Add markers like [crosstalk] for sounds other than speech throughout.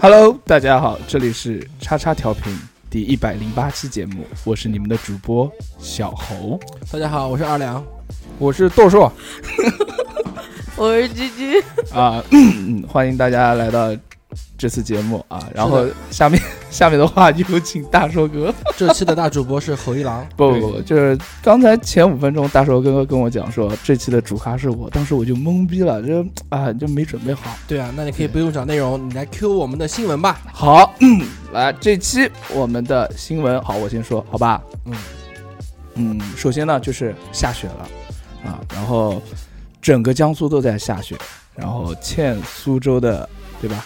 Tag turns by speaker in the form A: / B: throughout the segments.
A: Hello，大家好，这里是叉叉调频第一百零八期节目，我是你们的主播小猴，
B: 大家好，我是二两，
A: 我是舵硕
C: 我是居居。
A: 啊、嗯欢迎大家来到这次节目啊。然后下面 [laughs] 下面的话有请大硕哥，
B: 这期的大主播是侯一 [laughs] 郎，
A: 不不不，就是刚才前五分钟大硕哥跟我讲说这期的主咖是我，当时我就懵逼了，这啊就没准备好。
B: 对啊，那你可以不用讲内容，你来 Q 我们的新闻吧。
A: 好，嗯来这期我们的新闻，好，我先说，好吧？
B: 嗯
A: 嗯，首先呢就是下雪了啊，然后整个江苏都在下雪，然后欠苏州的，对吧？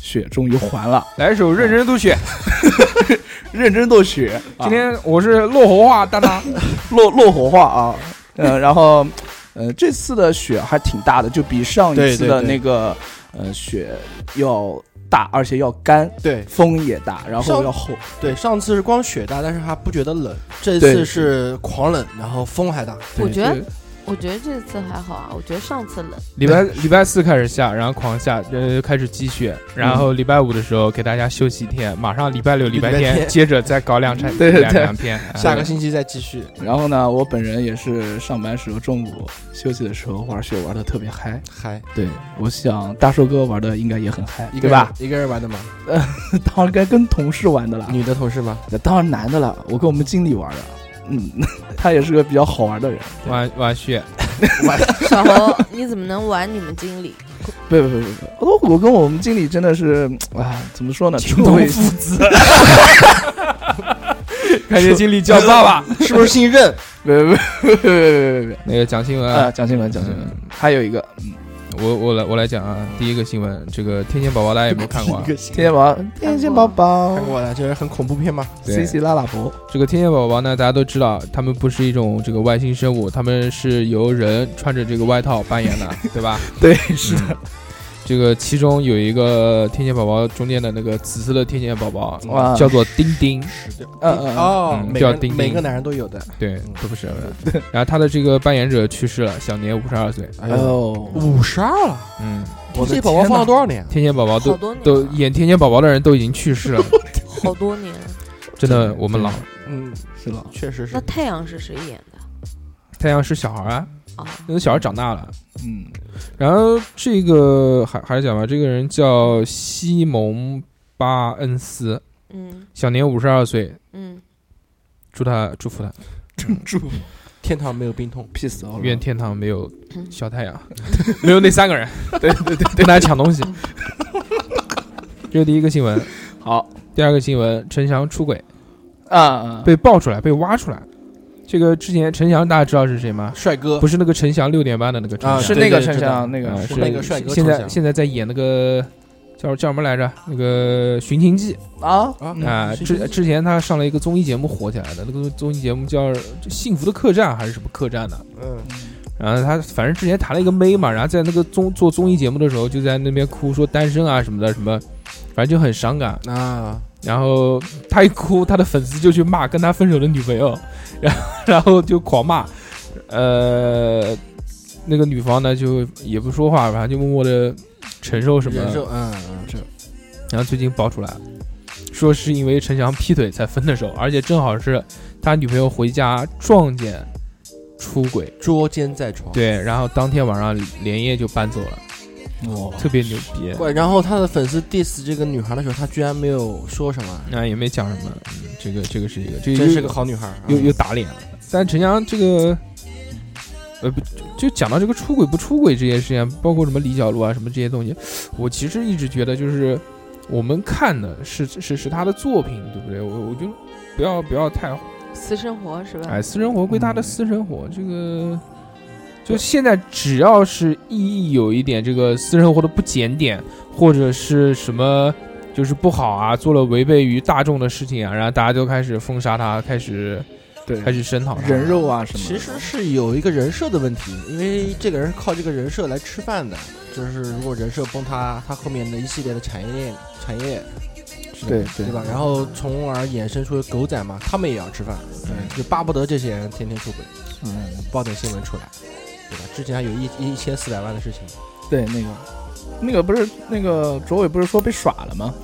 A: 雪终于还了，
D: 来一首《认真读雪》。
A: 认真斗雪，
D: 今天我是落红花大大，
A: 落落火化啊，呃，然后呃这次的雪还挺大的，就比上一
B: 对
A: 次
B: 对
A: 的
B: 对
A: 那个呃雪要大，而且要干，
B: 对
A: 风也大，然后
B: 上
A: 要厚，
B: 对，上次是光雪大，但是还不觉得冷，这
A: 对
B: 次是狂冷，然后风还大。
C: 我觉得
A: 对
C: 我觉得这次还好啊，我觉得上次冷。
D: 礼拜 [laughs] 礼拜四开始下，然后狂下，呃，开始积雪，然后礼拜五的时候给大家休息一天，马上礼拜六、礼拜
B: 礼拜
D: 天
B: 天
D: 接着再搞两场，
A: 对对
D: 两
A: 对
D: 两篇，啊
B: 下个星期再继续。
A: 然后呢，我本人也是上班时候、中午休息的时候玩雪玩的特别嗨。
B: 嗨，
A: 对，我想大寿哥玩的应该也很嗨，
B: 一个
A: 对吧？
B: 人？一个人玩的吗？
A: 当然该跟同事玩的了，
B: 女的同事 [laughs] 吗？
A: 当然男的了，我跟我们经理玩的。嗯，他也是个比较好玩的人。
D: 玩玩雪，
C: 小猴，你怎么能玩你们经理？
A: 不不不不不，我我跟我们经理真的是啊，怎么说呢？出
B: 同
A: 位
B: 父
A: 子，
D: 感谢经理叫爸爸。
B: 是不是姓 [laughs] 任？
A: 别别别别别别
D: [laughs] 那个讲新闻
A: 别
D: 啊
A: 啊！，讲新闻讲新闻
D: 嗯，
A: 还有一个
D: 我我来我来讲啊，第一个新闻，这个天线宝宝大家有没有看
B: [laughs]
D: 过啊？
A: 天线宝天线宝宝
B: 看过了，这是很恐怖片吗？
A: ，C
D: 对
A: C 拉拉伯，
D: 这个天线宝宝呢，大家都知道，他们不是一种这个外星生物，他们是由人穿着这个外套扮演的，对吧？
A: 对，是的，
D: 这个其中有一个天线宝宝中间的那个紫色的天线宝宝，
A: 哇，
D: 叫做丁丁，
B: 是的。
A: 啊嗯嗯嗯
B: 哦，
D: 嗯
B: 每
D: 叫
B: 个
D: 丁丁
B: 每个男人都有的。
D: 对，都不是人。然后他的这个扮演者去世了，享年五十二岁。
B: 哎
A: 哎，呦，
B: 五十二了，
D: 嗯，
A: 我的
B: 这宝宝
A: 天
B: 放
A: 哪
B: 了多少年啊？
D: 天线宝宝
C: 好
D: 都
C: 多年
D: 都
C: 了，
D: 演天线宝宝的人都已经
A: [laughs]
D: 去世了，
C: 好多年。
D: 真的，我们老
B: 嗯，
A: 是了，
B: 确实
C: 那
B: 是。
C: 太阳是谁演的？
D: 太阳是小孩啊，
C: 啊，
D: 那个小孩长大了。
A: 嗯，
D: 然后这个还还是讲吧，这个人叫西蒙巴恩斯，
C: 嗯
D: 享年五十二岁，
C: 嗯，
D: 祝他祝福他，
B: 天堂没有病痛，
A: 屁死我了
D: 愿天堂没有
B: 嗯
D: 小太阳， [laughs] 没有那
B: [laughs]
D: 三个人，对对对，跟大家抢东
B: 嗯
D: 西。这是第一个新闻，
A: 好
D: 第二个新闻，陈翔出轨
A: 啊，
D: 被爆出来，被挖出来。这个之前陈翔大家知道是谁吗？
B: 帅哥
D: 不是那个陈翔六点半的那个陈
B: 啊
D: 翔，
A: 是
B: 对
A: 那个
B: 对
A: 丞
B: 知道
A: 相，那个
D: 呃
B: 是
D: 是
B: 那个帅哥
D: 现
B: 陈
D: 在
B: 翔
D: 现在在演那个叫叫什么来着？那个《寻秦记》。
A: 啊，
B: 啊
D: 啊，
B: 是
D: 之之前他上了一个综艺节目火起来的，那个综艺节目叫《这幸福的客栈》还是什么客栈呢？
B: 嗯，
D: 然后他反正之前谈了一个妹嘛，然后在那个综做综艺节目的时候就在那边哭说单身啊什么的什么，反正就很伤感。
B: 啊，
D: 然后他一哭，他的粉丝就去骂跟他分手的女朋友， [laughs] 然后然后就狂骂，呃，那个女方呢就也不说话，反正就默默的承受什么。
B: 忍受，嗯，嗯这
D: 然后最近爆出来，说是因为陈翔劈腿才分的手，而且正好是他女朋友回家撞见出轨，
B: 捉奸在床，
D: 对，然后当天晚上连夜就搬走了。
A: 哦，
D: 特别牛逼。
B: 怪，然后他的粉丝 diss 这个女孩的时候，他居然没有说什么，
D: 那也没讲什么，嗯这个这个是一个，这
B: 真
D: 又
B: 是个好女孩。
D: 又又打脸了。但陈翔这个，呃，不就讲到这个出轨不出轨这件事情，包括什么李小璐啊，什么这些东西，我其实一直觉得就是我们看的是是是他的作品，对不对？我我就不要不要太
C: 私生活是吧？
D: 哎，私生活归他的私生活，这个就现在只要是意义有一点这个私生活的不检点，或者是什么就是不好啊，做了违背于大众的事情啊，然后大家就开始封杀他，开始
A: 对，
D: 开始声讨他。
A: 人肉啊什么的，
B: 其实是有一个人设的问题，因为这个人是靠这个人设来吃饭的，就是如果人设崩塌，他后面的一系列的产业链产业，
A: 对
B: 对
A: 对
B: 吧？然后从而衍生出狗仔嘛，他们也要吃饭，
D: 嗯
A: 对，
B: 就巴不得这些人天天出轨，
A: 嗯，
B: 爆点新闻出来，对吧？之前还有一一千四百万的事情，
A: 对那个那个不是那个卓伟不是说被耍了吗？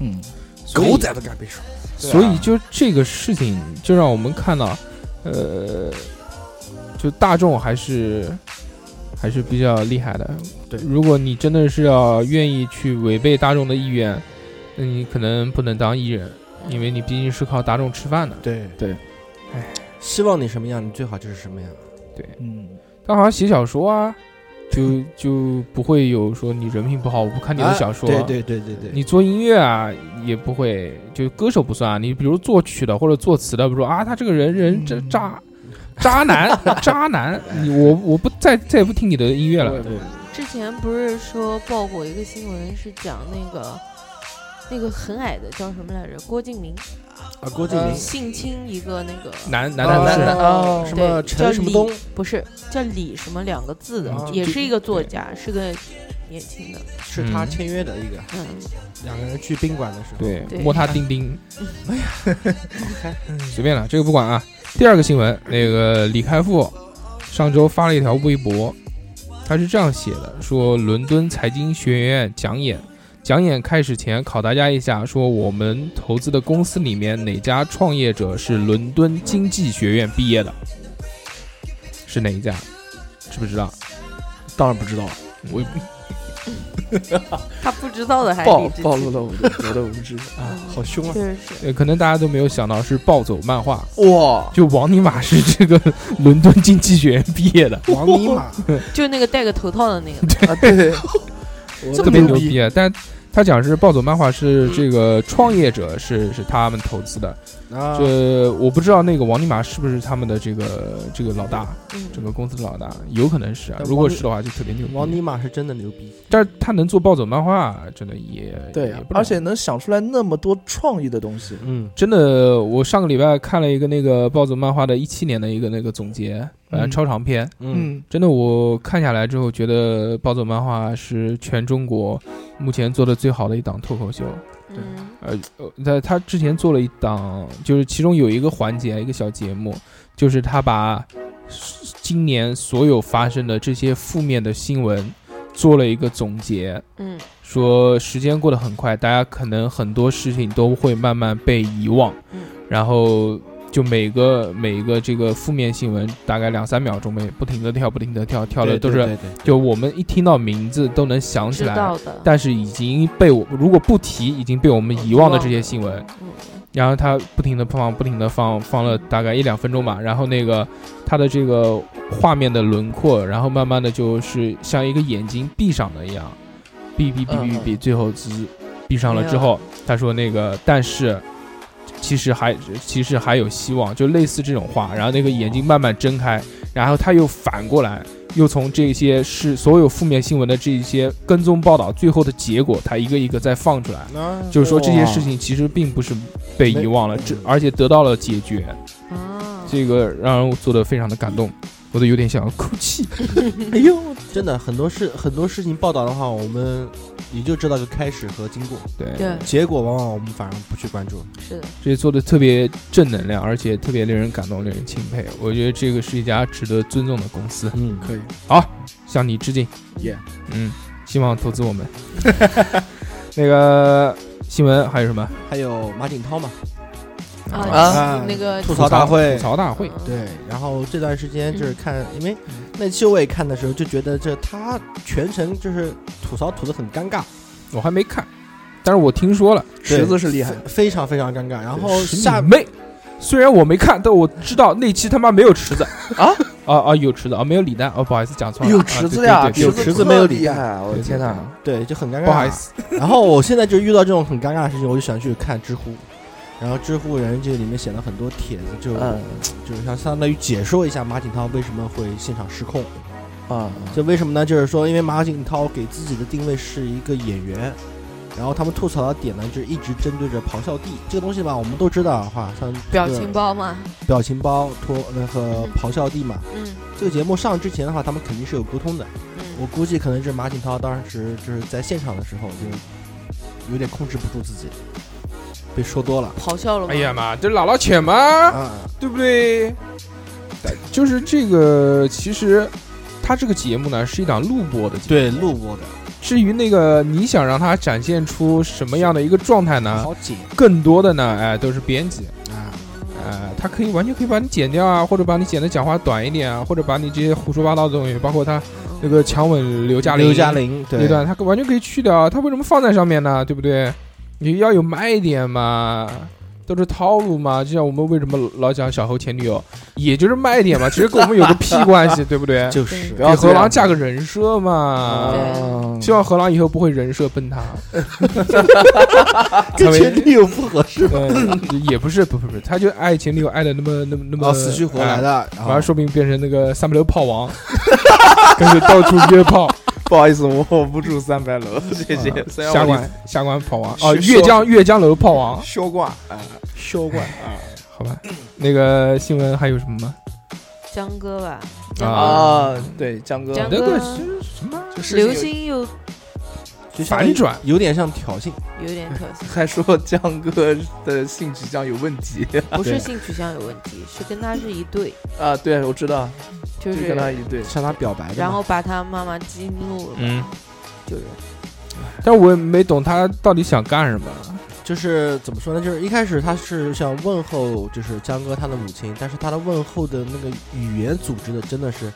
A: 嗯，
B: 狗仔都敢被说，
D: 所以就这个事情，就让我们看到，呃，就大众还是还是比较厉害的。
B: 对
D: 如果你真的是要愿意去违背大众的意愿，那你可能不能当艺人，因为你毕竟是靠大众吃饭的。
B: 对
A: 对，
D: 哎，
B: 希望你什么样，你最好就是什么样。
A: 嗯，
D: 但好像写小说啊，就就不会有说你人品不好，我不看你的小说。
B: 啊对对对对对，
D: 你做音乐啊，也不会，就歌手不算啊。你比如作曲的或者作词的，比如说啊，他这个人人这
B: 嗯
D: 渣。 [laughs] 渣男， [laughs] 渣男，你我我不再再也不听你的音乐了。
A: 对
C: 之前不是说报过一个新闻，是讲那个那个很矮的叫什么来着？郭敬明呃
B: 啊，郭敬明
C: 性侵一个那个
D: 男男
B: 啊
D: 同
B: 男
D: 事，
B: 的
A: 哦
B: 什
C: 对
B: 么
C: 叫
B: 陈什么东
C: 李，不是叫李什么两个字的，
D: 啊
C: 也
D: 就是
C: 一个作家，是个年轻的，
B: 是他签约的一个，
C: 嗯，
B: 两个人去宾馆的时候，
D: 对，
C: 对
D: 摸他丁丁，
B: 开
D: [laughs] 随便了，这个不管啊。第二个新闻，那个李开复上周发了一条微博，他是这样写的：说伦敦财经学院讲演，讲演开始前考大家一下，说我们投资的公司里面哪家创业者是伦敦经济学院毕业的？是哪一家？知不知道？
A: 当然不知道了，
D: 我
C: [laughs] 他不知道的还
A: 暴
C: 理直气
A: 暴露了我的我的无 [laughs] 知，
D: 啊，
B: 好凶啊！
C: 确实是
D: 呃可能大家都没有想到是暴走漫画，
B: 哇，
D: 就王尼玛是这个伦敦经济学院毕业的。
B: 王尼
D: [laughs]
B: 玛，
C: 就那个戴个头套的那个，
B: 啊
A: [laughs]
B: 对，
D: 这特别牛逼啊！但他讲是暴走漫画是这个创业者是是他们投资的，
B: 啊，
D: 这我不知道那个王尼玛是不是他们的这个这个老大，
C: 嗯，
D: 整个公司的老大，有可能是啊。
B: 但王尼
D: 如果是的话，就特别牛逼。
B: 王尼，玛是真的牛逼，
D: 但是他能做暴走漫画，真的也
A: 对啊
D: 也不容易，
A: 而且能想出来那么多创意的东西，
B: 嗯，
D: 真的，我上个礼拜看了一个那个暴走漫画的一七年的一个那个总结，呃，
A: 嗯
D: 超长篇。
B: 嗯，
D: 真的，我看下来之后，觉得暴走漫画是全中国目前做的最好的一档脱口秀。
C: 嗯，
D: 呃，呃他他之前做了一档，就是其中有一个环节，一个小节目，就是他把今年所有发生的这些负面的新闻做了一个总结，
C: 嗯，
D: 说时间过得很快，大家可能很多事情都会慢慢被遗忘
C: 嗯，
D: 然后就每个每个这个负面新闻大概两三秒钟呗，不停的跳，不停的跳，跳的
B: 对
D: 都
B: 对
D: 是
B: 对对
D: 就我们一听到名字都能想起
C: 知
D: 来，
C: 道的，
D: 但是已经被我如果不提，已经被我们遗忘的这些新闻。
C: 嗯，
D: 然后他不停的放，不停的放，放了大概一两分钟吧。然后那个他的这个画面的轮廓，然后慢慢的就是像一个眼睛闭上的一样，闭闭闭闭闭，最后只闭上了之后，他说那个但是。其实还其实还有希望，就类似这种话，然后那个眼睛慢慢睁开，然后他又反过来，又从这些是所有负面新闻的这一些跟踪报道最后的结果，他一个一个再放出来，
B: 那
D: 就是说这些事
B: 哦
D: 情其实并不是被遗忘了，
B: 没
D: 这而且得到了解决，
C: 啊，
D: 这个让人做的非常的感动，我都有点想要
B: [laughs]
D: 哭泣。
B: 哎呦，真的很多事很多事情报道的话，我们也就知道个开始和经过，
D: 对，
C: 对，
B: 结果往往我们反而不去关注。
C: 是的，
D: 这些做的特别正能量，而且特别令人感动，令人钦佩。我觉得这个是一家值得尊重的公司，
B: 嗯，
A: 可以，
D: 向你致敬。
A: 耶，
D: 嗯，希望投资我
B: [laughs]
D: 们。那个新闻还有什么？
B: 还有马景涛嘛，
C: 啊，那个
B: 吐槽大会
D: 吐槽大会，
B: 对，然后这段时间就是看，因为那期我也看的时候就觉得这他全程就是吐槽吐的很尴尬，
D: 我还没看，但是我听说了。
B: 对
A: 池子是厉害
B: 非，非常非常尴尬。然后
D: 池
B: 下
D: 你妹！虽然我没看，但我知道那期他妈没有池子啊啊啊有池子啊，没有李诞哦，不好意思讲错了，
A: 有啊
D: 啊
A: 池子
D: 对
A: 呀，
D: 对对
B: 有
D: 对
B: 池子
A: 特
B: 没有李
A: 厉
B: 诞
A: 害，我的
D: 对
A: 天
D: 对
A: 哪！
B: 对就很尴尬，
D: 不好意。思，
B: 然后我现在就遇到这种很尴尬的事情，我就想去看知乎，然后知乎人这里面写了很多帖子，就、
A: 嗯
B: 就是像相当于解说一下马景涛为什么会现场失控。
A: 啊，
B: 这为什么呢？就是说，因为马景涛给自己的定位是一个演员，然后他们吐槽的点呢，就是一直针对着咆哮帝这个东西吧，我们都知道的话，像
C: 表情、包嘛，
B: 表情包、脱那和
C: 嗯
B: 咆哮帝嘛。
C: 嗯
B: 这个节目上之前的话，他们肯定是有沟通的。我
C: 嗯，
B: 估计可能是马景涛当时就是在现场的时候，就有点控制不住自己，被说多了。
C: 咆哮了吗？
D: 哎呀妈，这姥姥浅嘛，
B: 啊，
D: 对不对？但就是这个，其实他这个节目呢是一档录播的节目。
B: 对，录播的
D: 至于那个你想让他展现出什么样的一个状态
A: 啊
D: 呢？
B: 好剪
D: 更多的呢，哎，都是编辑，
B: 啊，
D: 呃，他可以完全可以把你剪掉啊，或者把你剪的讲话短一点啊，或者把你这些胡说八道的东西，包括他
C: 嗯
D: 那个强吻刘嘉玲，
B: 刘嘉玲对
D: 那段，他可完全可以去掉，他为什么放在上面呢？对不对？你要有卖点嘛，都是套路嘛。就像我们为什么老讲小侯前女友，也就是卖点嘛，其实跟我们有个屁关
B: [laughs]
D: 系，对不对？
B: 就是
A: 不要
D: 给
A: 这
D: 何
A: 样
D: 狼架个人设嘛。
A: 啊
D: 希望何狼以后不会人设崩塌，
B: 跟前女友不合适
D: 对，呃也不是，不不不，他就爱前女友爱的那么那么那么
B: 啊，死去活来，的，啊然
D: 哎
B: 后
D: 完了说不定变成那个三不六炮王， [laughs] 跟着到处约炮，
A: 不好意思，我我不住三百
B: 啊
A: 楼，谢谢。虽然
D: 下
A: 我
D: 关下关炮王，哦，
A: 是
D: 越江越江楼炮王，
A: 修挂
B: 哎
A: 啊，
B: 修过来
D: 好吧，那个新闻还有什么吗？
C: 江哥吧，
A: 啊，对，江哥，
C: 江
D: 那
C: 哥
D: 个是什么
A: 这事情
C: 刘星又
B: 就相当于
D: 反转？
B: 有点像挑衅，
C: 有点挑衅，
A: 还说江哥的性取向有问题 [laughs]
C: 不是性取向有问题，是跟他是一对，
A: 啊？对，我知道，
C: 就
A: 就是跟他一对，
B: 向他表白的嘛。
C: 然后把他妈妈激怒了，
D: 嗯，
C: 就是
D: 但我也没懂他到底想干什么。
B: 就是怎么说呢？就是一开始他是想问候，就是江哥他的母亲，但是他的问候的那个语言组织的真的是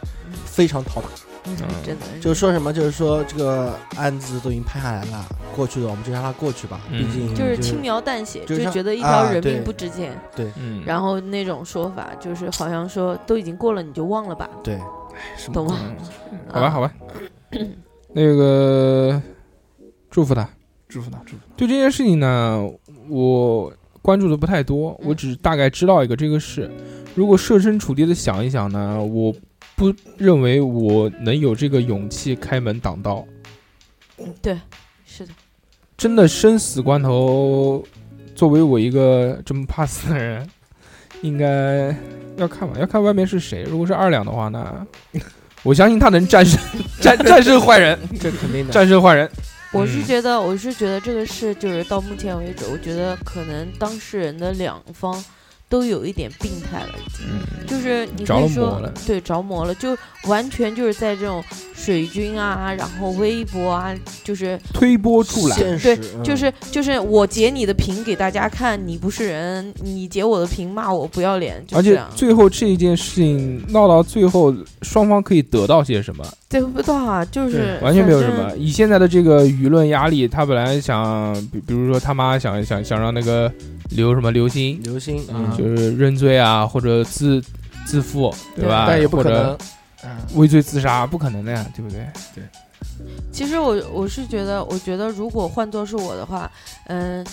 B: 非常讨打。
C: 嗯
D: 嗯
C: 真的是
B: 就是说什么，就是说这个案子都已经拍下来了，过去的我们就让它过去吧，
D: 嗯
B: 毕竟
C: 就是
B: 是
C: 轻描淡写，
B: 就
C: 就是
B: 像
C: 觉得一条
B: 啊
C: 人
B: 对
C: 命不值钱，
D: 嗯
C: 然后那种说法就是好像说都已经过了你就忘了吧，
B: 对，
A: 什
C: 懂
A: 么？
C: 吗？嗯
D: 后嗯好吧，好吧，那个祝福他。
A: 祝福他，祝福他。
D: 对这件事情呢，我关注的不太多，
C: 嗯
D: 我只大概知道一个这个事。如果设身处地的想一想呢，我不认为我能有这个勇气开门挡刀。
C: 是的，
D: 真的生死关头，作为我一个这么怕死的人，应该要看吧，要看外面是谁。如果是二两的话呢，我相信他能战胜战战胜坏人，
B: [laughs] 这肯定的。
D: 战胜坏人。
C: 我是
D: 嗯
C: 觉得，我是觉得这个事就是到目前为止，我觉得可能当事人的两方都有一点病态了，
D: 嗯
C: 就是你
D: 着
C: 会
D: 了
C: 说
D: 魔了
C: 对着魔了，就完全就是在这种水军啊，然后微博啊，就是
D: 推波助澜，
B: 现实嗯
C: 就是就是我截你的屏给大家看，你不是人，你截我的屏骂我不要脸，就
D: 而
C: 这
D: 且
C: 样。
D: 最后这一件事情闹到最后，双方可以得到些什么？
C: 对不到啊，就是
D: 完全没有什
C: 反正
D: 么。以现在的这个舆论压力，他本来想，比比如说他妈想想想让那个刘什么刘星，
B: 刘星，
A: 嗯
B: 嗯，
D: 就是认罪啊，或者自自负，对吧？
A: 但也不可
D: 哎或
A: 能嗯
D: 者，畏罪自杀，不可能的呀，对不对？
C: 其实我我是觉得，我觉得如果换作是我的话，嗯，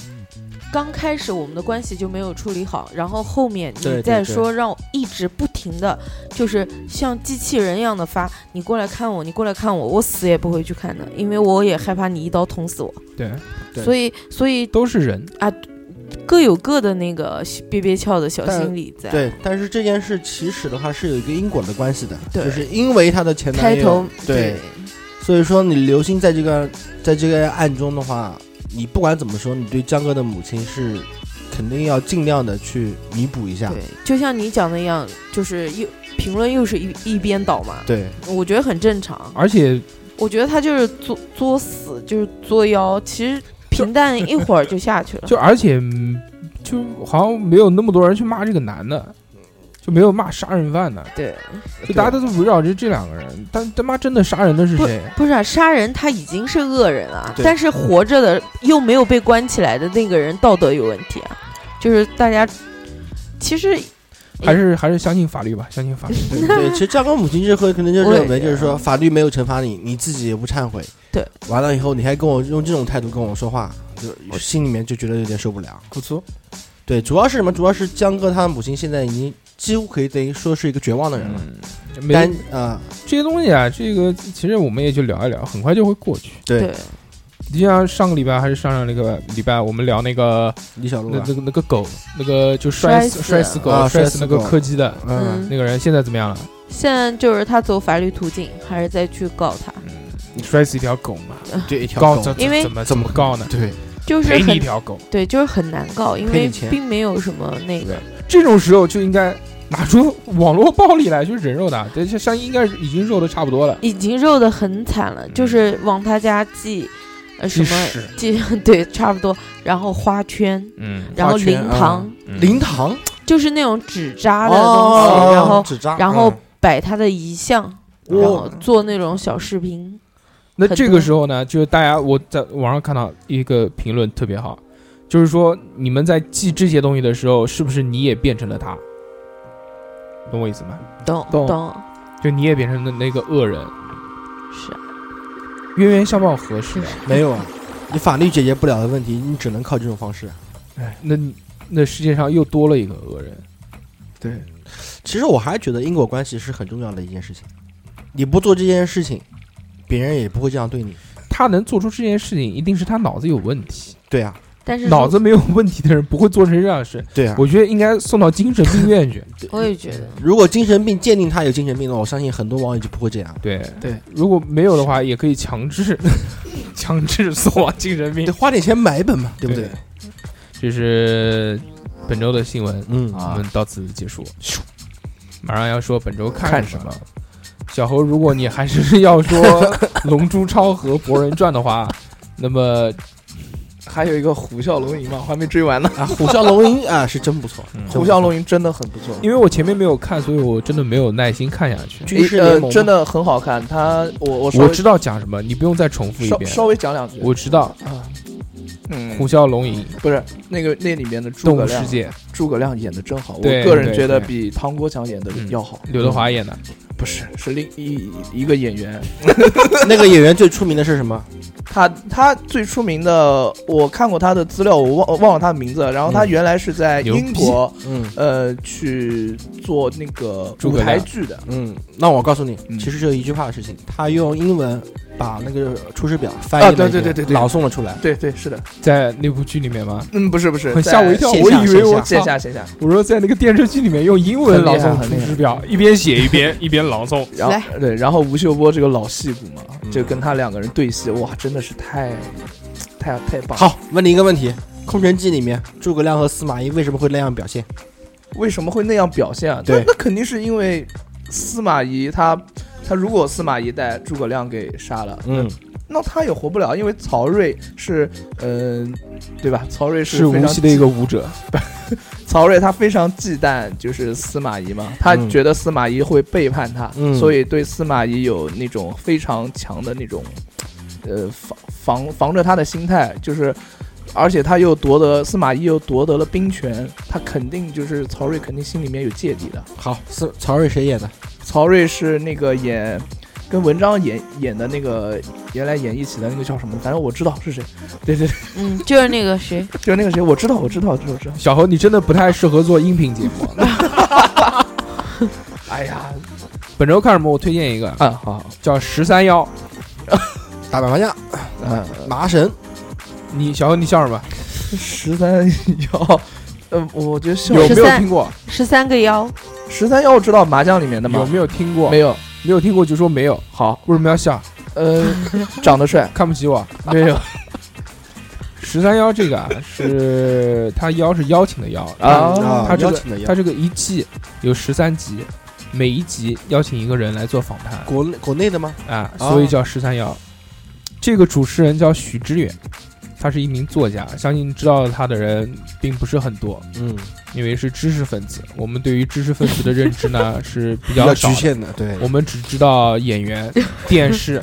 C: 刚开始我们的关系就没有处理好，然后后面
B: 对对
C: 你再
B: 对
C: 说让我一直不停的，就是像机器人一样的发，你过来看我，你过来看我，我死也不会去看的，因为我也害怕你一刀捅死我。
D: 对，
B: 对
C: 所以所以
D: 都是人，
C: 各有各的那个憋憋翘的小
B: 但
C: 心理在。
B: 对。但是这件事起始的话是有一个因果的关系的，
C: 对
B: 就是因为她的前男
C: 开
B: 友
C: 头
B: 对，所以说你刘星在这个在这个案中的话，你不管怎么说，你对江哥的母亲是肯定要尽量的去弥补一下，
C: 对，就像你讲的一样，就是又评论又是一一边倒嘛，
B: 对
C: 我觉得很正常。
D: 而且
C: 我觉得他就是作作死，就是作妖，其实平淡一会儿就下去了。
D: 就而且嗯就好像没有那么多人去骂这个男的，就没有骂杀人犯的，
C: 对，
D: 就大家都是围绕着这两个人。但他妈真的杀人的是谁？
C: 不是啊，杀人他已经是恶人了，
B: 对
C: 但是活着的又没有被关起来的那个人道德有问题啊，就是大家其实
D: 还是还是相信法律吧，相信法律。
B: 对，其实教官母亲这回可能就
C: 我也
B: 认为，
C: 觉
B: 就
C: 得
B: 是说法律没有惩罚你，你自己也不忏悔。
C: 对，
B: 完了以后你还跟我用这种态度跟我说话，就心里面就觉得有点受不了。
D: 不错，
B: 对，主要是什么？主要是江哥他的母亲现在已经几乎可以等于说是一个绝望的人了。
D: 嗯，
B: 但
D: 没
B: 啊、
D: 这些东西啊，这个其实我们也就聊一聊，很快就会过去。
B: 对
C: 对
D: 就像上个礼拜还是上上那个礼拜，我们聊那个
B: 李小璐
D: 那
B: 啊，
D: 那个那个狗，那个就摔死
C: 摔
D: 摔
C: 死
D: 死狗、
B: 啊
D: 摔
B: 摔
D: 死
B: 死
D: 那个
B: 狗
D: 柯基的
B: 嗯，
C: 嗯
D: 那个人，现在怎么样了？
C: 现在就是他走法律途径，还是再去告他，
D: 你摔死一条狗嘛？
B: 对，一条
D: 告
B: 狗，
D: 这
C: 因为
D: 怎么怎么告呢？
B: 对，
C: 就是
D: 赔你一
C: 很
D: 条狗。
C: 对，就是很难告，因
B: 赔
C: 为
B: 你钱
C: 并没有什么那个，
D: 这种时候就应该拿出网络暴力来去人肉他，对，像应该已经肉的差不多了。
C: 已经肉的很惨了，就是往他家寄。呃，什
D: 鸡
C: 么
D: 屎
C: 寄 [laughs] 对，差不多。然后花圈，
D: 嗯
C: 然后
B: 花圈
C: 灵
B: 啊
C: 堂，
B: 灵堂
C: 就是那种纸扎的东西，
B: 哦，
C: 然后
B: 纸扎，
C: 然后
B: 嗯
C: 摆他的遗像，然后做那种小视频。
D: 那
C: 很
D: 这
C: 多
D: 个时候呢，就是大家我在网上看到一个评论特别好，就是说你们在记这些东西的时候，是不是你也变成了他？懂我意思吗？
C: 懂
A: 懂
D: 就你也变成了那个恶人，
C: 是啊
D: 冤冤相报何时了？
B: 没有啊，你法律解决不了的问题，你只能靠这种方式。
D: 哎，那你那世界上又多了一个恶人。
B: 对，其实我还觉得因果关系是很重要的一件事情，你不做这件事情，别人也不会这样对你。
D: 他能做出这件事情，一定是他脑子有问题。
B: 对啊，
C: 但是
D: 脑子没有问题的人不会做成这样的事。
B: 对啊，
D: 我觉得应该送到精神病院去。
C: 我也觉得，
B: 如果精神病鉴定他有精神病的话，我相信很多网友就不会这样。
D: 对
A: 对，
D: 如果没有的话，也可以强制 [laughs] 强制送往精神
B: 得
D: 病。
B: 花点钱买一本嘛，对不对？
D: 这是本周的新闻，
B: 嗯
A: 啊
D: 我们到此结束。马上要说本周
A: 看
D: 什了。小猴，如果你还是要说《龙珠超》和《博人传》的话，那么
A: 还有一个《虎啸龙吟》嘛，我还没追完
D: [laughs]
A: 呢。
B: 啊，虎啸龙吟 [laughs] 啊是真不错，
D: 嗯
A: 《虎啸龙吟》真的很不错，
D: 因为我前面没有看，所以我真的没有耐心看下去。
B: 军事
A: 呃
B: 联盟
A: 真的很好看。它我我稍
D: 我
A: 微
D: 知道讲什么，你不用再重复一
A: 稍
D: 遍。
A: 稍微讲两句。
D: 我知道
A: 啊，嗯，
D: 虎啸龙吟、
A: 不是那个那里面的诸
D: 动
A: 葛
D: 物世
A: 亮，
D: 界，
A: 诸葛亮演的真好，我
D: 对
A: 个人觉得
D: 对对嗯
A: 比唐国强演的要好。嗯
D: 刘德华演的。
A: 不是，是另一一个演员，
B: 那个演员最出名的是什么？
A: 他他最出名的，我看过他的资料，我忘我忘了他的名字了。然后他
B: 嗯
A: 原来是在
D: 牛
A: 英国，
B: 嗯
A: 呃，去做那个
D: 诸
A: 舞
D: 葛亮
A: 台剧的，
B: 嗯，那我告诉你
A: 嗯，
B: 其实就一句话的事情，他用英文把那个出师表翻
A: 啊
B: 译
A: 对
B: 了一
A: 对对
B: 遍
A: 对对
B: 朗诵了出来。
A: 对对是的，
D: 在那部剧里面吗？
A: 嗯，不是不是，
D: 很
A: 在
D: [laughs] 吓我一跳，
B: 线
D: 我
B: 下
D: 以为
B: 线
D: 我
B: 下
A: 线
D: 操
A: 下线下，
D: 我说在那个电视剧里面用英文
A: 很厉
D: 朗
A: 害
D: 诵《
A: 很厉
D: 出
A: 害嗯
D: 师表》，一边写一
A: [laughs]
D: 边一边朗诵。
A: 然
C: 来
A: 后对，然后吴秀波这个老戏骨嘛，
B: 嗯
A: 就跟他两个人对戏，哇，真的是太太太棒。，
B: 好，问你一个问题，《空城计》里面诸葛亮和司马懿为什么会那样表现？
A: 为什么会那样表现啊？
B: 对
A: 那那肯定是因为司马懿他他如果司马懿带诸葛亮给杀了，
B: 嗯，
A: 那他也活不了，因为曹睿是，嗯、对吧？曹睿
D: 是
A: 非
D: 无
A: 常
D: 锡的一个舞者，
A: 曹睿，他非常忌惮就是司马懿嘛，他
B: 嗯
A: 觉得司马懿会背叛他，
B: 嗯
A: 所以对司马懿有那种非常强的那种，呃，防防防着他的心态，就是。而且他又夺得司马懿又夺得了兵权，他肯定就是曹睿肯定心里面有芥蒂的。
B: 好，司曹睿谁演的？
A: 曹睿是那个演跟文章演演的那个原来演一起的那个叫什么，反正我知道是谁。对对对，
C: 嗯，就是那个谁，
A: 就是那个谁，我知道我知道我知道我知道。
D: 小侯，你真的不太适合做音频节
A: [laughs]
D: 目。
A: 哎呀，
D: 本周看什么？我推荐一个
A: 啊好，
D: 叫《十三幺》。
B: 打打麻将，
A: 嗯，
B: 麻绳。
D: 你小侯，你笑什么？
A: 十三幺，呃，我觉得笑
D: 有没有
C: 13
D: 听过？
C: 十三个幺，
A: 十三幺，我知道麻将里面的
D: 有
A: 吗？
D: 没有听过？
A: 没有，
D: 没有听过就说没有。
A: 好，
D: 为什么要笑？
A: 呃，长得帅
D: 看不起我？
A: 没有？
D: [laughs] 十三幺这个啊，是他邀是邀请的邀
A: 啊
D: 他这
B: 邀
D: 个
B: 请的邀
D: 他这个一季有十三集，每一集邀请一个人来做访谈
B: 国内国内的吗？
D: 啊，
B: 哦
D: 所以叫十三幺。这个主持人叫许知远，他是一名作家，相信知道他的人并不是很多，
B: 嗯，
D: 因为是知识分子。我们对于知识分子的认知呢是比
B: 比较
D: 较少
B: 局
D: 的，
B: 限的，对，
D: 我们只知道
B: [laughs]
D: 演员、电视、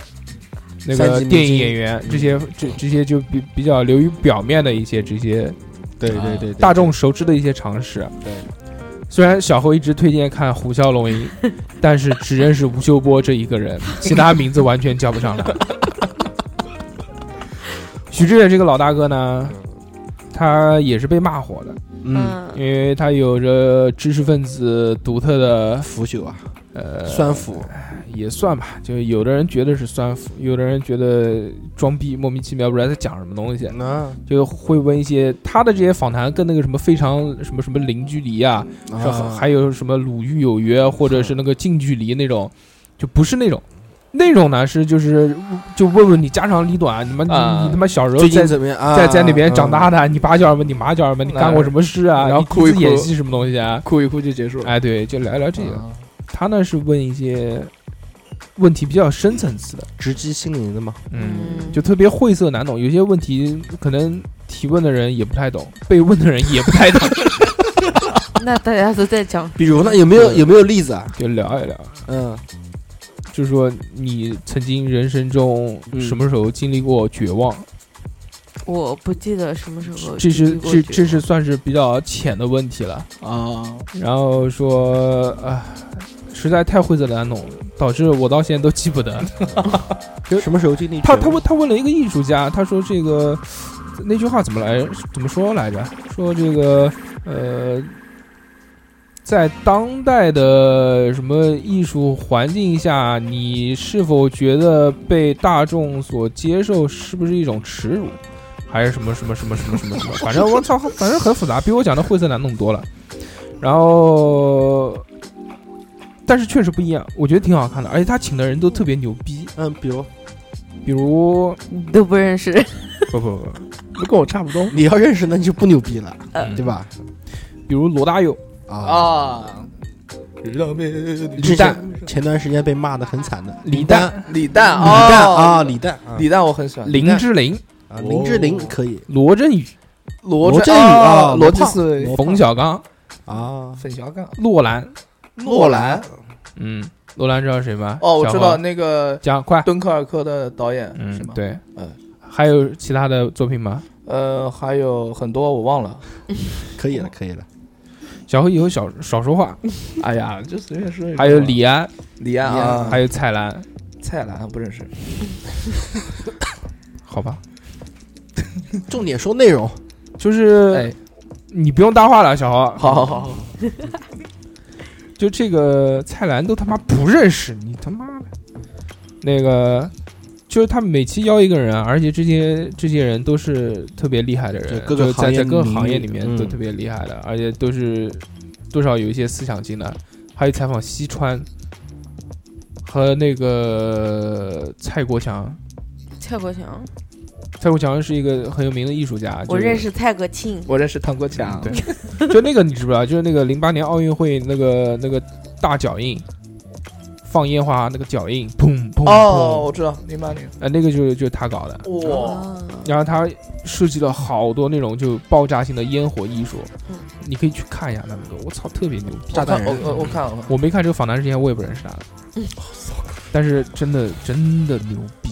D: 那
B: 三
D: 个
B: 级明
D: 电影
B: 星嗯
D: 演员这些，这这些就比比较流于表面的一些这些
B: 对对
D: 啊
B: 对对，
D: 大众熟知的一些常识。
B: 对，
D: 虽然小侯一直推荐看《虎啸
B: [laughs]
D: 龙吟》，但是只认识吴秀波这一个人，其他名字完全叫不
B: [laughs]
D: 上来。许志远这个老大哥呢，他也是被骂火的，
B: 嗯，
D: 因为他有着知识分子独特的
B: 腐朽啊，
D: 呃
B: 酸腐，
D: 也算吧，就有的人觉得是酸腐，有的人觉得装逼，莫名其妙不知道在讲什么东西，
A: 嗯
B: 那
D: 就会问一些他的这些访谈跟那个什么非常什么什么零距离啊，
A: 嗯
D: 是还还有什么鲁豫有约，或者是那个近距离那种，
A: 嗯
D: 就不是那种。那种呢是就是就问问你家长里短，你们
A: 啊
D: 你你他妈小时候
B: 最
D: 在
B: 近怎么样啊？
D: 在在那边长大
B: 嗯，
D: 的，你爸叫什么？你妈叫什么？你干过什么事啊？
A: 嗯然后
D: 你
A: 哭一
D: 你自己演
A: 哭
D: 戏什么东西啊？
A: 哭一哭就结束了。
D: 哎，对，就聊一聊这个。
A: 啊
D: 他呢是问一些问题比较深层次的，
B: 直击心灵的嘛，
C: 嗯
D: 就特别晦涩难懂，有些问题可能提问的人也不太懂，被问的人也不太懂，
C: 那大家都在讲，
B: 比如呢，有没有有没有例子啊？
D: 就聊一聊。
B: 嗯，
D: 就是说，你曾经人生中
B: 嗯
D: 什么时候经历过绝望？
C: 我不记得什么时候
D: 这是
C: 呃经历过
D: 这
C: 绝
D: 这
C: 望
D: 是算是比较浅的问题了。
A: 啊，
D: 然后说啊，实在太晦涩难懂，导致我到现在都记不得。
B: 什么时候经历？
D: 他他问他问了一个艺术家，他说这个那句话怎么来怎么说来着？说这个呃，在当代的什么艺术环境下，你是否觉得被大众所接受是不是一种耻辱？还是什么什么什么什么什么什么，反正我操，反正很复杂，比我讲的晦涩难懂多了。然后，但是确实不一样，我觉得挺好看的，而且他请的人都特别牛逼，
B: 嗯，比如
D: 比如
C: 你都不认识，
D: 不不不，
A: 不跟我差不多
B: 你要认识，那你就不牛逼了，
A: 呃
D: 嗯
B: 对吧？
D: 比如罗大佑，
B: 啊，
A: 啊。让别
B: 之
D: 李诞
B: 前前段时间被骂的很惨的
D: 李
B: 诞，
D: 诞、
A: 李诞哦嗯
B: 李诞啊，
A: 李
B: 李诞啊
A: 李诞我很喜欢，
D: 林志玲、
B: 啊，林志玲可以
D: 罗振宇、
A: 罗
B: 罗振宇啊
A: 啊，
B: 罗
A: 罗辑
B: 胖
A: 思维，
B: 罗
D: 冯小刚、
B: 啊，
A: 粉小刚，
D: 洛兰，
A: 诺兰
D: 嗯，洛兰知道谁吗？
A: 哦，我
D: 小
A: 知
D: 号
A: 道，那个
D: 讲快，
A: 敦刻尔克的导演是
D: 嗯
A: 吗，？，
D: 对，
A: 嗯，
D: 还有其他的作品吗？
A: 呃，还有很多我忘了。
B: 可以了，可以了，
D: 小何以后少少说话，
A: 哎呀，就随便说一说吧。
D: 还有李安，
A: 李安
B: 李安
A: 啊，
D: 还有蔡澜，
A: 蔡澜不认识。
D: 好吧，
B: 重点说内容，
D: 就是
A: 哎，
D: 你不用搭话了，小啊何，
A: 好好好好，
D: 就这个蔡澜都他妈不认识，你他妈的，那个就是他每期邀一个人啊，而且这些这些人都是特别厉害的
B: 对
D: 人，
B: 各个
D: 就是在
B: 行业
D: 在各个
B: 名
D: 行业
B: 人
D: 里面
B: 嗯
D: 都特别厉害的，而且都是多少有一些思想性的。还有采访西川和那个蔡国强，
C: 蔡国强，
D: 蔡国强是一个很有名的艺术家，
C: 我
D: 就是
C: 认识蔡国庆，
A: 我认识唐国强。
D: 对， [laughs] 就那个你知不知道？就是那个零八年奥运会那个那个大脚印，放烟花那个脚印，砰砰砰，
A: 哦，我知道，零八年。
D: 呃，那个就是就是他搞的。
A: 哇，
C: 哦，
D: 然后他设计了好多那种就爆炸性的烟火艺术
C: 嗯，
D: 你可以去看一下他那个，我操，特别牛逼！
B: 炸弹
A: 我
B: 人
A: 看我我看我看，
D: 我没看这个访谈之前，我也不认识他，
A: 嗯
D: [laughs] 但是真的真的牛逼，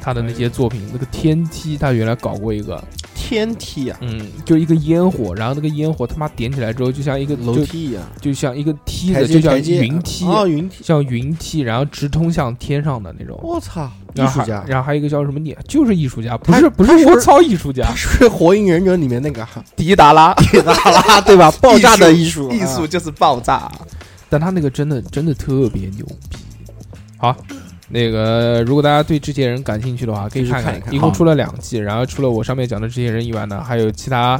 D: 他的那些作品，那个天梯他原来搞过一个，
B: 天梯啊，
D: 嗯，就一个烟火，然后那个烟火他妈点起来之后，就像一个
B: 楼
D: 就
B: 梯一样，
D: 就像一个梯
B: 台
D: 子，
B: 阶
D: 就像
B: 台阶
D: 云梯，
B: 啊，云梯，
D: 像云梯，然后直通向天上的那种。
B: 我操，艺
D: 然后
B: 术
D: 还
B: 家，
D: 然后还有一个叫什么你，就是艺术家，不
B: 他
D: 是不是
B: 他是不是
D: 我操艺术家
B: 他，是不是火影忍者里面那个 [laughs] 啊
A: 迪达拉，
B: 铁达拉对吧？爆炸的艺术，
A: [laughs] 艺术
B: 啊
A: 就是爆炸。
D: 但他那个真的真的特别牛逼。好，那个如果大家对这些人感兴趣的话，可以
B: 可以去
D: 看
B: 看一看
D: 一共
B: 好
D: 出了两季，然后除了我上面讲的这些人以外呢，还有其他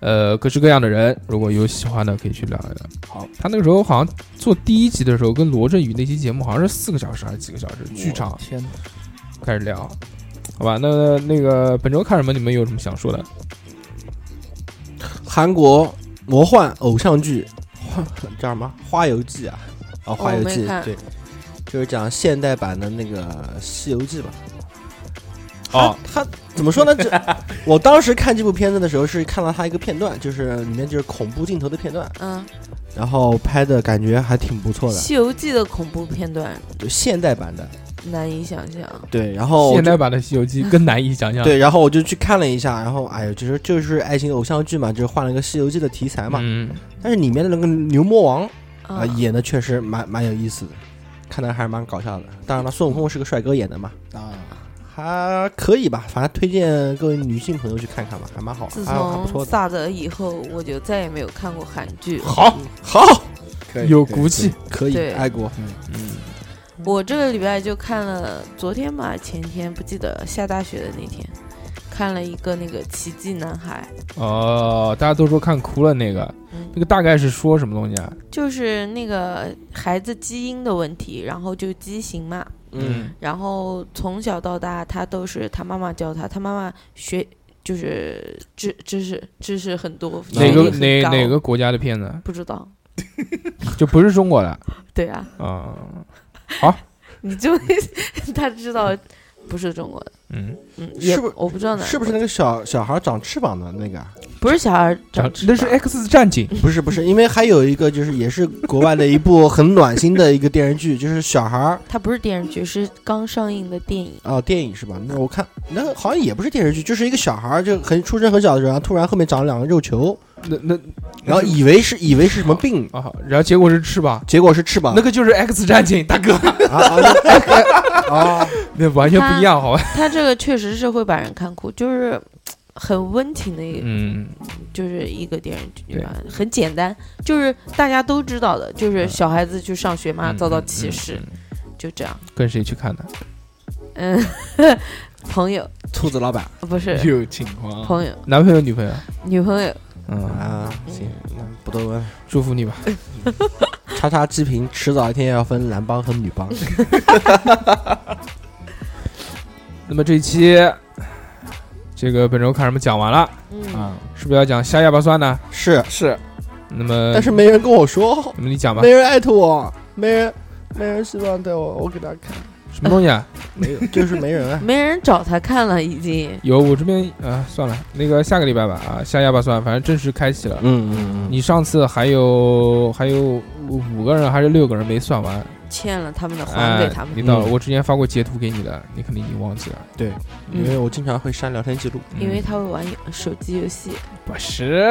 D: 呃各式各样的人，如果有喜欢的可以去聊一聊。好，他那个时候好像做第一集的时候，跟罗振宇那期节目好像是四个小时还是几个小时，巨长
A: 我。天哪，
D: 开始聊，好吧？那那个本周看什么？你们有什么想说的？
B: 韩国魔幻偶像剧，花叫什么《花游记》啊？哦，《花游
C: 我
B: 记
C: 没》看
B: 对，就是讲现代版的那个《西游记》吧。
D: 哦，
B: 他怎么说呢？这我当时看这部片子的时候是看了他一个片段，就是里面就是恐怖镜头的片段，
C: 嗯，
B: 然后拍的感觉还挺不错
C: 《
B: 的，
C: 西游记》的恐怖片段
B: 就现代版的。
C: 难以想象，
B: 对，然后我
D: 现
B: 就
D: 代版的《西游记》更难以想象。
B: 对，然后我就去看了一下，然后哎呦，就是就是爱情偶像剧嘛，就是换了一个《西游记》的题材嘛，
D: 嗯，
B: 但是里面的那个牛魔王啊、
C: 啊，
B: 演的确实蛮蛮有意思的，看的还是蛮搞笑的。当然了，孙悟空是个帅哥演的嘛，
A: 啊，
B: 还可以吧，反正推荐各位女性朋友去看看吧，还蛮好，
C: 自
B: 还还不
C: 从
B: 错的。
C: 萨德以后，我就再也没有看过韩剧了。
D: 好，
B: 好，
A: 可以
D: 有骨气。
B: 可以，
C: 对
B: 爱国。
D: 嗯，
C: 我这个礼拜就看了昨天吧，前天不记得下大雪的那天，看了一个那个《奇迹男孩
D: 哦，大家都说看哭了那个，》，
C: 嗯
D: 那，个大概是说什么东西啊？
C: 就是那个孩子基因的问题，然后就畸形嘛，
B: 嗯，
C: 然后从小到大他都是他妈妈教他，他妈妈学就是知知识知识很多，
B: 哪
D: 哪
C: 学历
D: 个
C: 很
D: 哪
C: 高
D: 哪个国家的片子？
C: 不知道，
D: 就不是中国的
C: 对啊，
D: 啊？
C: 你就 [laughs] 他知道不是中国的，
D: 嗯，
C: 嗯，
B: 是
C: 也
B: 不是
C: 我不知道哪
B: 是不是那个小小孩长翅膀的那个啊？ [laughs]
C: 不是小孩
D: 讲
C: 长翅
D: 那是 X 战警
B: 不是不是，因为还有一个就是也是国外的一部很暖心的一个电视剧，就是小孩儿
C: 它不是电视剧，是刚上映的电影。
B: 啊、电影是吧？那我看那个好像也不是电视剧，就是一个小孩儿就很出生很小的时候，然后突然后面长了两个肉球，
D: 那那
B: 然后以为是以为是什么病，
D: 啊，好然后结果是翅膀，
B: 结果是翅膀。
D: 那个就是 X 战警，大哥，
B: 啊啊
A: [laughs]
B: 那啊！
D: 那完全不一样，好吧？
C: 它这个确实是会把人看哭，就是很温情的一个，
D: 嗯，
C: 就是一个电视剧吧，很简单，就是大家都知道的，就是小孩子去上学嘛，
D: 嗯
C: 遭到
D: 嗯
C: 歧
D: 嗯
C: 视，
D: 嗯
C: 就这样。
D: 跟谁去看的？
C: 嗯， [laughs] 朋友
B: 兔子老板
C: 不是
D: 有情况，
C: 朋友，
D: 男朋友女朋友？
C: 女朋友，
D: 嗯，
B: 啊，行，那不多问了。
D: 祝福你吧。
B: 叉叉鸡评迟早一天要分男帮和女帮。
D: 那么这一期这个本周看什么讲完了，
C: 嗯，
A: 啊，
D: 是不是要讲瞎哑巴蒜呢？
B: [laughs] 是，
A: 是
D: 那么，
B: 但是没人跟我说，
D: 那么你讲吧
B: 没，人艾特我，没人，没人希望带我，我给大家看，
D: 什么东西啊？
B: 没有，就是没人啊。
C: 嗯没人找他看了已经。
D: 有我这边啊，算了，那个下个礼拜吧啊，瞎哑巴蒜，反正正式开启了。
B: 嗯嗯
D: 你上次还有还有五个人还是六个人没算完，
C: 欠了他们的还
D: 哎
C: 给他，们，
D: 你到了，
B: 嗯
D: 我之前发过截图给你的，你肯定已经忘记了，
C: 嗯
B: 因为我经常会删聊天记录。
C: 因
D: 嗯
C: 为他会玩呃手机游戏，
D: 不是，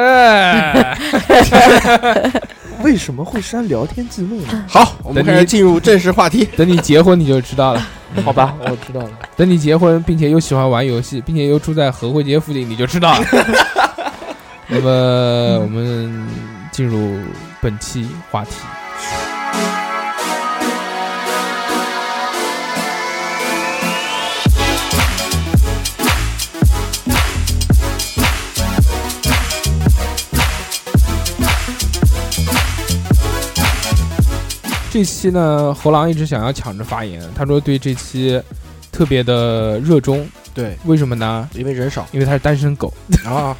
C: [laughs]
D: [laughs]
A: 为什么会删聊天记录呢？
B: 好，我
D: 们开始
B: 进入正式话题。
D: 等你结婚你就知道了。
A: 好吧，我知道了。
D: 等你结婚，并且又喜欢玩游戏，并且又住在和汇街附近，你就知道了。那么，我们进入本期话题。这期呢，猴狼一直想要抢着发言，他说对这期特别的热衷，
B: [laughs] 对，
D: 为什么呢？
B: 因为人 [laughs] 少
D: 因为他是单身狗，
B: 啊，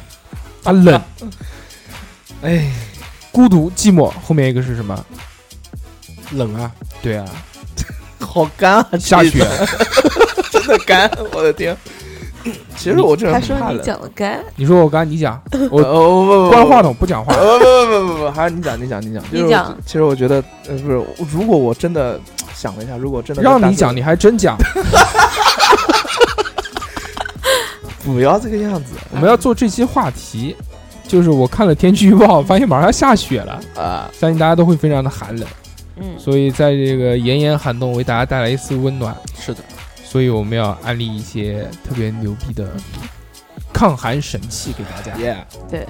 D: 他冷，哎，孤独寂寞，后面一个是什么？
B: 冷啊，
D: 对啊，
A: 好干啊，
D: 下雪，
A: 真的干，我的天！其实我这人
C: 他
A: 很
C: 说
A: 怕冷，
C: 你
A: 呃
C: 讲的该，
D: 你说我刚才你讲，我
A: 我
D: 关话筒不讲话，
A: [laughs] 呃不不不不不，还是你讲，你讲，你讲，就是
C: 你讲
A: 我其实我觉得，呃，不是，我如果我真的想了一下，如果真的
D: 让
A: 大
D: 你
A: 四
D: 讲，你还真讲。
A: 不要这个样子
D: 我们要做这期话题，就是我看了天气预报，发现马上要下雪了，
A: 啊！
D: 相信大家都会非常的寒冷，
C: 嗯，
D: 所以在这个炎炎寒冬为大家带来一丝温暖。
B: 是的，
D: 所以我们要安利一些特别牛逼的抗寒神器给大家。
A: 耶，
C: 对，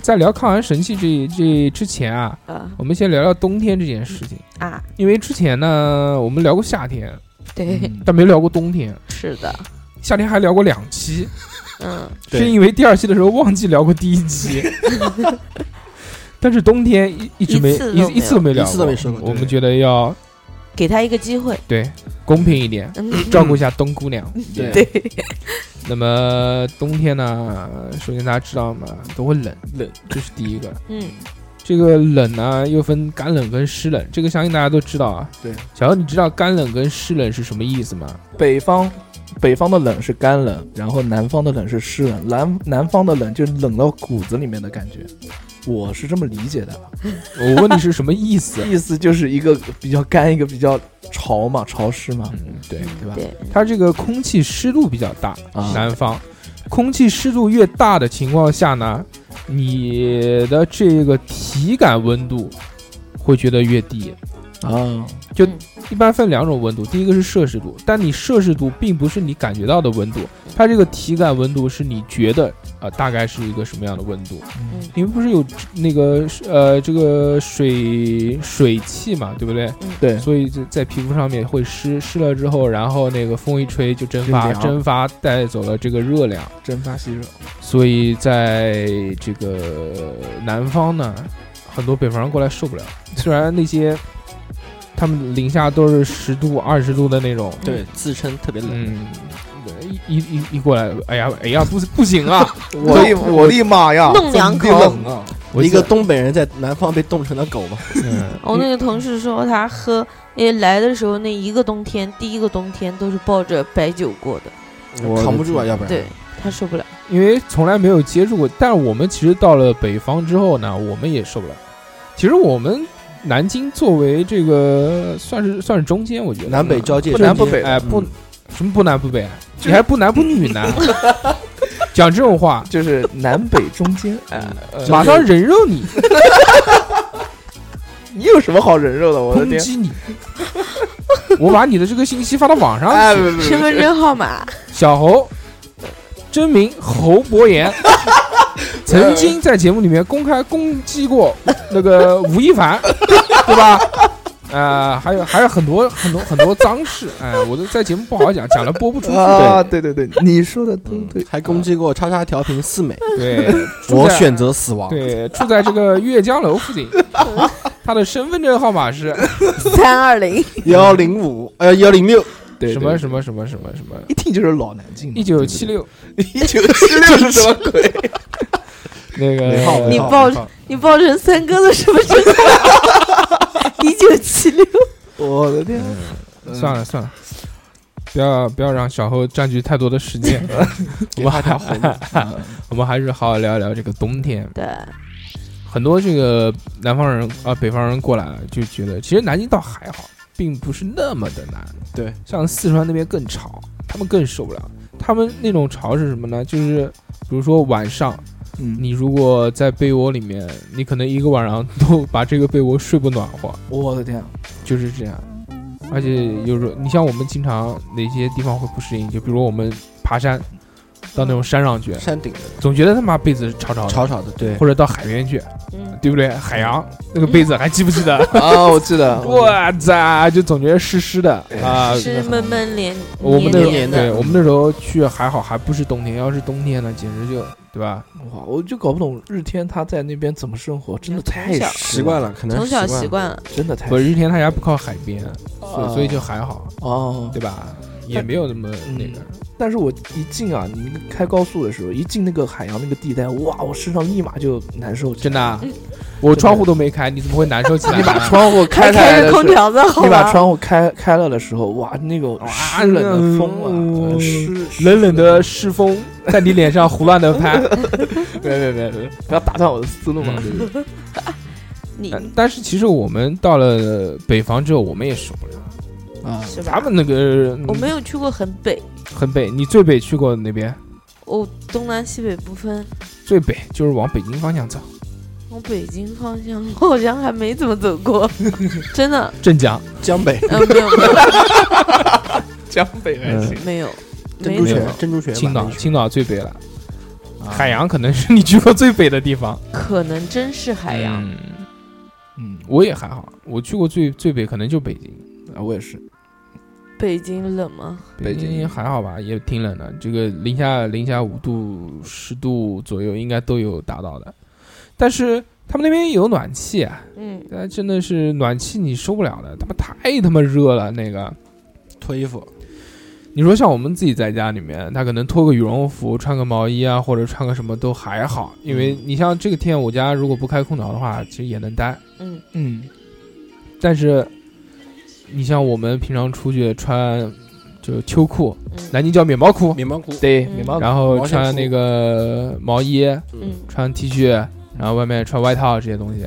D: 在聊抗寒神器这这之前啊，
C: 啊
D: 我们先聊聊冬天这件事情，
C: 啊，
D: 因为之前呢，我们聊过夏天，
C: 对，
D: 但没聊过冬天。
C: 是的，
D: 夏天还聊过两期，
C: 嗯，
B: 对
D: 是因为第二期的时候忘记聊过第一
B: [laughs]
D: 期。但是冬天一一直没
C: 一次都
D: 一
C: 没有
D: 一次都没聊过，
B: 一次都没说过
D: 我们
B: 对
D: 觉得要
C: 给他一个机会，
D: 对公平一点，
C: 嗯，
D: 照顾一下冬姑娘。
B: 对
C: 对，
D: 那么冬天呢，首先大家知道嘛，都会冷，冷这是第一个。
C: 嗯，
D: 这个冷呢，又分干冷跟湿冷，这个相信大家都知道啊。
A: 对，
D: 小姚，你知道干冷跟湿冷是什么意思吗？
A: 北方北方的冷是干冷，然后南方的冷是湿冷，南南方的冷就冷到骨子里面的感觉，我是这么理解的。
D: 我问你是什么
A: [laughs]
D: 意思？
A: 意思就是一个比较干，一个比较潮嘛，潮湿嘛，
D: 嗯，对，
A: 对吧？
C: 对，
D: 它这个空气湿度比较大，
A: 啊
D: 南方，空气湿度越大的情况下呢，你的这个体感温度会觉得越低。
A: 啊，
D: 就
C: 嗯
D: 一般分两种温度，第一个是摄氏度，但你摄氏度并不是你感觉到的温度，它这个体感温度是你觉得啊、呃大概是一个什么样的温度。
C: 嗯
D: 你们不是有那个呃这个水水汽嘛，对不对？
A: 对，
D: 所以就在皮肤上面会湿，湿了之后，然后那个风一吹就蒸发，
A: 就凉
D: 蒸发带走了这个热量，
A: 蒸发吸热，
D: 所以在这个南方呢，很多北方人过来受不了。虽然那些他们零下都是十度、二十度的那种，
B: 对，自称特别冷，
D: 嗯，一一一过来，哎呀，哎呀，不不行啊！
A: 我的我的妈呀，
C: 弄两口
A: 怎么地冷啊！
B: [laughs]
D: 我
B: 一个
D: 记
B: 东北人在南方被冻成了狗嘛，
D: 得，嗯
B: [laughs]
C: 我那个同事说他喝，诶来的时候那一个冬天，第一个冬天都是抱着白酒过的，
A: 我
B: 扛不住啊，要不
D: 嗯
B: 然。
C: 对他受不了。
D: 因为从来没有接触过。但是我们其实到了北方之后呢，我们也受不了。其实我们南京作为这个算是算是中间，我觉得
B: 南北交界，
A: 不南不北
D: 哎不、
B: 嗯
D: 什么不男不北啊，
A: 就是
D: 你还不男不女
A: [laughs]
D: 呢，讲这种话，
A: 就是南北中间，哎，
D: 呃马上人肉你，
A: 你有什么好人肉的？我的
D: 抨
A: 天！
D: 击你。我把你的这个信息发到网上
A: 哎，
D: 去。
A: 不不不 [laughs]
C: 身份证号码，
D: 小侯，真名侯
A: [laughs]
D: 伯言，曾经在节目里面公开攻击过那个吴亦凡， [laughs] 对吧？呃，还有还有很多很多很多脏事，哎、我都在节目不好讲，讲了播不出去。
A: 啊，对对对，你说的都
B: 嗯
A: 对。呃
B: 还攻击过叉叉调频四美，
D: 对，住
B: 我
D: 在
B: 选择死亡。
D: 对，住在这个岳江楼附近，他的身份证号码是
C: 三二零，
B: 幺零五，呃，幺零六，
A: 对
D: 什么
A: 么，
D: 什么什么什么什么
A: 一听就是老南京的。
D: 一九七六，
A: 一九七六是什么
B: [laughs]
A: 鬼？
D: 那个
B: 尾号尾
C: 你
B: 号
C: 报你报成三哥的身份证号码，一九七六，
A: 我的天！
B: 嗯
D: 算了算了，不要不要让小侯占据太多的时
A: [laughs]
D: 间，
B: 给他条
D: [laughs]
B: 红路。
D: 我们还是好好聊一聊这个冬天。
C: 对，
D: 很多这个南方人啊、北方人过来了，就觉得其实南京倒还好，并不是那么的难。
B: 对，
D: 像四川那边更潮，他们更受不了。他们那种潮是什么呢？就是比如说晚上，
A: 嗯，
D: 你如果在被窝里面，你可能一个晚上都把这个被窝睡不暖和，
A: 我的天！
D: 就是这样。而且有时候，你像我们经常哪些地方会不适应，就比如我们爬山，到那种山上去，
B: 山顶的，
D: 总觉得他妈被子潮潮的，
B: 吵吵的，对，
D: 或者到海边去，
C: 嗯，
D: 对不对？海洋那个被子还记不记得？ [laughs]
A: 啊，我记 [laughs] 得，
D: 我操，就总觉得湿湿的啊。
C: 是闷闷连
D: 我们那
C: 黏
D: 时
C: 黏
D: 候
C: 的，
D: 对我们那时候去还好，还不是冬天，要是冬天呢，简直就对吧？
A: 哇，我就搞不懂日天他在那边怎么生活，真的太
C: 从小
B: 习惯
A: 了，
B: 了，可能
C: 从
B: 是
C: 小
B: 习
C: 习
B: 惯了。
C: 惯了，
A: 真的太
D: 不，日天他家不靠海边，所
A: 啊
D: 以所以就还好，
A: 哦。
D: 对吧？也没有那么那个。
A: 但是我一进啊，你们开高速的时候，一进那个海洋那个地带，哇，我身上立马就难受，
D: 真的啊，我窗户都没开，你怎么会难受起来
A: 你
D: 呢？
A: 把窗户
C: 还
A: 开开
C: 开
A: 的
C: 着
A: 时候
C: 空，调在
A: [laughs]
C: 好
A: 你把
C: 吧？
A: 窗户开开了的时候，哇，那种
D: 哇
A: 湿冷的风啊，
D: 嗯
A: 湿
D: 冷冷的湿风在你脸上胡乱的 [laughs] 拍，
A: 别别别别，不要打断我的嗯思路嘛！对对对
C: 你
D: 但但是其实我们到了北方之后，我们也受不了。
B: 嗯
A: 啊，
C: 是吧
D: 他？们那个嗯
C: 我没有去过很北，
D: 很北，你最北去过哪边？
C: 我东南西北不分。
D: 最北就是往北京方向走，
C: 往北京方向，我好像还没怎么走过，真的，
D: 镇江。
B: 江北
C: 嗯、没有没有
A: 江北还
D: 嗯
A: 行，
C: 没有，
B: 珍
C: 没
B: 珠
C: 怎
D: 没
B: 泉
D: 有，
B: 珍珠哎泉吧，
D: 青岛，
B: 那一区
D: 青岛最北了。海洋可能是你去过最北的地方。
C: 可能真是海洋。
D: 嗯，
A: 嗯，
D: 我也还好，我去过最最北可能就北京。
A: 啊，我也是，
C: 北京冷吗？
A: 北京
D: 京还好吧，也挺冷的，这个零下零下五度、十度左右应该都有达到的。但是他们那边有暖气啊，
C: 嗯，
D: 但真的是暖气你受不了的，他妈太他妈热了那个。
B: 嗯脱衣服，
D: 哦你说像我们自己在家里面，他可能脱个羽绒服、穿个毛衣啊，或者穿个什么都还好，
B: 嗯
D: 因为你像这个天，我家如果不开空调的话，其实也能待。
C: 嗯，
A: 嗯，
D: 但是，你像我们平常出去穿，就秋裤，
C: 嗯
D: 南京叫棉毛裤，
B: 棉毛裤，
A: 对，
C: 嗯
A: 棉毛
D: 然后
B: 毛线
D: 穿
B: 裤
D: 那个毛衣，
C: 嗯，
D: 穿 T 恤，然后外面穿外套这些东西，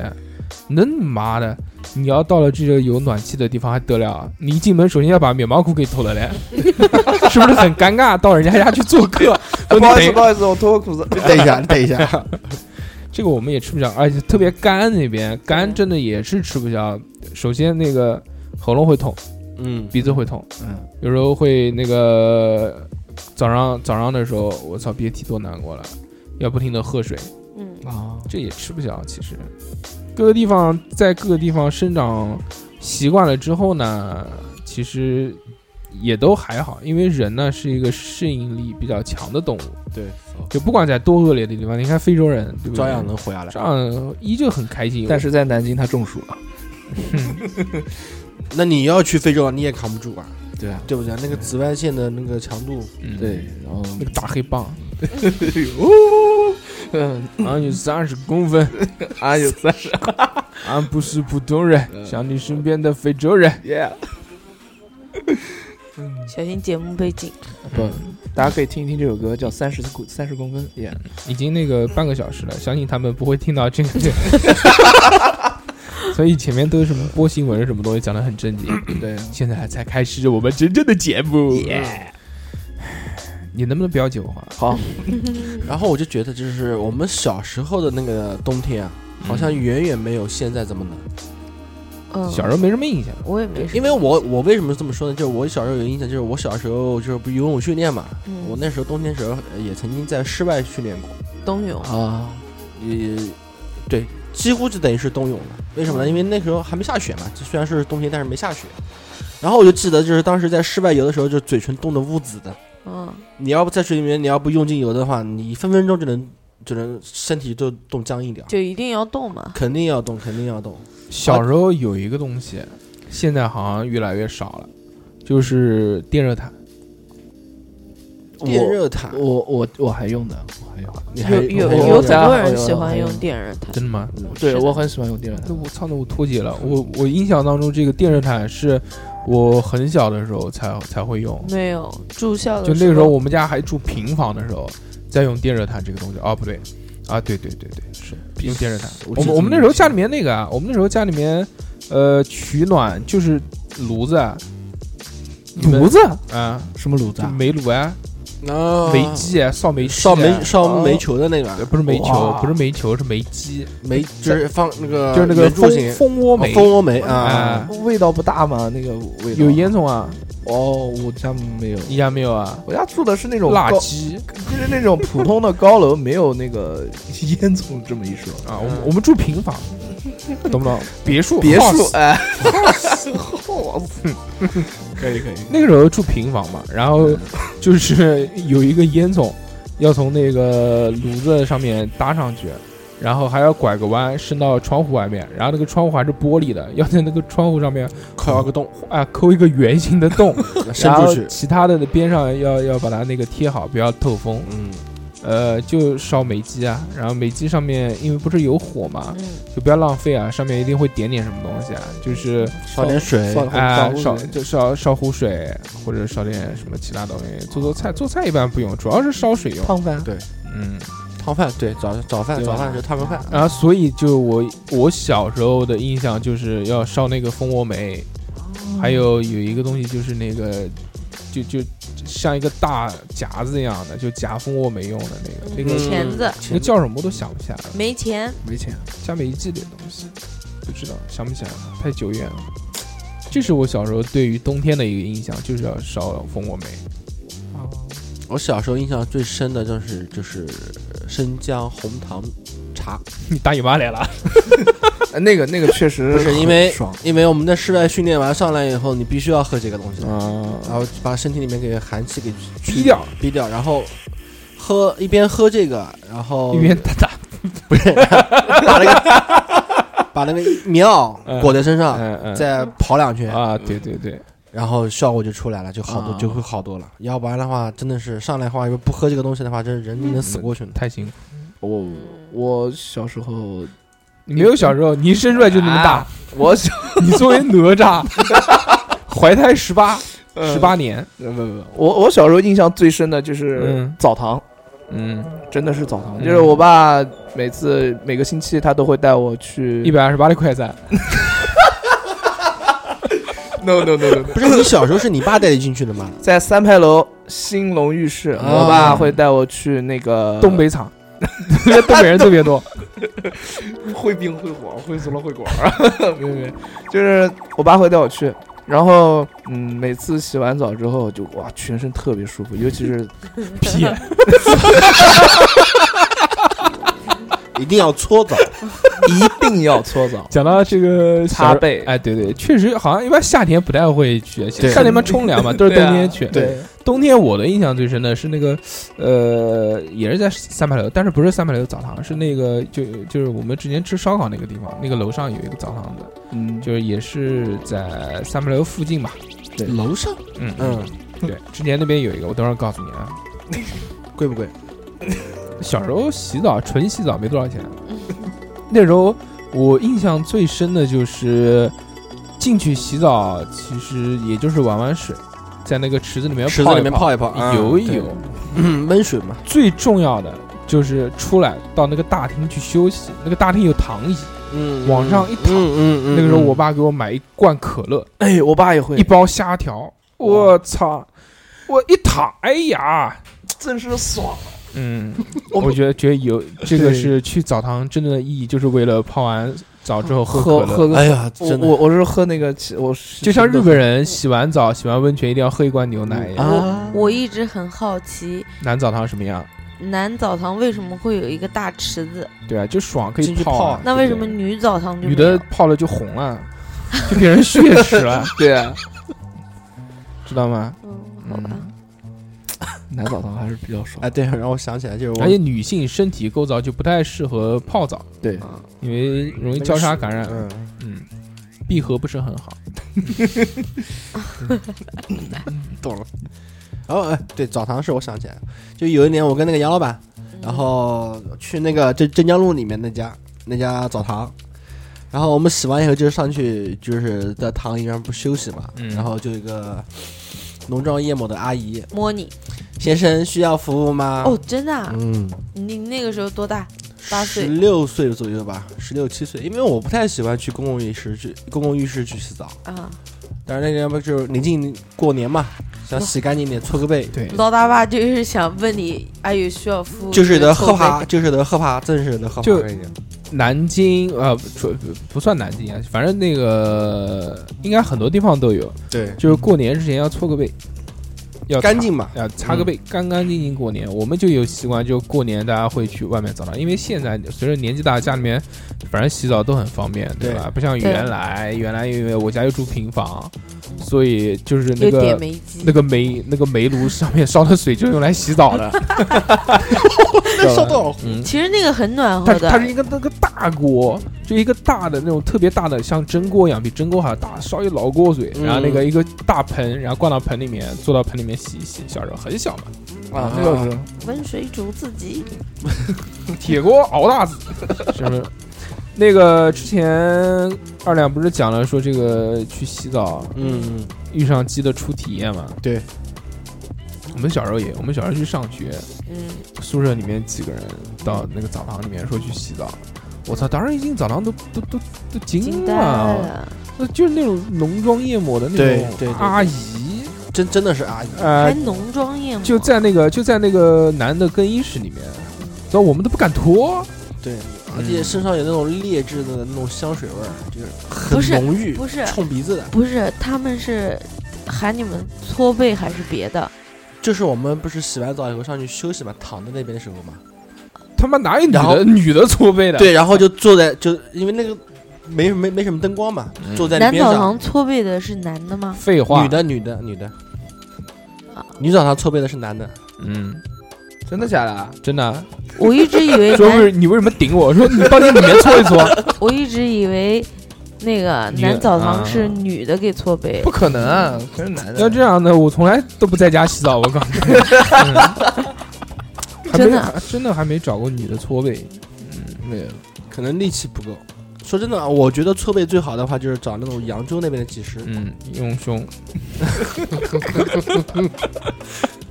D: 能妈的！你要到了这个有暖气的地方还得了啊？你一进门首先要把棉毛裤给脱了嘞， [laughs] 是不是很尴尬？到人家家去做客，说
A: [laughs] 不
D: 你
A: 好意思，
D: 等
A: 不好意思，我脱个裤子。
B: [laughs] 你等一
D: [laughs]
B: 下，你等一下，
D: 这个我们也吃不消，而且特别干那边干
C: 嗯
D: 真的也是吃不消。首先那个喉咙会痛，
B: 嗯，
D: 鼻子会痛，
A: 嗯，
D: 有时候会那个早上早上的时候，我操，别提多难过了，要不停的喝水，
C: 嗯
A: 啊，
D: 这也吃不消。其实，各个地方在各个地方生长习惯了之后呢，其实也都还好，因为人呢是一个适应力比较强的动物，
B: 对，
D: 就不管在多恶劣的地方，你看非洲人对不对？
B: 照样能活下来。
D: 照样依旧很开心。
A: [laughs] 但是在南京他中暑了。
B: 那你要去非洲，你也扛不住啊，
A: 对啊，
B: 对不对？那个紫外线的那个强度，
D: 嗯
A: 对，然后
D: 那个大
A: [laughs]
D: 黑棒，
A: 嗯， [laughs]
D: 好像有三十公分，
A: 啊有三十
D: 俺不是普通
A: 呃
D: 人，像你身边的非洲人。
A: 耶，
C: 小心节目背景。
A: 不，大家可以听一听这首歌，叫《三十公三十公分》耶。
D: 已经那个半个小时了，相信他们不会听到 [laughs] 这个。所以前面都是什么播新闻什么东西讲的很正经， [laughs]
A: 对，
D: 现在才开始我们真正的节目。你能不能不要接我话？
A: [clears throat] 好，
D: 嗯
B: 然后我就觉得，就是我们小时候的那个冬天啊，
D: 嗯
B: 好像远远没有现在这么冷。
C: 嗯，
D: 小时候没什么印象，
C: 我也没什么，
B: 因为我我为什么这么说呢？就是我小时候有印象，就是我小时候就是不是游泳训练嘛，
C: 嗯
B: 我那时候冬天时候呃也曾经在室外训练过
C: 冬泳，
B: 啊，也对，几乎就等于是冬泳了。为什么呢？因为那时候还没下雪嘛，就虽然是冬天，但是没下雪。然后我就记得，就是当时在室外游的时候，就嘴唇冻得乌紫的。
C: 嗯，
B: 你要不在水里面，你要不用劲游的话，你分分钟就能就能身体就冻僵硬掉，
C: 就一定要动嘛。
B: 肯定要冻，肯定要冻。
D: 小时候有一个东西，现在好像越来越少了，就是电热毯。
B: 电热毯，
A: 我我我还用的，我还用。
B: 你还
C: 有有
A: 还
B: 我
A: 有
C: 有很
A: 家
C: 多
A: 还
C: 人
A: 有
C: 喜欢
A: 还有
C: 用电热毯，
D: 真的吗？
A: 对
C: 是的
A: 我很喜欢用电热
D: 那
A: 毯，
D: 我操，那我脱节了。我我印象当中，这个电热毯是我很小的时候才才会用，
C: 没有住
A: 呃
C: 校的
D: 就那个时候我们家还住平房的时候，在用电热毯这个东西。哦，不对，啊，对对对对，是用电热毯。
A: 我
D: 我
A: 记
D: 们
A: 得
D: 我们那时候家里面那个啊，我们那时候家里面，呃，取暖就是炉子啊，你们
A: 子嗯
D: 啊，
A: 什么炉子
D: 就
A: 啊？
D: 煤炉啊，
B: 啊
D: 煤机啊，烧煤气
B: 烧
D: 啊
B: 煤烧
A: 哦
B: 煤球的那
D: 呃
B: 个
D: 不是煤球，
A: 哇
D: 不是煤球，是煤机，
B: 煤，就是放那个
D: 就是那个
B: 圆柱
D: 蜂
B: 形
D: 蜂窝
B: 啊
A: 哦
D: 煤，
B: 蜂窝煤
A: 嗯
D: 啊
B: 啊，
A: 味道不大吗？那个味道
D: 有烟囱啊，
A: 哦，我家没有，
D: 你家没有啊？
A: 我家住的是那种
D: 辣
A: 高
D: 鸡
A: 就是那种普通的高楼，没有那个烟囱这么一说。
D: 啊，我们我们住平
A: [laughs]
D: 房，懂不懂？别墅，
A: 嗯别
D: house
A: 墅哎，
B: 可以可以，
D: 那个时候住平房嘛，然
B: 嗯
D: 后 [laughs] 就是有一个烟囱，要从那个炉子上面搭上去，然后还要拐个弯伸到窗户外面，然后那个窗户还是玻璃的，要在那个窗户上面
B: 敲个洞
D: [laughs] 啊抠一个圆形的洞，
B: [laughs] 伸
D: 然
B: 出
D: 后
B: 去，
D: 其他的边上要要把它那个贴好，不要透风。
B: 嗯，
D: 呃，就烧煤机啊，然后煤机上面因为不是有火嘛，
C: 嗯，
D: 就不要浪费啊，上面一定会点点什么东西啊，就是
B: 烧点水，
A: 放
D: 啊
A: 放，
D: 烧
A: 水
D: 就烧烧壶水，或者烧点什么其他东西，做做菜。做菜一般不用，主要是烧水用。
A: 烫饭
D: 嗯，
B: 烫饭，对，早早饭
A: 对
B: 早
A: 吧
B: 饭就烫个饭，
D: 然后啊所以就我我小时候的印象就是要烧那个蜂窝煤，还有有一个东西就是那个，就就像一个大夹子一样的，就夹蜂窝煤用的那个那个
B: 嗯
C: 钳子
D: 那个叫什么我都想不起来了，
C: 没钱，
A: 没钱，
D: 加煤记的东西，不知道想不起来了，太久远了。这是我小时候对于冬天的一个印象，就是要烧蜂窝煤。
B: 我小时候印象最深的就是就是生姜红糖茶，
D: 你大姨妈来了，
A: 呃 [laughs] 那个那个确实
B: 不是因
A: 很
B: 为
A: 爽，
B: 因为我们在室外训练完上来以后，你必须要喝这个东西，
A: 嗯
B: 然后把身体里面给寒气给去
D: 逼掉，
B: 逼掉，然后喝一边喝这个，然后
D: 一边打打，
B: 不是 [laughs] 把那个 [laughs] 把那个棉袄裹在身上，
D: 嗯嗯，
B: 再跑两
A: 哎
B: 圈，
D: 啊，对对对，
B: 然后效果就出来了，就好多、
A: 啊
B: 就会好多了。要不然的话，真的是上来的话，要不喝这个东西的话，真人能死过 [laughs] 去呢。
D: 太辛苦。
A: 嗯我我小时 [laughs] 候，
D: 你没有小时候，你一
A: 啊
D: 生出来就那么大，
A: 我小
D: 你作为哪吒，怀胎十八，
A: 嗯
D: 十八年，
A: 不不不，我我小时候印象最深的就是
D: 嗯
A: 澡堂，
D: 嗯，
A: 真的是澡堂，
D: 嗯
A: 就是我爸每次每个星期他都会带我去 [laughs]
D: 一百二十八的快餐，
A: no no no no，no
D: [laughs]
B: 不是你小时候是你爸带你进去的吗？
A: 在三牌楼兴隆浴室，
B: 啊
A: 我爸会带我去那个
D: 东北厂， [laughs] 东北人特
A: [laughs]
D: 别多，
A: 会冰会火，会死了会管儿， [laughs] 没有没有，就是我爸会带我去。然后，嗯，每次洗完澡之后就哇，全身特别舒服，尤其是
D: 屁，、
B: 一定要搓澡，
A: 一定要搓澡
D: 讲到这个小
A: 擦背，
D: 哎，对对，确实好像一般夏天不太会去，
B: 对
D: 夏天嘛
A: [laughs]
D: 冲凉嘛， [laughs] 都是冬天去。
A: 对啊，
D: 冬天我的印象最深的是那个，呃，也是在三牌楼，但是不是三牌楼澡堂，是那个就就是我们之前吃烧烤那个地方，那个楼上有一个澡堂子，
A: 对嗯，
D: 就是也是在三牌楼附近吧。
B: 楼上，
D: 嗯
B: 嗯，，
D: 对，之前那边有一个，我等会儿告诉你啊。
B: 贵不贵？
D: 小时候洗澡，纯洗澡没多少钱。那时候我印象最深的就是进去洗澡，其实也就是玩玩水，在那个池子里面
B: 池子里面
D: 泡
B: 泡一泡，啊
D: 游一游。，
B: 嗯 [clears throat] 温水嘛，
D: 最重要的就是出来到那个大厅去休息，那个大厅有躺椅，
B: 嗯
D: 往上一躺
B: 嗯嗯嗯，
D: 那个时候我
B: 爸
D: 爸给我买一罐可乐，
A: 哎，我爸也会
D: 一，包虾条，我操！我一躺，哎呀，
A: 真是爽。
D: 嗯，
A: 我
D: 我觉得觉得有这个
A: 对
D: 是去澡堂真正的意义，就是为了泡完澡之后喝可
A: 喝
D: 乐。
A: 喝个，
B: 哎呀，
A: 我
B: 真的
A: 我我是喝那个汽，我是
D: 就像日本人洗完澡、洗完温泉一定要喝一罐牛
A: 嗯
D: 奶一样，
B: 啊，
C: [laughs] 我一直很好奇，
D: 男澡堂什么样？
C: 男澡堂为什么会有一个大池子？
D: 对啊，就爽可以
B: 进去
D: 泡啊。
B: 泡
C: 那为什么
D: 对
C: 女澡堂就
D: 女
C: 没有
D: 的泡了就红了，就变成血池了，
A: 对啊，
D: 知道吗？
C: 嗯，好吧，
A: 男澡堂还是比较爽。
B: 哎对，让我哎想起来就是我
D: 而且女性身体构造就不太适合泡澡，
A: 对
D: 啊，因为容易交叉感染，
B: 嗯，
D: 嗯，闭合不是很好。
B: 懂了。然后哎，对澡堂是我想起来了，就有一年我跟那个杨老板，
C: 嗯
B: 然后去那个镇镇江路里面那家那家澡堂，然后我们洗完以后就上去，就是在躺椅上不休息嘛，
D: 嗯
B: 然后就有一个浓妆艳抹的阿姨，
C: 摸你
B: 先生需要服务吗？
C: 哦，，真的啊？
B: 嗯，
C: 你那个时候多大？八岁
B: 十六岁左右吧，十六七岁，因为我不太喜欢去公共浴室去公共浴室去洗澡，
C: 啊，
B: 但是那天不就是临近过年嘛，想洗干净点，搓个背，
D: 对，
C: 老大爸就是想问你，哎有需要服务
B: 就是
C: 的
B: 的喝趴，就是的喝趴，真是的喝趴。
D: 就南京呃，不不不算南京啊，反正那个应该很多地方都有，
B: 对，
D: 就是过年之前要搓个背，要
B: 干净
C: [laughs]
B: 嘛。
D: 擦，要啊擦个背，干干净净过年。我们就有习惯，就过年大家会去外面澡堂，因为现在随着年纪大，家里面反正洗澡都很方便，对吧？不像原来，原来因为我家又住平房，所以就是那
C: 有点
D: 个。
C: 没机
D: 那。个煤那个煤炉上面烧的水就是用来洗澡的，
C: [laughs]
B: 烧多少？
D: 嗯，
C: 其实那个很暖
D: 它
C: 和的，
D: 它是一个那个大锅，就一个大的那种特别大的，像蒸锅一样，比蒸锅还要大，烧一老锅水，
B: 嗯
D: 然后那个一个大盆，然后灌到盆里面，坐到盆里面洗一洗。小时候很小嘛，
A: 啊，那个是
C: 温水煮自己。
D: 铁锅熬大子，是不是？那个之前二两不是讲了说这个去洗澡
B: 嗯，
D: 遇上鸡的初体验嘛？
B: 对。
D: 我们小时候也，我们小时候去上学，
C: 嗯，
D: 宿舍里面几个人到那个澡堂里面说去洗澡，我操！当时一进澡堂都都都都惊
C: 惊呆了。
D: 那就是那种浓妆艳抹的那
B: 对对
D: 种
B: 对
D: 阿姨，
B: 真真的是阿姨，
C: 还
D: 呃，
C: 浓妆艳抹，
D: 就在那个就在那个男的更衣室里面，所以我们都不敢脱。
B: 对，而且身上有那种劣质的那种香水味儿，就是
C: 不
B: 很
C: 是
B: 浓郁，
C: 不是
B: 冲鼻子的。
C: 不是他们是喊你们搓背还是别的？
B: 就是我们不是洗完澡以后上去休息嘛，躺在那边的时候嘛，
D: 他妈哪有女
B: 然后
D: 的女的搓背的？，
B: 对，然后就坐在就因为那个没没没什么灯光嘛，坐在那
C: 男
B: 边
C: 澡
B: 上
C: 堂，搓背的是男的吗？
D: 废话，
B: 女，的女的女的
C: 啊，
B: 女澡堂搓背的是男的，
D: 嗯，
A: 真的假的啊？
D: 真的啊。
C: 我一直以
A: [laughs]
C: 为
D: 说不
C: 男，
D: 是你为什么顶我？说你到底里面搓一搓，
C: 我一直以为那个
D: 女
C: 男澡堂
D: 啊
C: 是女的给搓背
A: 不。可能啊，全是男的。
D: 要这样的，我从来都不在家洗澡。我告诉你，嗯还没
C: 真的
D: 真的还没找过女的搓背。
A: 没有，
B: 可能力气不够，说真的，我觉得错配最好的话就是找那种扬州那边的技师，
D: 嗯，用胸。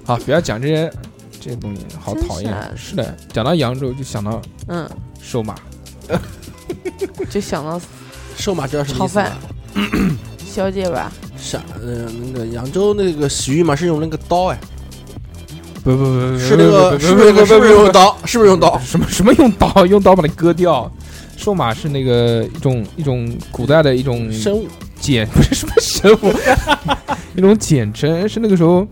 D: 好，不要讲这些这些东西，好
C: 真
D: 讨
C: 是啊
D: 厌。是的，讲到扬州就想到
A: 啊
C: 嗯，
D: 瘦马，
C: 就想到
B: 瘦马知道什么意思
C: 炒
B: 吗？
C: 小姐吧，
B: 是啊，呃，那个扬州那个洗浴嘛是用那个刀哎，
D: 不不不不，
B: 是那个
D: 不
B: 是不是那个是不是用
D: 刀？
B: 刀？是不是用刀？
D: 什么什么用刀？用刀把它割掉。瘦马是那个一种一种古代的一种
B: 生物
D: 简不是什么神武， [laughs] 一种简称是那个时候，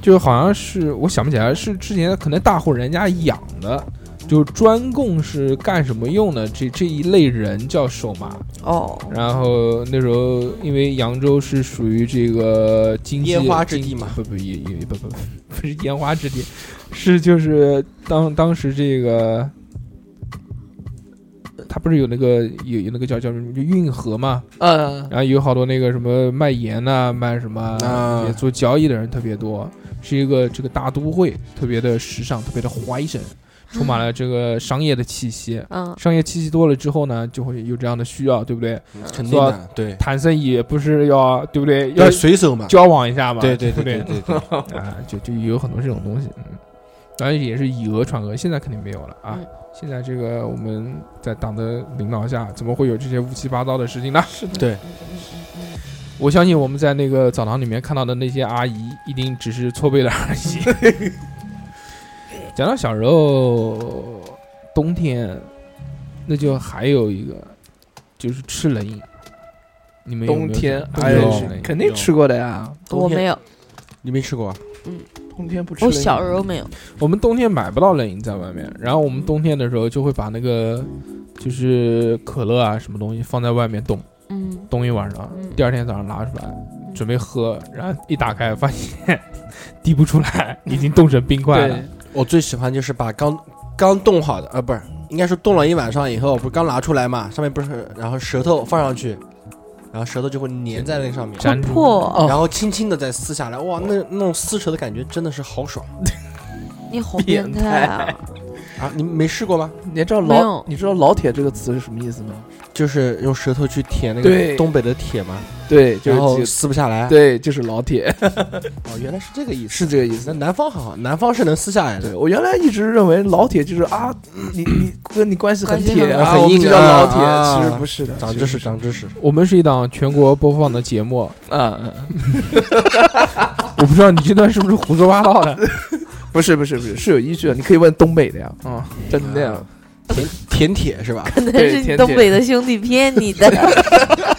D: 就好像是我想不起来，是之前可能大户人家养的，就专供是干什么用的这这一类人叫手马。
C: 哦，
D: 然后那时候因为扬州是属于这个经济
B: 烟花之地
D: 经
B: 嘛
D: 不不也也不不不不是烟花之地，是就是当当时这个。他不是有那个有有那个叫叫什么就运河嘛，
A: 呃，
D: 然后有好多那个什么卖盐呐、卖什么、
B: 啊
D: 也做交易的人特别多，是一个这个大都会，特别的时尚，特别的怀神，充满了这个商业的气息。
C: 嗯，
D: 商业气息多了之后呢，就会有这样的需要，对不对？
B: 嗯肯定
D: 是吧
B: 的，对，
D: 谈生意不是要对不对？要
B: 要水手嘛，
D: 交往一下嘛，
B: 对对
D: 不
B: 对对对对，
D: 啊，就就有很多这种东西，嗯，当然也是以讹传讹，现在肯定没有了啊。
C: 嗯
D: 现在这个我们在党的领导下，怎么会有这些乌七八糟的事情呢？是的
B: 对。
D: 我相信我们在那个澡堂里面看到的那些阿姨，一定只是搓背的而已。
A: [laughs]
D: 讲到小时候冬天，那就还有一个就是吃冷饮。你们有没有
A: 冬天
D: 冬
A: 哎
D: 天
B: 有
D: 吃冷
A: 是
D: 饮
A: 肯定吃过的呀，
B: 冬
C: 我
B: 天
C: 没有，
B: [laughs] 你没吃过啊？
A: 冬天不吃
C: 我
A: 冷饮。
C: 哦小时候没有，
D: 我们冬天买不到冷饮在外
A: 嗯
D: 面，然后我们冬天的时候就会把那个就是可乐啊什么东西放在外面冻
C: 嗯，
D: 冻一晚上
A: [laughs]
C: 嗯，
D: 第二天早上拿出来准备喝，然后一打开发现 [laughs] 滴不出来，已经冻成冰块了
A: 对。，
B: 我最喜欢就是把刚刚冻好的，啊，不是，应该是冻了一晚上以后，不是刚拿出来嘛，上面不是，然后舌头放上去，然后舌头就会粘在那上面，
D: 粘住
C: 破，
A: 哦
B: 然后轻轻的再撕下来，哇，那那种撕扯的感觉真的是好爽
C: 你好
A: 变
C: 变态
A: 态
C: 啊！
B: 啊！你没试过吗？
A: 你知道
C: 没
A: 老
C: 有
A: 你知道“老铁”这个词是什么意思吗？
B: 就是用舌头去舔那
A: 对
B: 个东北的铁嘛，
A: 对，就
B: 然后
A: 是
B: 撕不下来。，
A: 对，就是老铁，
B: 哦，原来是这个意思。
A: 是这个意
B: 那
A: 思。
B: 南方好，南方是能撕下来
A: 对
B: 的。
A: 我原来一直认为老铁就是啊，你你跟你关系很
C: 关系
A: 铁
C: 很
A: 啊，
B: 好
A: 我们就叫
B: 很硬啊
A: 老铁，
B: 啊
A: 其实不是的，
B: 长
A: 其实
B: 知识，
A: 不是
B: 长知识。
D: 我们是一档全国播放的节目，
A: 嗯嗯，嗯
D: 我不知道你这段是不是胡说八道
A: [laughs]
D: 的。
A: 不是不是不是，是有依据的，你可以问东北的呀，
D: 嗯，
A: [laughs] 真的呀。
B: 舔舔铁是吧？
C: 可能
A: [laughs] 对
C: 是你
A: 甜
C: 东
A: 点
C: 北的兄弟骗你的，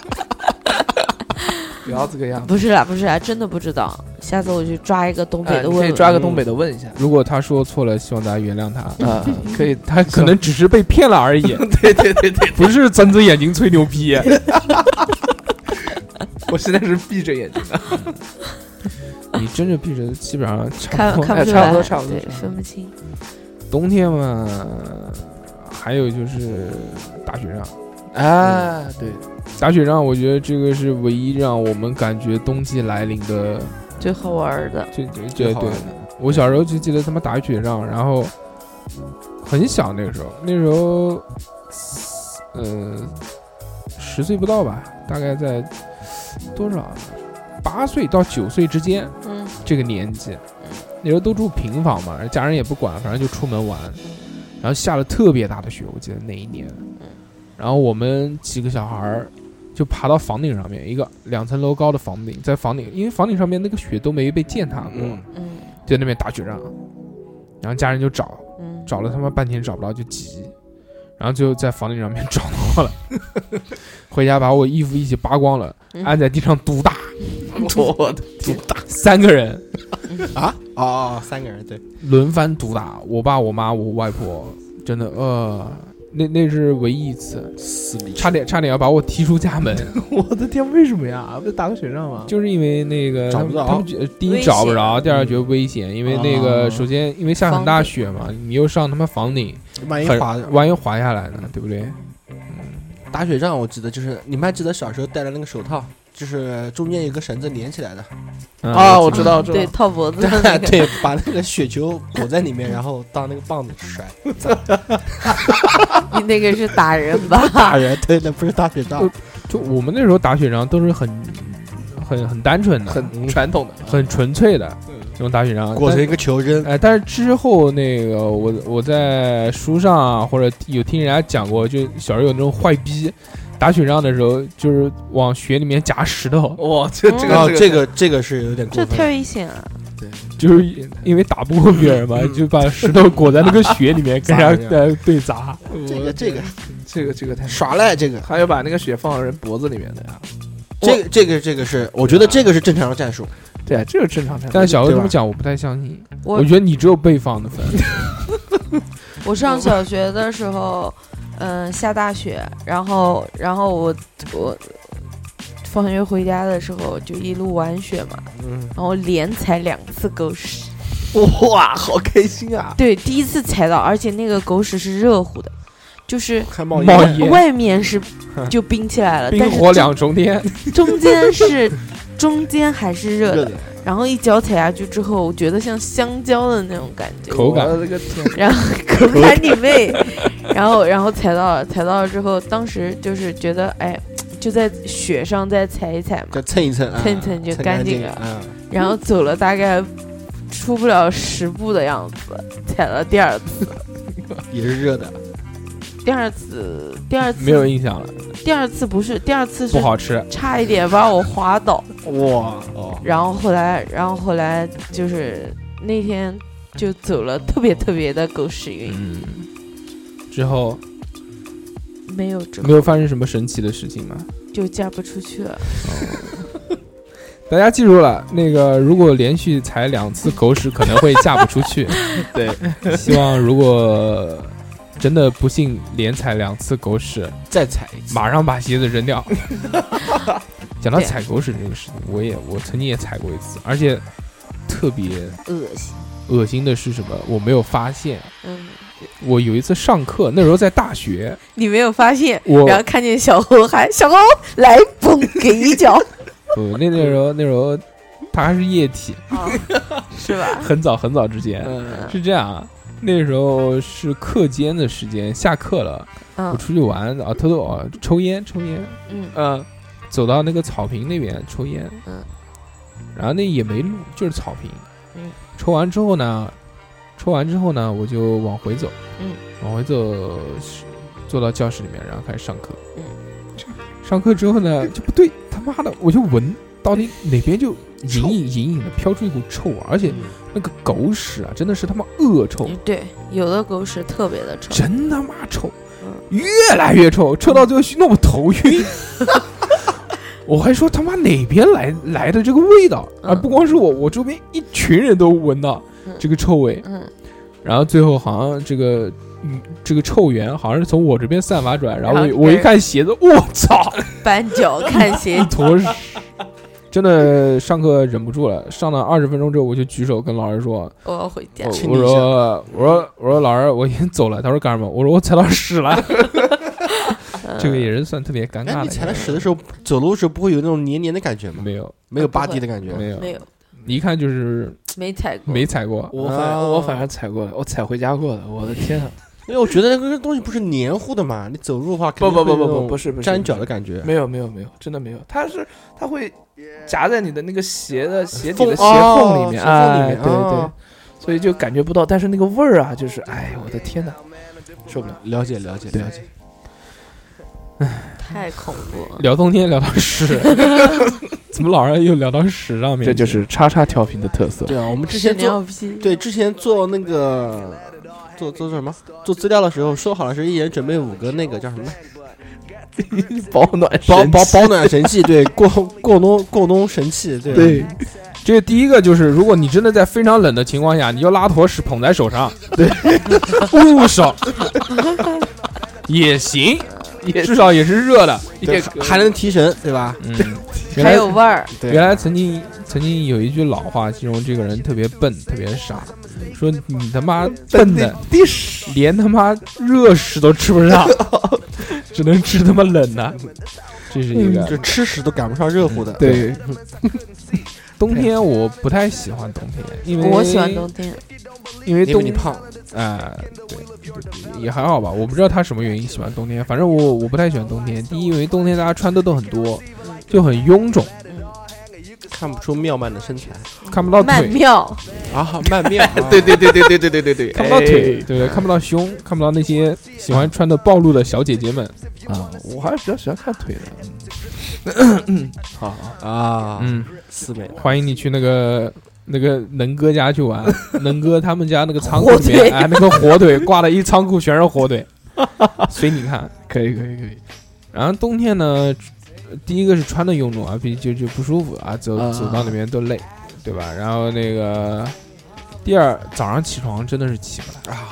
A: [laughs] 不要这个样子。
C: 不是啦，不是啦，真的不知道。下次我去抓一个东北
A: 哎，你
C: 的问
A: 可以
C: 问。嗯
A: 抓个东北的问一下。
D: 如果他说错了，希望大家原谅
A: [laughs]
D: 他。
A: 啊，可以，
D: 他
A: [laughs]
D: 可能只是被骗了而已，
A: 对对对对，
D: 不是睁着眼睛吹牛逼。 [laughs]
A: 我现在是闭着眼睛的。
D: 你睁着闭着，基本上差
C: 看
D: 不
A: [laughs]
D: 多。
C: 看
A: 哎
C: 出
A: 差不
C: 来
A: 多差不多
C: 对
A: 差不多
C: 分不清。
D: 冬天嘛，还有就是打雪仗。
A: [laughs] 啊，对，
D: 打雪仗，我觉得这个是唯一让我们感觉冬季来临的。
C: 最好玩儿的，
D: 这这这
B: 最好
D: 对
B: 玩的，
D: 我小时候就记得他妈打雪仗，然后很小那个时候，那时候，呃，十岁不到吧，大概在多少八岁到九岁之间，
C: 嗯，
D: 这个年纪，那时候都住平房嘛，家人也不管，反正就出门玩，然后下了特别大的雪，我记得那一年，然后我们几个小孩儿就爬到房顶上面，一个两层楼高的房顶，在房顶，因为房顶上面那个雪都没被践踏过，
B: 嗯，
C: 嗯
D: 就在那边打雪仗，啊然后家人就找，
C: 嗯，
D: 找了他妈半天找不到就急，然后最后在房顶上面 [laughs] 找到了，回家把我衣服一起扒光了，
C: 嗯
D: 按在地上毒打，
A: 我的
D: 三个人。
B: 啊，哦哦，三个人对，
D: 轮番毒打我爸、我妈、我外婆，真的呃，那那是唯一一次，
B: 撕逼
D: 差点差点要把我踢出家门，
A: [laughs] 我的天，为什么呀？不是打个雪仗吗？
D: 就是因为那个
B: 找
D: 他
B: 不
D: 们
B: 着
D: 他们觉得第
C: 危
D: 一
C: 险
D: 找不着，第二觉得危险，因为那个
B: 啊
D: 首先因为下很大雪嘛，你又上他妈房顶，
B: 万一
D: 很
B: 滑
D: 万一滑下来呢，对不对？
B: 打雪仗，我记得就是你们还记得小时候戴的那个手套，就是中间有个绳子连起来的，
D: 嗯
A: 啊，我知道，知
C: 对，
A: 道，
C: 套脖子的那
B: 对
C: 个，
B: 对，把那个雪球裹在里面，然后当那个棒子甩。
C: 你那个是打人吧？
B: 打人，对，那不是打雪仗。
D: 就我们那时候打雪仗都是很很很单纯的，嗯
A: 很传统的，
D: 很纯粹的那种打雪仗。
B: 裹
D: 但
B: 成一个球扔，
D: 哎，但是之后那个我我在书上啊或者有听人家讲过，就小时候有那种坏逼，打雪仗的时候就是往雪里面夹石头，
A: 哇，这这
C: 嗯
A: 个
B: 然后
A: 哦这
B: 这个这个是有点过
C: 这啊太
B: 分。
C: 危险了。
D: 就是因为打不过别人嘛，就把石头裹在那个雪
B: [laughs]
D: 里面跟
B: 嗯砸
D: 人
B: 人
D: 家呃对砸。
B: 这个这个
A: 这个这个太
B: 耍赖，这个
A: 还有把那个血放到人脖子里面的呀，
B: 这个这个这个是，我觉得这个是正常的战术。
A: 对啊，这个正常。
D: 但小时候这
B: 对
D: 么
B: 吧
D: 讲，我不太相信。
C: 我
D: 我觉得你只有被
C: [laughs]
D: 放的份。
C: 我上小学的时候，嗯，下大雪，然后然后我我放学回家的时候就一路玩雪嘛，
B: 嗯，
C: 然后连踩两次狗屎。
A: 哇，好开心啊！
C: 对，第一次踩到，而且那个狗屎是热乎的，就是
B: 还冒
D: 冒
B: 烟，
D: 烟
C: 外面是就冰起来了，
D: 冰
C: 呃但是
D: 火
C: 中
D: 两重天，
C: 中间是中间还是热
B: 热
C: 的，
B: 的，
C: 然后一脚踩下去之后，我觉得像香蕉的那种感觉，
D: 口感
A: 哎我的个 [laughs] 天，
C: 然后口感你
D: [laughs]
C: 妹，然后然后踩到了，踩到了之后，当时就是觉得哎，就在雪上再踩一踩嘛，
B: 再蹭一蹭，啊
C: 蹭一蹭就
B: 蹭
C: 干
B: 干
C: 净
B: 了。啊
C: 然后走了大概出不了十步的样子，踩了第二次，
B: 也是热的，
C: 第二次，第二次
D: 没有印象了，
C: 第二次不是，第二次
D: 不
C: 是
D: 好吃。
C: 差一点把我滑倒，
B: 哇哦，
C: 然后后来，然后后来就是那天就走了特别特别的狗屎运，
D: 嗯，之后
C: 没有之
D: 没
C: 后
D: 有发生什么神奇的事情吗？
C: 就嫁不出去了。
D: 大家记住了，那个如果连续踩两次狗屎，可能会嫁不出去。
A: 对，
D: 希望如果真的不幸连踩两次狗屎，
B: 再踩一次，
D: 马上把鞋子扔
B: [laughs]
D: 掉。讲到
C: 对
D: 踩狗屎这个事情，我也我曾经也踩过一次，而且特别
C: 恶心，
D: 恶心的是什么？我没有发现，
C: 嗯，
D: 我有一次上课，那时候在大学，
C: 你没有发现，
D: 我
C: 然后看见小猴喊小猴来，嘣给一 [laughs] 脚，
D: 不，呃那那时候那时候它还是液体，
C: 啊，是吧？
D: 很早很早之前
B: 嗯
D: 是这样啊。那时候是课间的时间，下课了，我
C: 嗯
D: 出去玩啊，偷偷啊抽烟抽烟，
C: 嗯
D: 嗯，走到那个草坪那边抽烟，
C: 嗯，
D: 然后那也没路，就是草坪，
C: 嗯，
D: 抽完之后呢，抽完之后呢，我就往回走，
C: 嗯，
D: 往回走，是坐到教室里面，然后开始上课，
C: 嗯，
D: 上课之
C: [laughs]
D: 后呢，就不对，他妈的，我就闻到底哪边就隐隐隐隐的飘出一股臭味，而且那个狗屎啊，真的是他妈恶臭，
C: 嗯，对，有的狗屎特别的臭，
D: 真他妈臭
C: 嗯，
D: 越来越臭，臭到最后弄我头晕。
C: 哎
D: [laughs] 我还说他妈哪边来来的这个味道啊！
C: 嗯
D: 不光是我，我周边一群人都闻到
C: 嗯
D: 这个臭味。
C: 嗯，
D: 然后最后好像这个嗯这个臭源好像是从我这边散发出来，然后
C: 然后
D: 我我一看鞋子，我
C: [laughs]
D: 操，
C: 搬脚看鞋 [laughs]
D: 一坨屎！真的上课忍不住了，上了二十分钟之后，我就举手跟老师说：“
C: 我要回家
D: 我，
B: 清
D: 我
B: 理一下
D: 说我说我说老师，我已经走了。他说干什么？我说我踩到屎了。
C: 嗯
D: 这个也是算特别尴
B: 哎，
D: 尬
B: 你
D: 的。
B: 踩到屎的时候，
A: 嗯
B: 走路的时候不会有那种黏黏的感觉吗？
D: 没有
B: 没有吧唧的感觉，
D: 没有
C: 没有
D: 一看就是
C: 没踩过，
D: 没踩过。
A: 我反
B: 啊
A: 我反正踩过的，我踩回家过的，我的天啊！
B: 因为我觉得那个东西不是黏糊的嘛，你走路的话，
A: 不不不不不，不是不是
B: 粘脚的感觉，
A: 没有没有没有，真的没有，它是它会夹在你的那个鞋的鞋底
B: 缝
A: 的鞋
B: 哦
A: 缝里面，
B: 鞋缝里
A: 哎，
B: 面
A: 对对
B: 哦，
A: 所以就感觉不到，但是那个味儿啊，就是哎，我的天哪，受不了。
B: 了解了解
A: 对
B: 了解，
C: 太恐怖了。
D: 聊冬天聊到
B: [laughs]
D: 屎，怎么老是又聊到屎上面去？
A: 这就是叉叉调频的特色。
B: 对啊，我们之
C: 屎
B: 前
C: 尿
B: 做
C: 屁，
B: 对之前做那个做做什么做资料的时候，说好了是一人准备五个那个叫什么
A: [laughs] [laughs] 保暖
B: 保
A: 神
B: 保
A: 器
B: 保暖神器， [laughs] 对过过冬过冬神器，对
A: 对
D: 这个第一个就是，如果你真的在非常冷的情况下，你就拉坨屎捧在手上， [laughs] 对，捂手也行，
A: 也
D: 至少也是热的。
A: 也
B: 还还能提神，对吧？ [laughs]
D: 嗯，原
C: 还
D: 来
C: 有味儿，
B: 对
D: 原来曾经曾经有一句老话形容这个人特别笨，特别傻，说你他妈笨的
A: 地屎
D: 连他妈热屎都吃不上，只能吃他妈啊冷的。这是一
B: 嗯就
D: 个
B: 吃屎都赶不上热乎的，
A: 对，，
D: 冬天我不太喜欢冬天，因为
C: 我喜欢冬，天，
D: 因为
B: 因为
D: 冬
B: 你胖，
D: 啊、对，也还好吧。我不知道他什么原因喜欢冬天，反正我我不太喜欢冬天。第一，因为冬天大家穿的都很多，就很臃肿，
B: 看不出妙曼的身材
D: 看不到
C: 曼
D: 腿，
C: 妙，
B: 啊，曼妙
A: 对对对对对对对对对，
D: 看不到腿，
A: 哎
D: 对不对？看不到胸，看不到那些喜欢穿的暴露的小姐姐们。
A: 啊！我还是比较喜欢看腿的，嗯 [laughs]
B: 好啊，
D: 嗯，
B: 四妹，
D: 欢迎你去那个。那个能哥家去玩，能哥他们家那个仓库里
C: 火腿
D: 面，哎，那个火腿挂了一仓库全是火腿，随你看。
A: 可以可以可以，
D: 然后冬天呢，呃第一个是穿的臃肿啊，比就就不舒服啊，走
B: 啊
D: 走到里面都累，对吧？然后那个第二早上起床真的是起不来啊。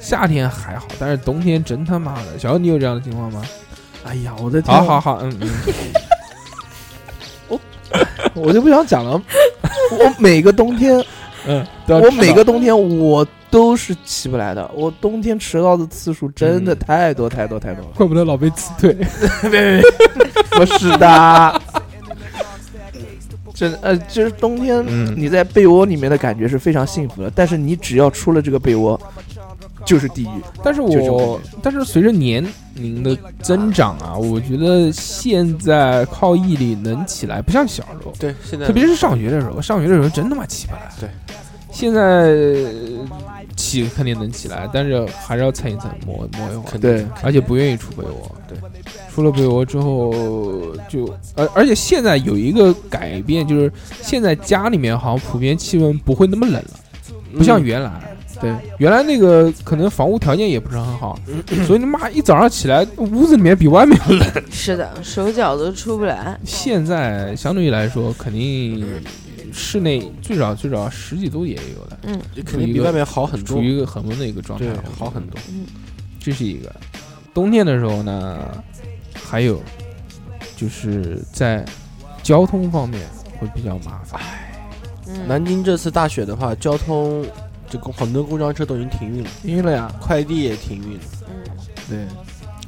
D: 夏天还好，但是冬天真他妈的。小欧，你有这样的情况吗？
A: 哎呀，我的天，
D: 好好，好，嗯嗯，
A: 我就不想讲了。我每个冬 [laughs] 天，
D: 嗯，
A: 我每个冬天我都是起不来的，我冬天迟到的次数真的
D: 嗯
A: 太多太多太 [laughs] 多了。
D: [laughs] 怪不得老被辞退。
A: [laughs] 不是 [laughs] 的，真呃，就是冬天
D: 嗯
A: 你在被窝里面的感觉是非常幸福的，但是你只要出了这个被窝，就是地狱。
D: 但是
A: 就这种
D: 我
A: 感，
D: 但是随着年龄的增长啊，我觉得现在靠毅力能起来，不像小时候。
B: 对，现在
D: 特别是上学的时候，上学的时候真他妈起不来。
B: 对，
D: 现在呃起肯定能起来，但是还是要蹭一蹭，磨磨一会儿，
B: 肯定
A: 对
D: 而且不愿意出被窝。
B: 对，
D: 出了被窝之后就，而、而且现在有一个改变，就是现在家里面好像普遍气温不会那么冷了，不
B: 嗯
D: 像原来。
A: 对，
D: 原来那个可能房屋条件也不是很
B: [laughs]
D: 好，所以他妈一早上起来，屋子里面比外面冷。
C: [laughs] 是的，手脚都出不来，
D: 现在相对于来说，肯定室内最少最少十几度也有的，
C: 嗯
B: 肯定比外面好很多
D: 处，于一个恒温的一个状态
B: 对，，好很多。
C: 嗯，
D: 这是一个。冬天的时候呢，还有就是在交通方面会比较麻烦。
B: 哎
C: 嗯
B: 南京这次大雪的话，交通这公很多公交车都已经停运了，
A: 晕了呀。
B: 快递也停运了。
C: 嗯
A: 对，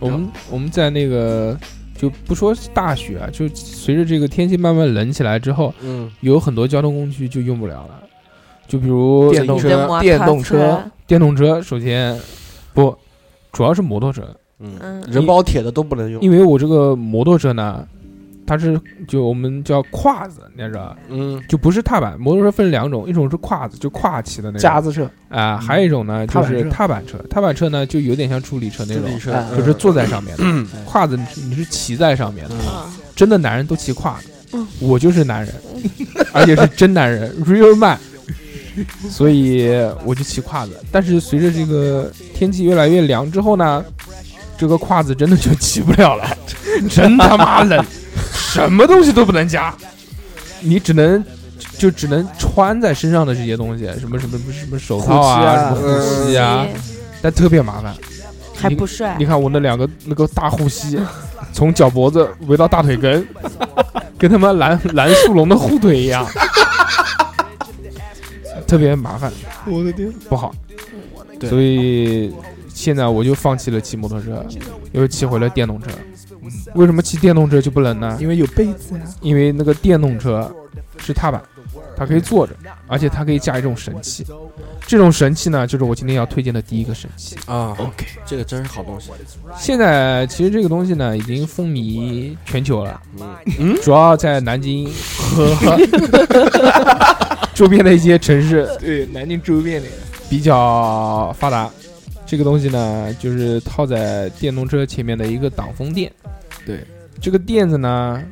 D: 我们我们在那个就不说大雪啊，就随着这个天气慢慢冷起来之后，
B: 嗯，
D: 有很多交通工具就用不了了，就比如
A: 电动
B: 车
C: 人摩
A: 电
C: 托
A: 动车
D: 电动车，首先不，主要是摩托车，
C: 嗯
B: 人包铁的都不能用。
D: 因为我这个摩托车呢，它是就我们叫胯子，你知道吧，
B: 嗯，
D: 就不是踏板。摩托车分两种，一种是胯子，就跨骑的那
A: 夹
D: 种
A: 子车，
D: 啊，还有一种呢
A: 踏
D: 就
A: 板
D: 是
A: 车
D: 踏板车。踏板车呢就有点像助力车那
B: 自
D: 种
B: 行，车
A: 嗯
D: 就是坐在上面的。胯子你是你是骑在上面的，
C: 啊
D: 真的男人都骑胯子，我就是男人，而且是真男人，real man。所以我就骑胯子，但是随着这个天气越来越凉之后呢，这个胯子真的就骑不了了，真他妈冷，什么东西都不能夹，你只能就只能穿在身上的这些东西，什么什么什么手套啊，
A: 护膝啊
D: 什么护
C: 哎
D: 膝啊，但特别麻烦。
C: 嗯还不帅
D: 你，看我那两个那个大护膝，从脚脖子围到大腿根，跟他妈蓝蓝速龙的护腿一样，特别麻烦，
A: 我的天，
D: 不好。
B: 对
D: 所以现在我就放弃了骑摩托车，又骑回了电动车。为什么骑电动车就不冷呢？
A: 因为有被子呀。
D: 因为那个电动车是踏板，它可以坐着，而且它可以加一种神器。这种神器呢，就是我今天要推荐的第一个神器。
B: 啊，OK，这个真是好东西。
D: 现在其实这个东西呢，已经风靡全球了，
B: 嗯，
D: 主要在南京
A: [laughs]
D: 和周边的一些城市
A: 对，南京周边的，
D: 比较发达。这个东西呢，就是套在电动车前面的一个挡风垫。
A: 对，
D: 这个垫子呢，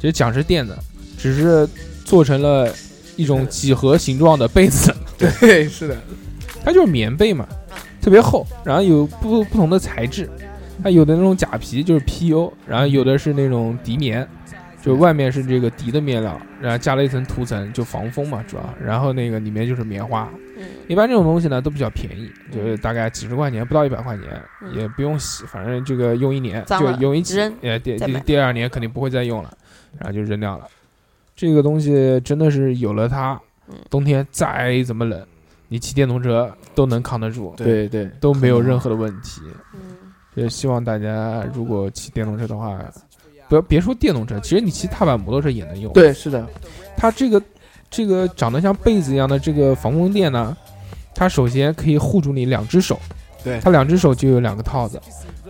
D: 其实讲是垫子，只是做成了一种几何形状的被子。
A: 对，是的，
D: 它就是棉被嘛，特别厚，然后有不不同的材质，它有的那种假皮就是 PU，然后有的是那种涤棉，就外面是这个涤的面料，然后加了一层涂层就防风嘛，主要，然后那个里面就是棉花。
C: 嗯
D: 一般这种东西呢都比较便宜，就是大概几十块钱不到一百块钱，
C: 嗯
D: 也不用洗，反正这个用一年
C: 脏
D: 就
C: 了
D: 用一次
C: 扔，
D: 呃，第
C: 再
D: 第
C: 买
D: 第二年肯定不会再用了，然后就扔掉了。这个东西真的是有了它
C: 嗯，
D: 冬天再怎么冷，你骑电动车都能扛得住，
A: 对对，
D: 都没有任何的问题。
C: 嗯
D: 也希望大家如果骑电动车的话，不要别说电动车，其实你骑踏板摩托车也能用。，
A: 对，是的，
D: 它这个这个长得像被子一样的这个防风垫呢，它首先可以护住你两只手，
B: 对
D: 它两只手就有两个套子，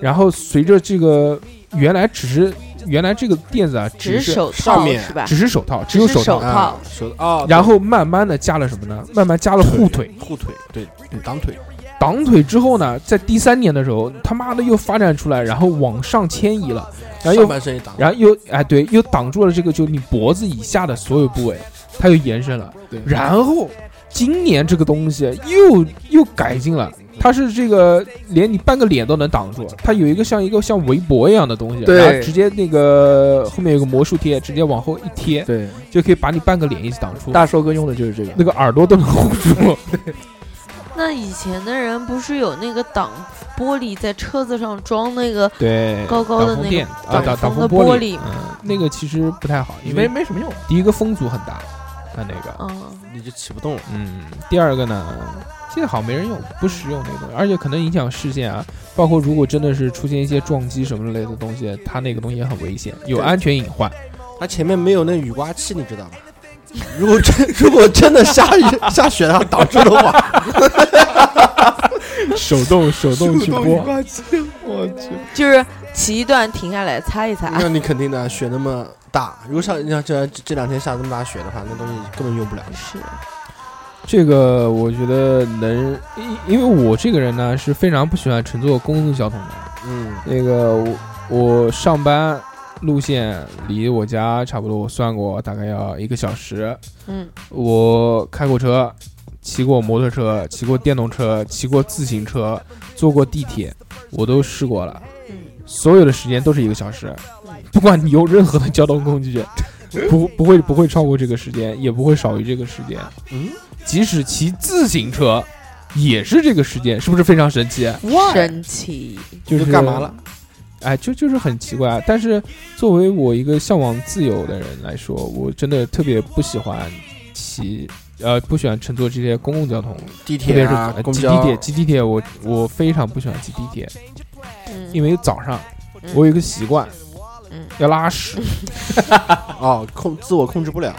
D: 然后随着这个原来只是原来这个垫子啊，
C: 只
D: 只
C: 是
D: 是
C: 手
B: 上
C: 套
B: 面
C: 是吧
D: 只？是手套，只有
C: 只是
D: 手
C: 手
D: 套，
C: 套
B: 啊，手啊，
D: 哦然后慢慢的加了什么呢？慢慢加了护腿，
B: 护腿，对，挡腿，
D: 挡腿之后呢，在第三年的时候，他妈的又发展出来，然后往上迁移了，然后
B: 上
D: 又
B: 半身也挡，
D: 然后又哎对，又挡住了这个就你脖子以下的所有部位，它又延伸了。
B: 对
D: 然后今年这个东西又又改进了，它是这个连你半个脸都能挡住，它有一个像一个像围脖一样的东西，
A: 对
D: 然后直接那个后面有个魔术贴，直接往后一贴，
A: 对，
D: 就可以把你半个脸一起挡住，
A: 大寿哥用的就是这个。
D: 那个耳朵都能护
A: [laughs]
D: 住。
C: 那以前的人不是有那个挡玻璃在车子上装那个
D: 对
C: 高高的
D: 挡
C: 那
D: 风
C: 个
D: 垫啊，
C: 挡
D: 挡
C: 风
D: 风
C: 的玻
D: 璃
C: 璃，
D: 嗯，那个其实不太好，因
A: 没
D: 为
A: 没什么用，
D: 第一个风阻很大，它那个，
C: 嗯，
B: 你就起不动了。
D: 嗯，第二个呢，现在好像没人用，不实用那个东西，而且可能影响视线啊。包括如果真的是出现一些撞击什么类的东西，它那个东西也很危险，有
B: 对
D: 安全隐患。
B: 它前面没有那雨刮器，你知道吧？如果真 [laughs] 如果真的下雨下雪了挡住的话，
D: 手 [laughs] 动手动去拨，
B: 器，
C: 就是骑一段停下来擦一 [laughs] 擦。
B: 那你肯定的，雪那么大，如果上像这这这两天下这么大雪的话，那东西根本用不了。
C: 是，
D: 这个我觉得能，因因为我这个人呢是非常不喜欢乘坐公共交通的。
B: 嗯，
D: 那个我我上班路线离我家差不多，我算过大概要一个小时。
C: 嗯，
D: 我开过车，骑过摩托车，骑过电动车，骑过自行车，坐过地铁，我都试过了。
C: 嗯
D: 所有的时间都是一个小时，不管你用任何的交通工具，不不会不会超过这个时间，也不会少于这个时间。
B: 嗯，
D: 即使骑自行车，也是这个时间，是不是非常神奇？啊
C: 神奇。
D: 就
B: 嗯就是干嘛了？？
D: 哎，就就是很奇怪。但是作为我一个向往自由的人来说，我真的特别不喜欢骑，呃，不喜欢乘坐这些公共交通，
B: 地
D: 特别
B: 铁
D: 是
B: 啊
D: 呃，
B: 公
D: 挤
B: 交
D: 地铁。挤地铁，我我非常不喜欢挤地铁，
C: 嗯，
D: 因为早上
C: 嗯
D: 我有一个习惯
C: 嗯，
D: 要拉屎。
B: 哦，控自我控制不了。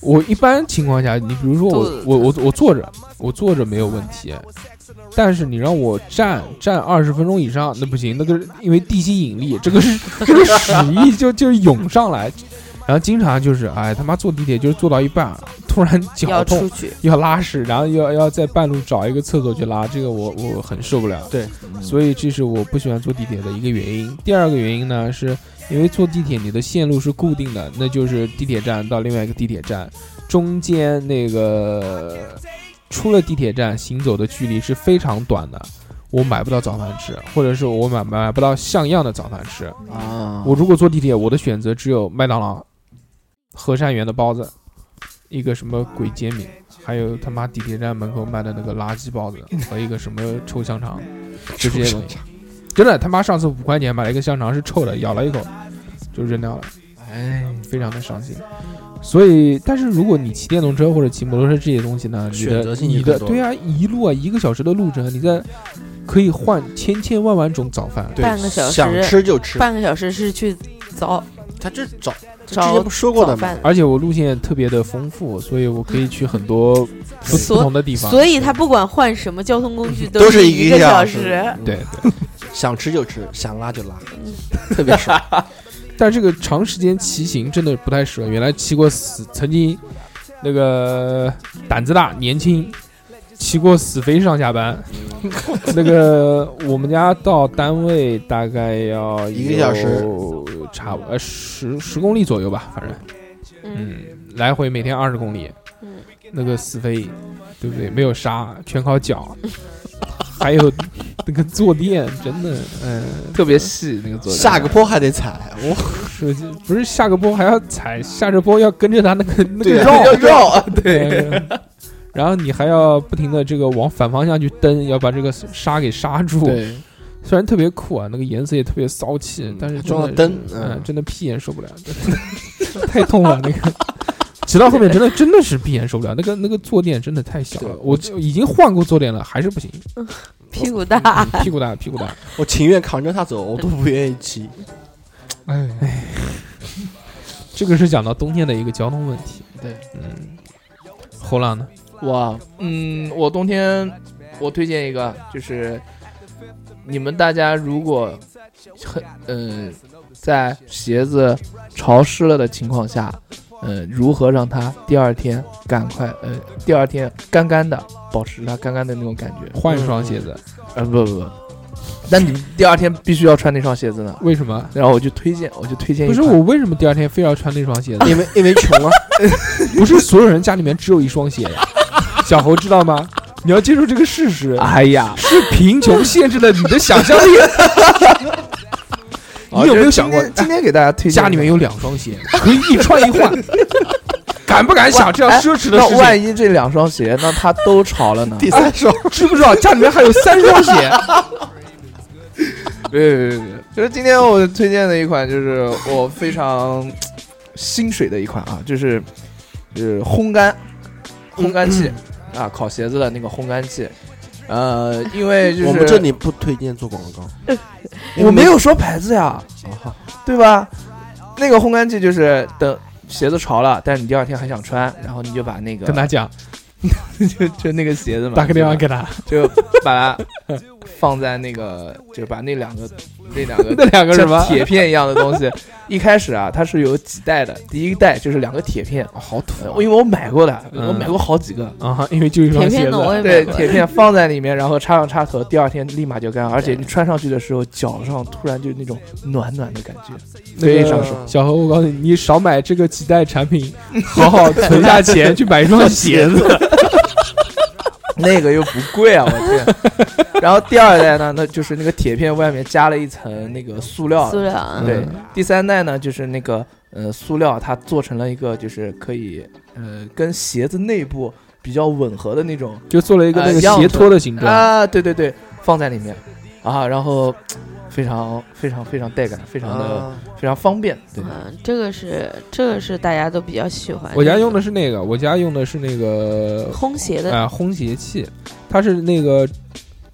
D: 我一般情况下，你比如说我
C: 坐
D: 我我我坐着，我坐着没有问题，但是你让我站站二十分钟以上，那不行，那个因为地心引力，这个是这个屎意就就涌上来，然后经常就是哎他妈坐地铁就是坐到一半，突然脚
C: 要
D: 痛
C: 出去，
D: [laughs] 要拉屎，然后要要在半路找一个厕所去拉，这个我我很受不了。
B: 对，
D: 所以这是我不喜欢坐地铁的一个原因。第二个原因呢，是因为坐地铁你的线路是固定的，那就是地铁站到另外一个地铁站，中间那个出了地铁站行走的距离是非常短的。我买不到早饭吃，或者是我买买不到像样的早饭吃。
B: 啊
D: 我如果坐地铁，我的选择只有麦当劳、和善园的包子，一个什么鬼煎饼，还有他妈地铁站门口卖的那个垃圾包子和一个什么臭香肠，就这些东西。真的他妈上次五块钱买了一个香肠是臭的，咬了一口就扔掉了，
B: 哎，
D: 非常的伤心。所以，但是如果你骑电动车或者骑摩托车这些东西呢，你
B: 选
D: 的
B: 择性
D: 你
B: 就更
D: 的
B: 多
D: 对啊，一路啊一个小时的路程，你在可以换千千万万种早饭。
B: 对，
C: 半个小时
B: 想吃就吃。
C: 半个小时是去早
B: 他这早之前
C: 找
B: 不说过
C: 早
B: 的吗？
C: 饭，
D: 而且我路线特别的丰富，所以我可以去很多不
C: 所
D: 不同的地方。
C: 所以他不管换什么交通工具
B: 都
C: 是
B: 是
C: 一
B: 一
C: 个
B: 个
C: 小
B: 小
C: 时
B: 时。
D: 对，
B: 想吃就吃，想拉就拉
C: 嗯，
B: 特别爽。
D: 但这个长时间骑行真的不太适合。原来骑过死，曾经那个胆子大，年轻，骑过死飞上下
B: [laughs]
D: 班。那个我们家到单位大概要
B: 一个小时
D: 有差不呃十十公里左右吧，反正
C: 嗯
D: 嗯，来回每天二十公里。
C: 嗯，
D: 那个死飞，对不对？没有沙，全靠脚， [laughs] 还有那个坐垫，真的，嗯、
A: 特别细那个坐垫。
B: 下个坡还得踩，我
D: 是不是下个坡还要踩，下着坡要跟着他那个那个
B: 对啊
D: 绕，
A: 要绕，
D: 对。然后你还要不停的这个往反方向去蹬，要把这个沙给刹住。
A: 对，
D: 虽然特别酷啊，那个颜色也特别骚气，嗯但是
B: 装
D: 真
B: 了
D: 的
B: 灯
D: 是
B: 嗯
D: 嗯，真的屁眼受不了，真的 [laughs] 太痛了那个。骑到后面真的真的是屁眼受不了，那个那个坐垫真的太小了，我就已经换过坐垫了，还是不行，
C: 屁股大，
A: 啊
D: 屁股大屁股大。
B: 我情愿扛着它走，我都不愿意骑。
D: 哎，这个是讲到冬天的一个交通问题。
A: 对，
D: 嗯，后浪呢？
A: 我嗯，我冬天我推荐一个，就是你们大家如果很嗯、在鞋子潮湿了的情况下，呃，如何让它第二天赶快呃，第二天干干的，保持它干干的那种感觉？
D: 换一双鞋子，
A: 呃，不不不，那你第二天必须要穿那双鞋子呢。
D: 为什么？
A: 然后我就推荐，我就推荐一
D: 不是
A: 款
D: 我为什么第二天非要穿那双鞋子？
B: 因为因为穷啊，
D: [laughs] 不是所有人家里面只有一双鞋呀，小猴知道吗？你要接受这个事实，
A: 哎呀，
D: 是贫穷限制了你的想象
A: [laughs]
D: 力。你有没有想过
A: 啊就是今天今天给大家推荐
D: 家里面有两双鞋，可以一穿一
A: [laughs]
D: 换，敢不敢想这样奢侈的
A: 那
D: 事情？
A: 万一这两双鞋，那它都潮了
D: [laughs]
A: 呢？
B: 第三双
D: 哎知不知道家里面还有三
A: [laughs]
D: 双鞋？
A: 别别别别！就是今天我推荐的一款，就是我非常呃心水的一款啊，就是就是烘干烘干器、啊，烤鞋子的那个烘干器。呃，因为就是
B: 我们这里不推荐做广告，
A: 我没有说牌子呀，
B: 啊哈
A: 对吧？那个烘干器就是等鞋子潮了，但是你第二天还想穿，然后你 [laughs] 就把那个
D: 跟他讲，
A: 就就那个鞋子嘛，
D: 打个电话
A: 对吧
D: 给他，
A: 就把它放在那
D: [laughs]
A: 个，就把那两个那两个
D: 那两个什么
A: 像？铁片一样的东西。 [laughs] 一开始啊，它是有几代的，第一代就是两个铁片，
D: 好土
A: 呃因为我买过的，
D: 嗯
A: 我买过好几个。
D: 啊哈！因为就一双
C: 甜
D: 鞋
C: 片
D: 子
C: 的，我也买
A: 对，
C: 过。
A: 铁片放在里面，然后插上插头，第二天立马就干，而且你穿上去的时候，脚上突然就那种暖暖的感觉，非常爽。
D: 小何，我告诉你，你少买这个几代产
A: [laughs]
D: 品，好 [laughs] 好存下钱去买一双鞋子。
A: 那个又不贵啊，我
D: [laughs]
A: 天！然后第二代呢，那就是那个铁片外面加了一层那个塑料的，
C: 塑料啊，
A: 对
D: 嗯，
A: 第三代呢，就是那个呃塑料，它做成了一个就是可以呃跟鞋子内部比较吻合的那种
D: 就做了一个那
A: 呃
D: 个
A: 样
D: 鞋
A: 子
D: 托的形状，
A: 啊，对对对，放在里面啊，然后非常非常非常带感，非常的、
B: 啊，
A: 非常方便，对，
C: 嗯，这个是这个是大家都比较喜欢。
D: 我家用的是那个，我家用的是那个
C: 烘鞋的，
D: 啊烘鞋器，它是那个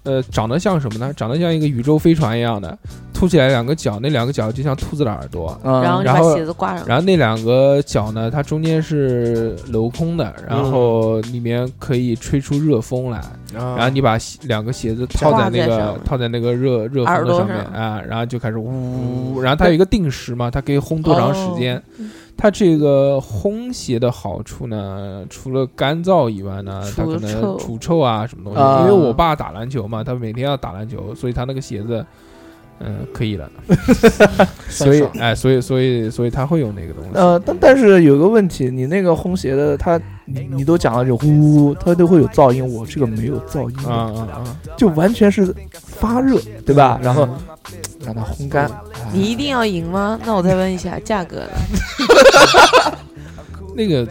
D: 呃长得像什么呢？长得像一个宇宙飞船一样的，凸起来两个角，那两个角就像兔子的耳朵。
A: 嗯、
C: 然后你
D: 然
C: 把
D: 后
C: 鞋子挂上，
D: 然后那两个角呢，它中间是镂空的，然后里面可以吹出热风来。
B: 啊
D: 然后你把鞋两个鞋子套
C: 挂在
D: 在那
C: 上
D: 个
C: 面
D: 套在那个热热
C: 耳
D: 风的
C: 朵
D: 上面
C: 上嗯
D: 啊，然后就开始呜，然后它有一个定时嘛，它可以烘多长时间
C: 哦嗯。
D: 它这个烘鞋的好处呢，除了干燥以外呢，它
C: 除
D: 可能
C: 臭
D: 除臭啊什么东
A: 啊
D: 西。因为我爸打篮球嘛，他每天要打篮球，所以他那个鞋子。嗯，可以了。所以
B: 算，
D: 哎，所以，所以，所以他会用那个东西。
A: 呃，但但是有个问题，你那个烘鞋的，它你你都讲了就呼，它都会有噪音，我这个没有噪音的，
D: 啊啊啊！
A: 就完全是发热，对吧？然后让它烘干，啊
C: 你一定要赢吗？那我再问一下价格呢？
D: 那个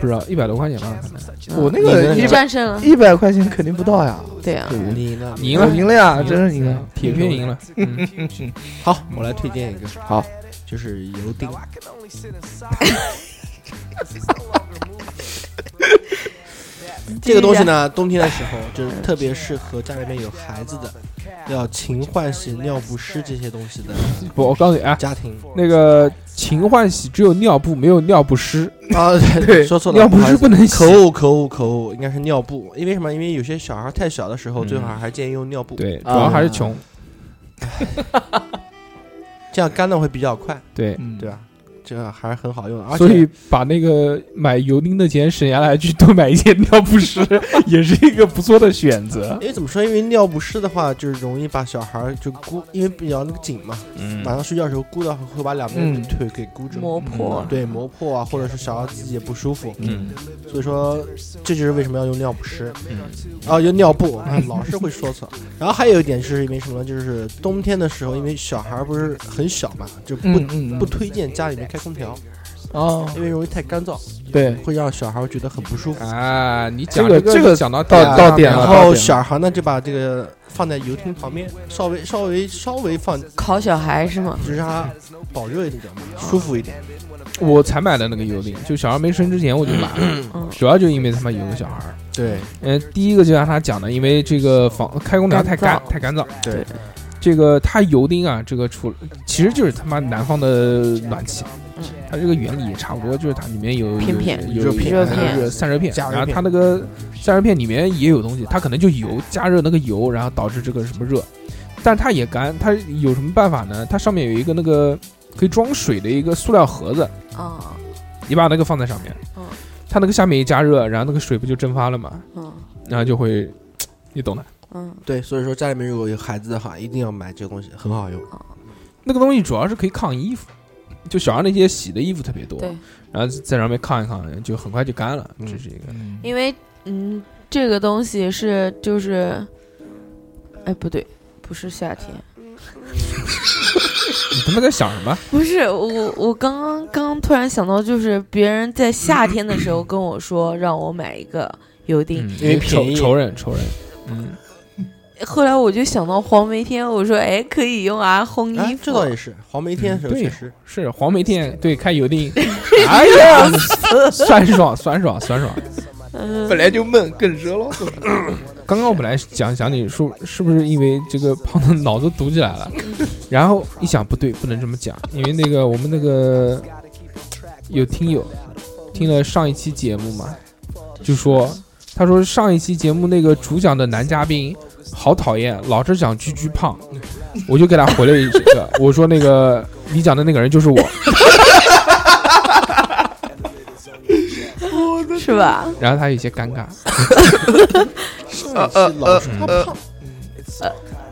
D: 不知道一百多块钱吧，可能
A: 我那
B: 你
A: 个
B: 呢
A: 一
C: 嗯你
A: 百
C: 战胜了，
A: 一百块钱肯定不到呀，
C: 对啊，
B: 你呢？
D: 你赢了
A: 我赢了啊呀，真是赢了，
D: 铁片赢了。嗯
B: 好，我来推荐一个，
A: 好，
B: 就是油汀，这个东西呢，冬天的时候就是特别适合家里面有孩子的，
D: 哎
B: 要勤换洗、尿不湿这些东西的
D: 不，我告诉你啊，
B: 家庭
D: 那个勤换洗只有尿布，没有尿不湿，
B: [laughs] 啊，
A: 对
B: 说错了，
D: 尿不
B: 好意
D: 湿
B: 思
D: 不能洗
B: 可。恶可恶可恶，应该是尿布，因为什么？因为有些小孩太小的时候，
D: 嗯
B: 最好还是建议用尿布，，
D: 对，主要还是穷。
B: 这样干的会比较快，
D: 对，
A: 嗯
B: 对吧？这个还是很好用的，而
D: 所以
B: 且
D: 把那个买油汀的钱省下来去多买一些尿不湿，也是一个不错的选择。
B: 因为怎么说？因为尿不湿的话，就是容易把小孩儿就箍，因为比较那个紧嘛，
D: 嗯
B: 晚上睡觉的时候箍的话会把两
A: 嗯
B: 边的腿给箍住，
C: 磨破
B: 对，磨破啊，或者是小孩自己也不舒服，
D: 嗯，
B: 所以说这就是为什么要用尿不湿，啊，用尿
A: [laughs]
B: 布，啊老是会说错。然后还有一点是因为什么呢？就是冬天的时候，因为小孩不是很小嘛，就不
A: 嗯嗯
B: 不推荐家里面开空调，
A: 哦，
B: 因为容易太干燥，
A: 对，
B: 会让小孩觉得很不舒服。啊
D: 啊，你讲
A: 这个这个
D: 讲到
A: 到
D: 点
A: 到
D: 了
A: 点了
B: 然
A: 到
B: 后
A: 点了
B: 小孩呢就把这个放在油汀旁边，稍微稍微稍微放，就
C: 烤小孩是吗？
B: 是让它保热一点嘛，舒服一点。
D: 我才买的那个油汀，就小孩没生之前我就买了，
C: 嗯，
D: 主要就因为他妈有个小孩。
B: 对
D: 嗯，第一个就像他讲的，因为这个房开空调太干
C: 干燥
D: 太干燥，
B: 对，
D: 这个它油汀啊，这个除其实就是他妈南方的暖气，
C: 嗯
D: 它这个原理也差不多，就是它里面有
C: 片片
D: 有
B: 热
D: 有
B: 片
C: 热
D: 有
C: 片
D: 有散热片，
B: 加热
D: 然后
B: 片
D: 它那个散热片里面也有东西，它可能就油加热那个油，然后导致这个什么热，但它也干，它有什么办法呢？它上面有一个那个可以装水的一个塑料盒子，
C: 啊
D: 你把那个放在上面
C: 嗯，
D: 它那个下面一加热，然后那个水不就蒸发了嘛，
C: 嗯
D: 然后就会，你懂的。
C: 嗯
B: 对，所以说家里面如果有孩子的话，一定要买这个东西，很好用。
D: 那个东西主要是可以抗衣服，就小孩那些洗的衣服特别多，
C: 对，
D: 然后在上面抗一抗，就很快就干了。
B: 嗯
D: 这是一个，
C: 因为嗯这个东西是就是，哎不对，不是夏天。
D: 你他妈在想什么？
C: 不是我，我刚刚刚突然想到，就是别人在夏天的时候跟我说让我买一个油汀，
D: 嗯
B: 因为便宜
D: 仇仇人仇人，嗯，
C: 后来我就想到黄梅天，我说哎可以用啊烘衣
B: 哎，
C: 服，
B: 这倒也是，黄梅天
D: 嗯
B: 是吧
D: 对
B: 确实，
D: 是黄梅店对开油汀，哎呀，酸爽酸爽酸爽。
C: 嗯
A: 本来就闷，更热了。
D: 刚刚我本来想想你说是不是因为这个胖子脑子堵起来了，然后一想不对，不能这么讲，因为那个我们那个有听友听了上一期节目嘛，就说他说上一期节目那个主讲的男嘉宾好讨厌，老是讲居居胖，我就给他回了一个，我说那个你讲的那个人就是我，
C: 是吧？
D: 然后他有些尴尬，
A: 啊呃
B: 上一期老说他胖，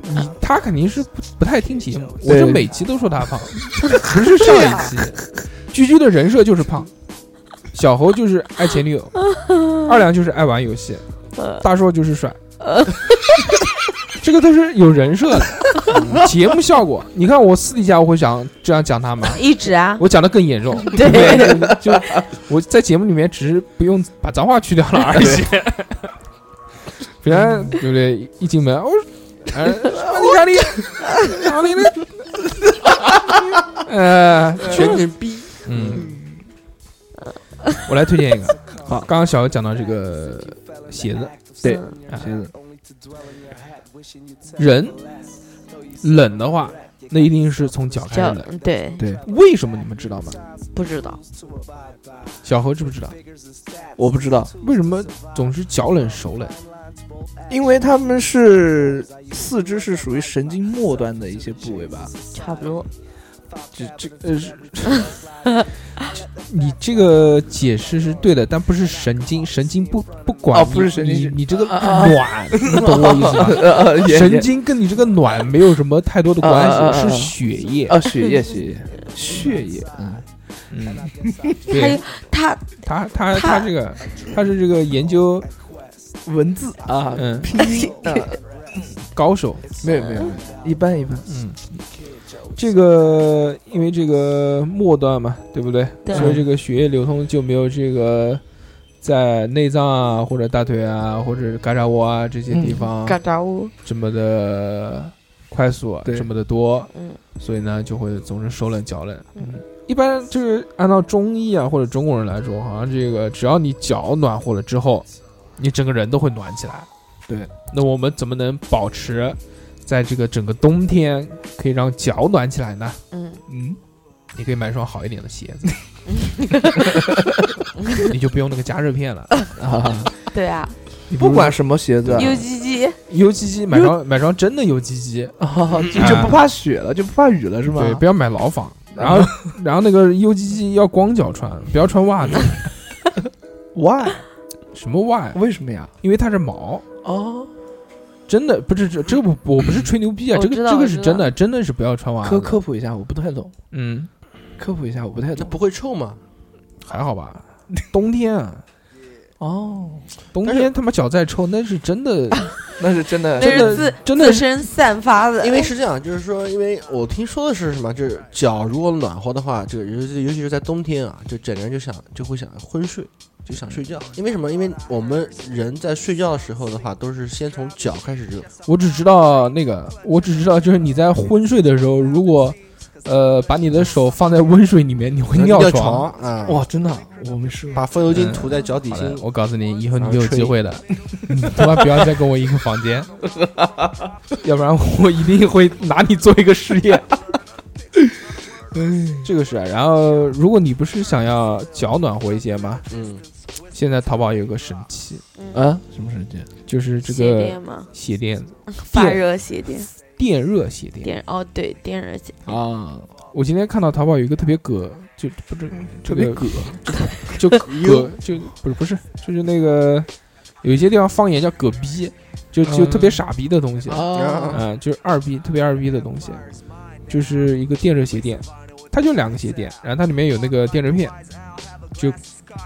D: 你他肯定是不不太听节目，我
A: 对
D: 就每期都 [laughs] 说他胖，不是上一期。居居的人设就是胖，小猴就是爱前女友，二两就是爱玩游戏，
C: 呃
D: 大硕就是帅，这个都是有人设的，嗯节目效果。你看我私底下我会想这样讲他吗？
C: 一直 [laughs] 啊，
D: 我讲的更严重，
C: 对
D: 就我在节目里面只是不用把脏话去掉了而已。别人对不对？一进门，我说，哎，你看你，哪里呢？呃，
B: 全是逼。
D: 嗯，我来推荐一个。好，刚刚小欧讲到这个鞋子，
A: 对
C: 嗯
D: 啊人冷的话，那一定是从脚开
C: 叫
D: 始冷。
C: 对，
D: 为什么你们知道吗？
C: 不知道，
D: 小何知不知道？
A: 我不知道，
B: 嗯
D: 为什么总是脚冷手冷？
A: 因为他们是四肢是属于神经末端的一些部位 [laughs] 吧？
C: 差不多，
D: 这这呃，
A: [laughs]
D: 是你这个解释是对的，但不是神经，神经不不管
A: 哦
D: 你
A: 不是神经
D: 你
A: 是
D: 你这个
A: 啊啊啊
D: 暖，你懂我意思吗？
A: [laughs] 呃呃，也
D: 神经跟你这个暖没有什么太多的
A: 啊啊
D: 关
A: 啊啊
D: 系，是血液。
A: 啊，血液血液血液，嗯，
D: 嗯，
C: 还
D: 对
C: 有，他
D: 他
C: 他
D: 他他这个他是这个研究
A: 文字啊，
D: 嗯
A: 拼音啊，
D: 高手。
A: [laughs] 没有没有，没有一般一般，
D: 嗯，这个因为这个末端嘛，对不对？
C: 对
D: 所以这个血液流通就没有这个在内脏啊，或者大腿啊，或者是胳肢窝啊这些地方
C: 嘎嘎乌，
D: 这么的快速，啊
A: 对
D: 这么的多，
C: 嗯
D: 所以呢就会总是手冷脚冷。
C: 嗯
D: 一般就是按照中医啊或者中国人来说，好像这个只要你脚暖和了之后，你整个人都会暖起来。
A: 对，
D: 那我们怎么能保持在这个整个冬天可以让脚暖起来呢？
C: 嗯，
A: 嗯，
D: 你可以买双好一点的
A: [laughs]
D: 鞋子， [laughs] 你就不用那个加热
A: [laughs]
D: 片了。
A: 啊，
C: 对啊，
D: 你
A: 不管什么鞋子啊
C: 有鸡鸡，
D: 油鸡鸡，买
A: [laughs]
D: 双买双真的油鸡鸡，
A: 啊，就就不怕雪了，就不怕雨了是吗？
D: 对，不要买牢
A: [laughs]
D: 房。然后，然后那个油鸡鸡要光脚穿，不要穿袜子。
A: ，why？
D: 什么袜？
A: 为什么呀？
D: 因为它是毛。
A: 哦，
D: 真的不是这这不我不是吹牛逼啊，
C: 我
D: 这个
C: 知道
D: 这个
C: 我
D: 是
C: 知道
D: 真的，真的是不要穿袜
A: 科
D: 子。
A: 科普一下，我不太懂，
D: 嗯，
A: 科普一下，我不太
B: 那
A: 懂。
B: 不会臭吗？
D: 还好吧。冬天啊，
A: 哦，
D: 冬天他妈脚再臭，那是真的，
C: [laughs]
A: 那是真的
C: 那是
D: 真的
C: 自
D: 真
C: 自
D: 的
C: 身散发的，
B: 因为是这样，就是说，因为我听说的是什么，就是脚如果暖和的话，这个尤其尤其是在冬天啊，就整个人就想就会想昏睡，就想睡觉。因为什么？因为我们人在睡觉的时候的话，都是先从脚开始热。
D: 我只知道那个，我只知道就是你在昏睡的时候，如果呃，把你的手放在温水里面，你会尿
B: 尿
D: 床。
B: 啊，
A: 哇，真的啊，我没试过。
B: 把风油精涂在脚底
D: 好
B: 心
D: 的，，我告诉你，以后你就有机会 [laughs] 了，你他妈不要再跟我一个房间，要不然我一定会拿你做一个实验。这个是啊，然后如果你不是想要脚暖和一些吗？
B: 嗯，
D: 现在淘宝有个神器，
A: 啊，什么神经？
D: 就是这
C: 鞋
D: 个
C: 垫吗？
D: 鞋垫，
C: 发热鞋垫，
D: 电热鞋垫。
C: 电哦对，电热鞋
A: 啊，
D: 我今天看到淘宝有一个特别葛，就不是
A: 特别
D: 葛，就葛就不是不是，就是那个有一些地方方言叫葛逼，就就嗯特别傻逼的东西，
A: 啊，
D: 嗯，就是二逼特别二逼的东西，就是一个电热鞋垫，它就两个鞋垫，然后它里面有那个电热片，就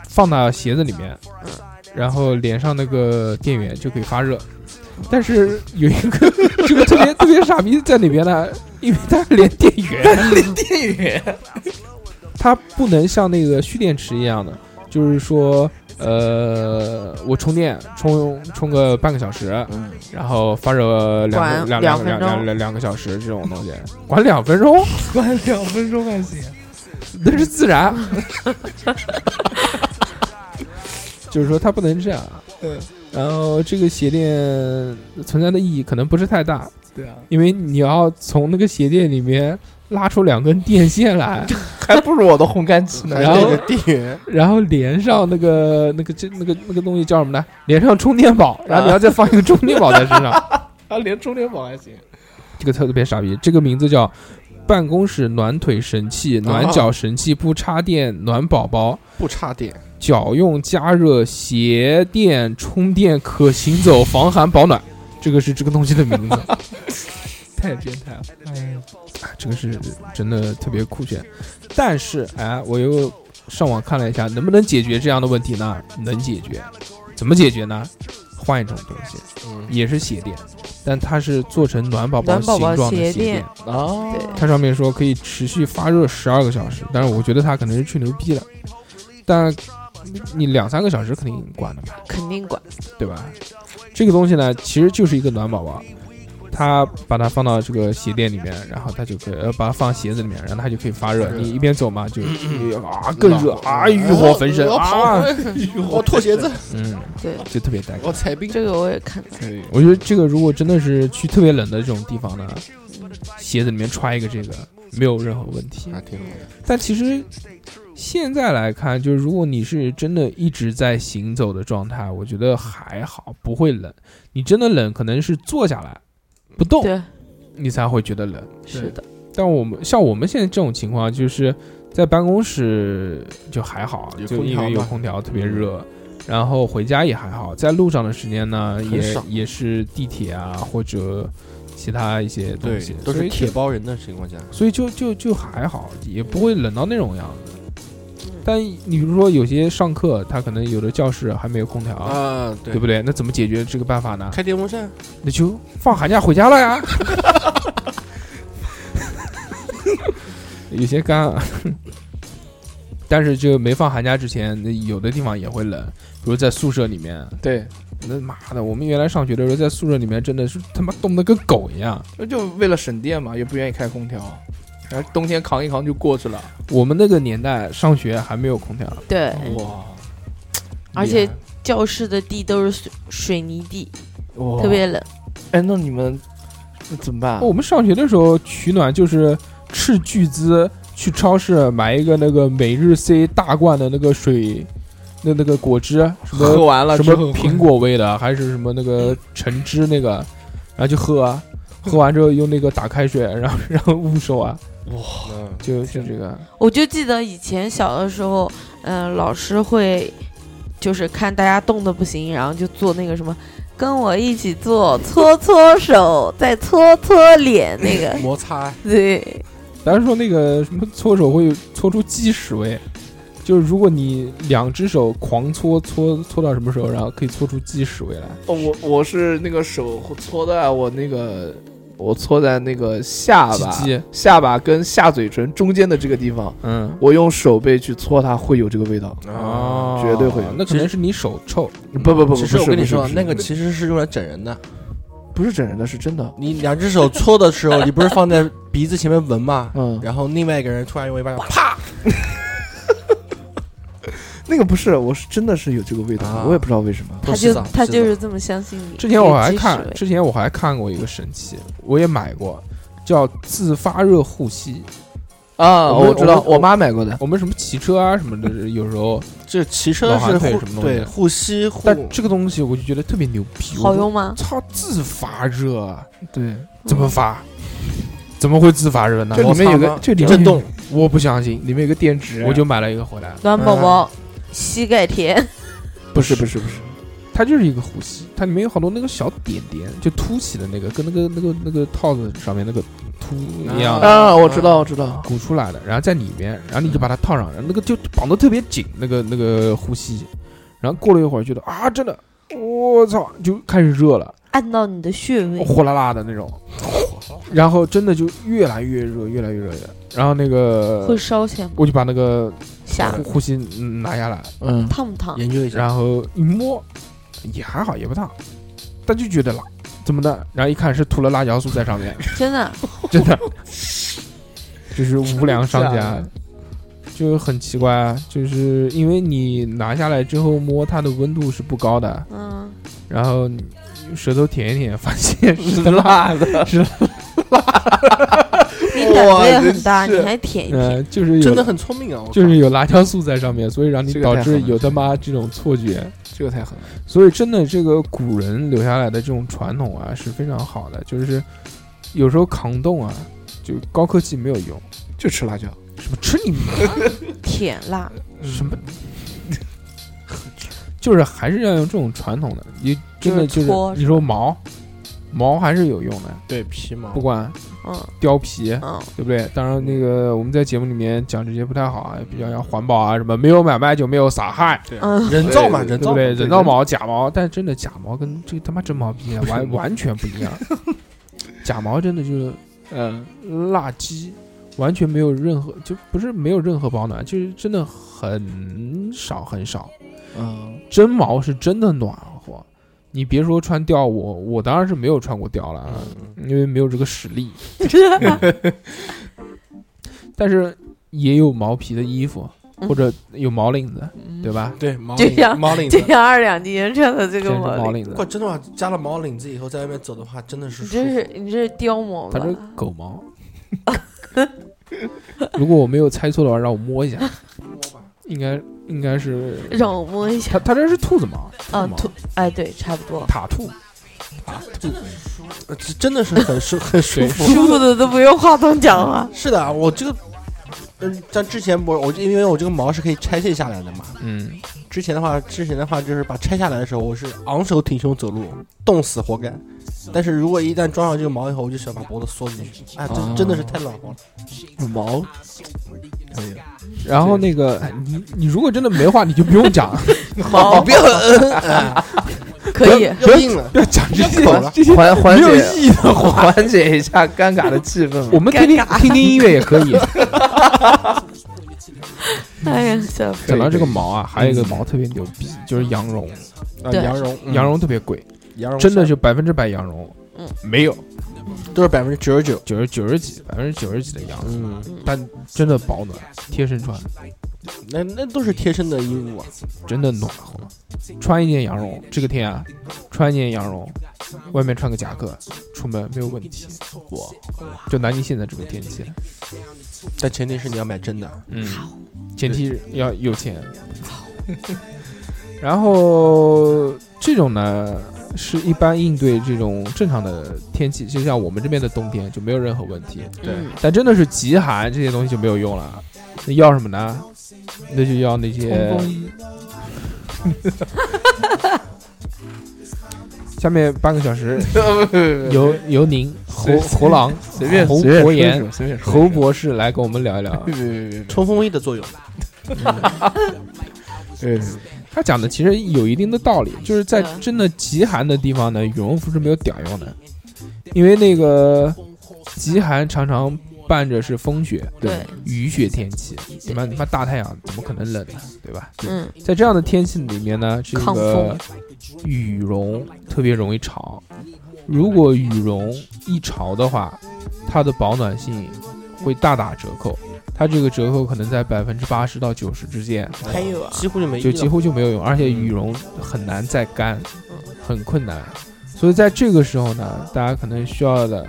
D: 放到鞋子里面，
A: 嗯
D: 然后连上那个电源就可以发热。
A: 嗯
D: 但是有一个这个特别特别傻逼在里边呢，因为它连电源，
A: 电源
D: 它不能像那个蓄电池一样的，就是说，呃，我充电充充个半个小时，然后发热两
C: 管
D: 个
C: 两
D: 两两
C: 分
D: 两
C: 钟
D: 两两两个小时这种东西，管两分钟， [laughs]
A: 关两分钟还行。
D: 那是自燃。 [laughs] 就是说它不能这样，
A: 嗯，
D: 然后这个鞋垫存在的意义可能不是太大，
A: 对啊，
D: 因为你要从那个鞋垫里面拉出两根电
C: [laughs]
D: 线来，
A: 还不如我的烘干机呢。
B: 还
D: 然后
B: 带着电源，
D: 然后连上那个那个这那个那个东西叫什么呢？连上充电宝，然后你要再放一个充电宝在身上。
A: 啊，连充电宝还行。
D: 这个特别傻逼，这个名字叫办公室暖腿神器、暖脚神器、不插电暖宝宝、
B: 不插电，
D: 脚用加热鞋垫充电可行走防寒保暖。这个是这个东西的名字，
A: 太变态了！
D: 哎这个是真的特别酷炫。但是哎，我又上网看了一下，能不能解决这样的问题呢？能解决，怎么解决呢？换一种东西。 [laughs]
B: 嗯，
D: 也是鞋垫，但它是做成暖宝宝
C: 暖宝
D: 形
C: 宝
D: 状的
C: 鞋
D: 鞋
C: 垫
D: 垫。
A: 啊，
C: 对
D: 它上面说可以持续发热十二个小时，但是我觉得它可能是吹牛逼了。但你两三个小时肯定管的嘛，
C: 肯定
D: [laughs]
C: 管，
D: 对吧？这个东西呢，其实就是一个暖宝宝，它把它放到这个鞋垫里面，然后它就可以呃把它放鞋子里面，然后它就可以发热。
B: 是嗯
D: 你一边走嘛，就啊更热啊，欲火焚身
B: 我
D: 啊
B: 跑，，我脱鞋子，
D: 嗯，
C: 对，
D: 就特别带感。
B: 我踩哦冰，
C: 这个我也看到，
D: 我觉得这个如果真的是去特别冷的这种地方呢，鞋子里面揣一个这个没有任何问题。
B: 还挺好的，
D: 但其实现在来看，就是如果你是真的一直在行走的状态，我觉得还好，不会冷。你真的冷，可能是坐下来不动，
C: 对，
D: 你才会觉得冷。
C: 是的，
D: 但我们像我们现在这种情况，就是在办公室就还好，啊
B: 有
D: 就
B: 空
D: 因
B: 调嗯
D: 为有
B: 嘛
D: 空调特别热，然后回家也还好，在路上的时间呢，
B: 很
D: 也
B: 少
D: 也是地铁啊或者其他一些东西，
B: 都
D: 所
B: 是
D: 以
B: 铁
D: 就，
B: 包人的情况下，
D: 所以就就就还好，也不会冷到那种样子。
C: 嗯
D: 但你比如说有些上课，他可能有的教室还没有空调，
B: 啊，对
D: 对不对？那怎么解决这个办法呢？
B: 开电风扇，
D: 那就放寒假回家
B: [laughs]
D: 了呀。有些干啊，但是就没放寒假之前，那有的地方也会冷，比如在宿舍里面。
A: 对，
D: 那妈的，我们原来上学的时候，在宿舍里面真的是他妈冻得跟狗一样。
A: 那就为了省电嘛，也不愿意开空调，然后冬天扛一扛就过去了。
D: 我们那个年代上学还没有空调，
C: 对，
A: 哇，
C: 而且教室的地都是水水泥地，
A: 哇
C: 特别冷，
A: 哎，那你们那怎么办啊？
D: 哦我们上学的时候取暖就是斥巨资去超市买一个那个每日 C 大罐的那个水，那那个果汁，什么
A: 喝完了
D: 什
A: 之
D: 么
A: 后
D: 苹果味的，还是什么那个橙汁那个，然后就喝啊，喝完之后用那个打开水，然后然后捂手啊，
B: 嗯，，
D: 就是这个，
C: 我就记得以前小的时候，嗯、老师会就是看大家冻得不行，然后就做那个什么，跟我一起做搓搓手，再搓搓脸那个 [laughs]
B: 摩擦，
C: 对，
D: 但是说那个什么搓手会搓出鸡屎味，就是如果你两只手狂搓搓搓到什么时候，然后可以搓出鸡屎味来。
A: 哦我我是那个手搓在我那个我搓在那个下巴
D: 鸡鸡
A: 下巴跟下嘴唇中间的这个地方，
D: 嗯，
A: 我用手背去搓它，会有这个味道。
D: 哦，
A: 啊绝对会有
D: 那可能是你手臭。
A: 不不不不，
B: 啊其实
A: 不
B: 我
A: 是
B: 跟你
A: 不是
B: 说，
A: 不是
B: 那个其实是用来整人的，
A: 不是整人的，是真的。
B: 你两只手搓的时候，你不是放在鼻子前面闻吗？
A: 嗯，
B: 然后另外一个人突然用一巴掌啪，
A: 那个不是，我是真的是有这个味道，
B: 啊
A: 我也不知道为什么。
C: 他
B: 是
C: 就
B: 的
C: 他
B: 是
C: 就
B: 的
C: 是这么相信你。
D: 之前我还
C: 以知
D: 看
C: 识，为
D: 之前我还看过一个神器，我也买过，叫自发热护膝。
A: 啊
D: 我们
A: 我知道，
D: 我们
A: 我妈买过的。
D: 我们什么骑车啊什么的，
A: [laughs]
D: 有时候，
B: 这骑车
D: 老韩
B: 是
D: 腿
B: 护
D: 什么东西
B: 对护膝护
D: 但这个东西我就觉得特别牛逼。我
C: 好
D: 说
C: 用吗？
D: 操，自发热啊
A: 对，
D: 怎么发？ [laughs] 怎么会自发热呢？
A: 这里面有个，这里面
B: 震动，
D: 我不相信，
A: 里面有个电池，
D: 我就买了一个回来。
C: 暖宝宝
D: 嗯
C: 膝盖贴，
A: 不是不是不是，
D: 它就是一个护膝，它里面有好多那个小点点，就凸起的那个，跟那个那个那个套子上面那个凸一样的
A: 啊，我知道我知道，
D: 鼓出来的，然后在里面，然后你就把它套上，然后那个就绑得特别紧，那个那个护膝，然后过了一会儿觉得啊，真的，我操，就开始热了，
C: [laughs] 按到你的穴位。
D: 火辣辣的那种，然后真的就越来越热，越来越热，然后那
C: 会
D: 个
C: 烧钱吗？
D: 我就把那个
C: 下
D: 护护膝嗯拿下来，
A: 嗯，
C: 烫不烫？
B: 研究一下，
D: 然后一摸也还好，也不烫，但就觉得辣，怎么的？然后一看是涂了辣椒素在上面， [laughs]
C: 真的，
A: [laughs]
D: 真的，就是无良商
A: 真的假
D: 家
A: 的，
D: 就很奇怪啊，就是因为你拿下来之后摸它的温度是不高的，
C: 嗯，
D: 然后你舌头舔一舔，
A: [laughs]
D: 发现是辣，
A: 辣的，哇
C: 你胆子也很大，
A: 真是
C: 你还舔一舔，
D: 呃，就是有
B: 真的很聪明啊！我靠
D: 就是有辣椒素在上面，所以让你
A: 这个
D: 导
A: 太狠
D: 致
A: 了
D: 有
A: 这
D: 他
A: 个
D: 妈这种错觉。
A: 这个太狠了。
D: 所以真的，这个古人留下来的这种传统啊，是非常好的。就是有时候抗冻啊，就高科技没有用，
A: 就吃辣椒，
D: 什么吃你妈
C: 舔辣，
D: 什么， [laughs] 就是还是要用这种传统的。你真的
C: 就
D: 就是
C: 搓
D: 是你说毛，毛还是有用的，
B: 对皮毛
D: 不管
C: 嗯
D: 貂皮，
C: 嗯，
D: 对不对？当然，那个我们在节目里面讲这些不太好啊，比较要环保啊，什么没有买卖就没有杀害。 [laughs]
C: 嗯，
B: 人造嘛，
A: 对对
B: 人
D: 对
B: 造
D: 不对？
A: 对
D: 人造毛、假毛，但真的假毛跟这个他妈真毛比啊完完全不一样。假毛真的就是
A: 嗯，
D: 垃圾，完全没有任何，就不是没有任何保暖，就是真的很少很少。
A: 嗯，
D: 真毛是真的暖和，你别说穿貂，我我当然是没有穿过貂了啊，因为没有这个实力。但是也有毛皮的衣服，或者有毛领子，对吧？
B: 对毛
C: 就
B: 领
C: 像
B: 毛领
C: 就
B: 子。
C: 像二两今天穿的这
D: 这
C: 个
D: 是
C: 毛
D: 毛
C: 领，
D: 领子
B: 不，过真的话，加了毛领子以后，在外面走的话，真的是
C: 你
B: 舒
C: 这
B: 服
C: 是你这是貂毛
D: 它
C: 吧？
D: 是狗毛。 [laughs] 如果我没有猜错的话，让我摸一下，应该应该是
C: 让我摸一下，
D: 它它这是兔子毛，
C: 啊，
D: 兔
C: 兔
D: 毛，
C: 哎，对，差不
D: [laughs]
C: 多，
D: 塔兔，
B: 呃这真的是很舒很舒服。
C: 舒 [laughs] 服的都不用话筒讲了。
B: [laughs] 是的，我这个，嗯，像之前不是我，因为我这个毛是可以拆卸下来的嘛。
D: 嗯，
B: 之前的话，之前的话就是把拆下来的时候，我是昂首挺胸走路，冻死活该。但是如果一旦装上这个毛以后，我就想把脖子缩进去。哎，这
A: 哦
B: 真的是太暖和 [laughs] 了。
D: [laughs]
A: 毛，
D: 然后那个哎你你如果真的没话，你就不用 [laughs] 讲，
C: 毛
B: 不要
C: 可以，
B: 要硬了，
D: 不要讲这些
B: 不要搞了
D: 这些
A: 缓缓
D: 没有
A: 解
D: 意义的话。
A: 缓解一下尴尬的气氛嘛。
D: 我们听听听听音乐也可 [laughs] 以。
C: 哎呀，笑
D: [laughs]
C: 死
D: 讲到这个毛啊，还有一个毛特别牛逼，就是羊绒，
B: 啊
C: 对
B: 羊绒，
D: 嗯羊绒特别贵，
B: 羊绒
D: 真的
B: 衫
D: 就百分之百羊绒
C: 嗯，
D: 没有
B: 都是百分之九十九。
D: 九十九十几百分之九十几的羊绒，
B: 嗯，
D: 但真的保暖，贴身穿。
B: 那那都是贴身的衣物啊。
D: 真的暖和。穿一件羊绒，这个天啊，穿一件羊绒，外面穿个夹克，出门没有问题。我就南京现在这个天气，
B: 但前提是你要买真的。
D: 嗯，前提是要有钱。 [laughs] 然后这种呢，是一般应对这种正常的天气，就像我们这边的冬天就没有任何问题。
B: 对
C: 嗯
D: 但真的是极寒，这些东西就没有用了。那要什么呢？那就要那些
C: 冲锋衣，
D: [laughs] 下面半个小时
A: 有
D: [laughs] 由由您
A: 随
D: 侯侯狼
A: 随便
D: 侯
A: 随便
D: 侯
A: 说一
D: 岩
A: 说随便说一
D: 侯
A: 说
D: 博士来跟我们聊一聊。
A: 别别别别
B: 冲锋衣的作用，
A: 别别，
D: 他讲的其实有一定的道理，就是在
C: 对
D: 真的极寒的地方呢，羽绒服是没有屌用的，因为那个极寒常常伴着是风雪、
C: 对，
D: 雨雪天气，你妈你妈大太阳怎么可能冷呢？对吧？
C: 嗯，
D: 在这样的天气里面呢，这
C: 抗
D: 个
C: 风
D: 羽绒特别容易潮。如果羽绒一潮的话，它的保暖性会大打折扣，它这个折扣可能在百分之八十到九十之间，
C: 还有啊，
B: 几乎就没
D: 就
B: 用
D: 几乎就没有用，而
C: 嗯
D: 且羽绒很难再干，很困难。所以在这个时候呢，大家可能需要的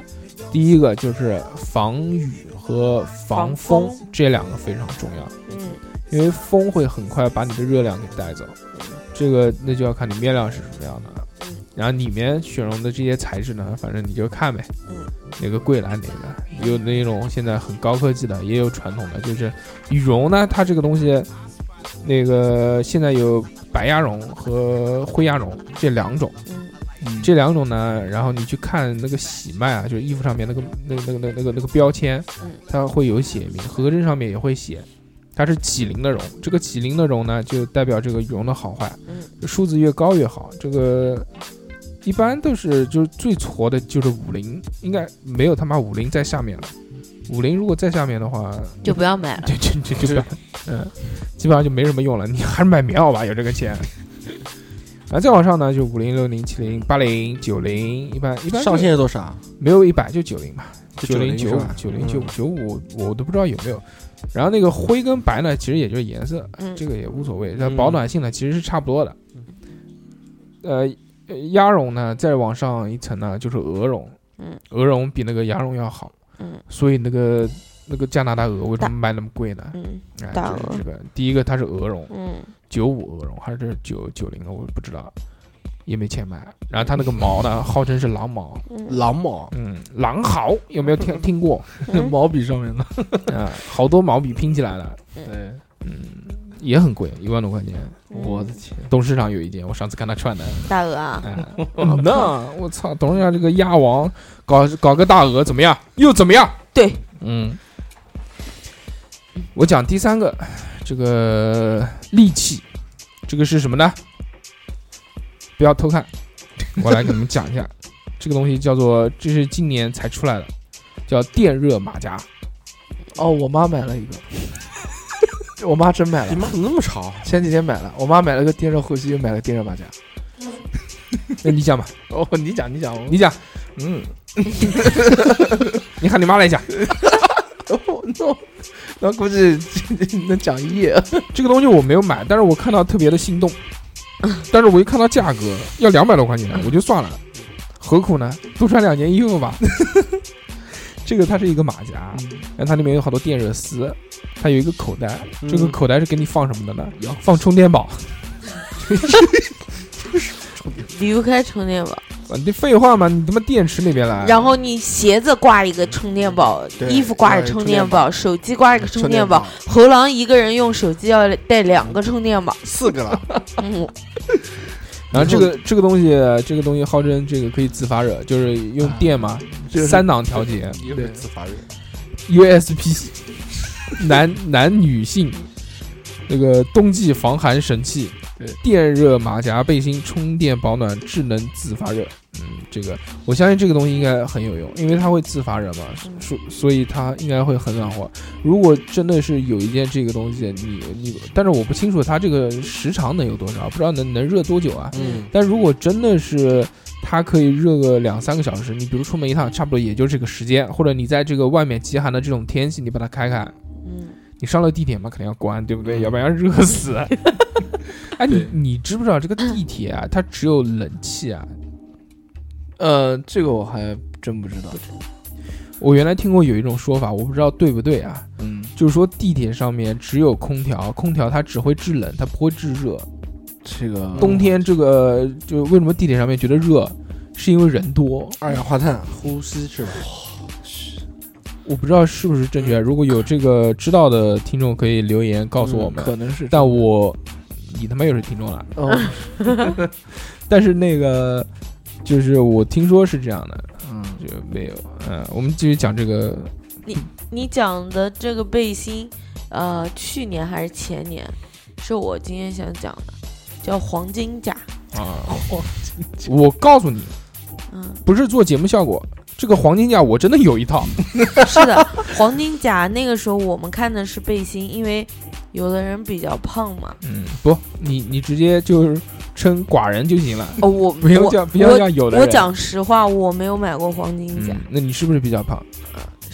D: 第一个就是防雨和
C: 防
D: 防风
C: 风
D: 这两个非常重要。
C: 嗯，
D: 因为风会很快把你的热量给带走，这个那就要看你面料是什么样的了
C: 嗯。
D: 然后里面选用的这些材质呢，反正你就看呗
C: 嗯，
D: 哪个贵蓝哪个，有那种现在很高科技的，也有传统的。就是羽绒呢，它这个东西，那个现在有白鸭绒和灰鸭绒这两种，
C: 嗯
A: 嗯
D: 这两种呢，然后你去看那个喜卖啊，就是衣服上面那个那个那个那个那个那个标签
C: 嗯，
D: 它会有写明，合格证上面也会写，它是几零的绒。这个几零的绒呢，就代表这个羽绒的好坏，
C: 嗯
D: 数字越高越好。这个一般都是就是最矬的就是五零，应该没有他妈五零在下面了。五零如果在下面的话，
C: 就不要买
D: [laughs]
C: 了。
D: 就就就就不要，嗯，基本上就没什么用了。你还是买棉袄吧，有这个钱。然后再往上呢，就五零、六零、七零、八零、九零，一般一般就
B: 上限是多少？
D: 没有一百就九零吧，
B: 就
D: 零、
B: 90
D: 九
B: 是
D: 五
B: 吧、嗯
D: 九零、九五、九五，我都不知道有没有。然后那个灰跟白呢，其实也就是颜色，
C: 嗯
D: 这个也无所谓。它
B: 嗯
D: 保暖性呢，其实是差不多的。呃，鸭绒呢，再往上一层呢，就是鹅绒。
C: 嗯，
D: 鹅绒比那个鸭绒要好，
C: 嗯
D: 所以那个那个加拿大鹅为什
C: 大
D: 么卖那么贵呢？
C: 嗯
D: 哎，
C: 大
D: 就
C: 鹅
D: 是这个，第一个它是鹅绒，
C: 嗯
D: 九五鹅绒还是九九零啊的，我不知道，也没钱买。然后它那个毛呢，号称是狼毛，
C: 嗯
B: 狼毛，
D: 嗯，狼毫有没有听听过？
C: 嗯，
A: 毛笔上面的，
D: 啊，好多毛笔拼起来了，
A: 对，
D: 也很贵，一万多块钱。
C: 嗯
A: 我的天，
D: 董事长有一件，我上次看他穿的，
C: 大鹅啊，
D: 哎，
A: 哦
D: 那啊我操，董事长这个鸭王搞搞个大鹅怎么样？又怎么样？
C: 对，
D: 嗯，我讲第三个，这个利器，这个是什么呢？不要偷看，我来给你们讲一下，这个东西叫做，这是今年才出来的，叫电热马甲。
A: 哦，我妈买了一个， [laughs] 我妈真买
B: 你
A: 了，
B: 妈怎么那么潮？
A: 前几天买了，我妈买了个电热护膝，又买了电热马甲。
D: 那你讲吧，
A: 哦，你讲，你讲，
D: 你讲，
A: 嗯
D: [laughs] 你喊你妈来讲。
A: ，no，那估计 [laughs] 能讲一夜。
D: 这个东西我没有买，但是我看到特别的心动，
A: 嗯
D: [laughs] 但是我一看到价格要两百多块钱，我就算了，何苦呢？多穿两件衣
A: [laughs]
D: 服吧。这个它是一个马甲，
A: 嗯
D: 然后它里面有好多电热丝，它有一个口袋，
B: 嗯
D: 这个口袋是给你放什么的呢？放充电宝。
C: 离不开充电宝。
D: 啊你废话嘛，你他妈电池里面来。
C: 然后你鞋子挂一个充电宝，
B: 对
C: 衣服挂
B: 要
C: 着
B: 有
C: 充
B: 充
C: 电
B: 电
C: 宝，手机挂一个充电宝
B: 宝，
C: 猴狼一个人用手机要带两个充电宝。
B: 四个了，
C: 嗯，
D: 然后这个这个东西，这个东西号称这个可以自发热，就是用电嘛，
A: 啊就是
D: 三档调节
B: 一会儿自发热。
D: ，USB，男 [laughs] 男女性，那个冬季防寒神器
A: 对，
D: 电热马甲背心充电保暖，智能自发热。嗯，这个我相信这个东西应该很有用，因为它会自发热嘛，所所以它应该会很暖和。如果真的是有一件这个东西，你你，但是我不清楚它这个时长能有多少，不知道能能热多久啊。
B: 嗯，
D: 但如果真的是它可以热个两三个小时，你比如出门一趟，差不多也就这个时间，或者你在这个外面极寒的这种天气，你把它开开，
C: 嗯，
D: 你上了地铁嘛，肯定要关，对不对？要不然热死。哎，你你知不知道这个地铁啊，它只有冷气啊？
A: 呃，这个我还真不知道。
D: 我原来听过有一种说法，我不知道对不对啊，
A: 嗯，
D: 就是说地铁上面只有空调，空调它只会制冷，它不会制热。
A: 这个嗯
D: 冬天这个就为什么地铁上面觉得热，是因为人多，
B: 二氧化碳呼吸是吧？
D: 我不知道是不是正确，
C: 嗯
D: 如果有这个知道的听众可以留言告诉我
C: 嗯
D: 们。
A: 可能是，
D: 但我你他妈又是听众了，
A: 哦，
D: 但是那个就是我听说是这样的，
A: 嗯，
D: 就没有。嗯，我们继续讲这个，
C: 你讲的这个背心，呃，去年还是前年，是我今天想讲的，叫黄金甲。
D: 啊我告诉你，
C: 嗯，
D: 不是做节目效果，这个黄金甲我真的有一套，
C: 嗯是的， [laughs] 黄金甲那个时候我们看的是背心，因为有的人比较胖嘛，
D: 嗯嗯，不，你你直接就是称寡人就行了，
C: 哦，我
D: 不用
C: 我
D: 叫不要叫有的
C: 我
D: 人。
C: 讲实话，我没有买过黄金甲，
D: 嗯，那你是不是比较胖？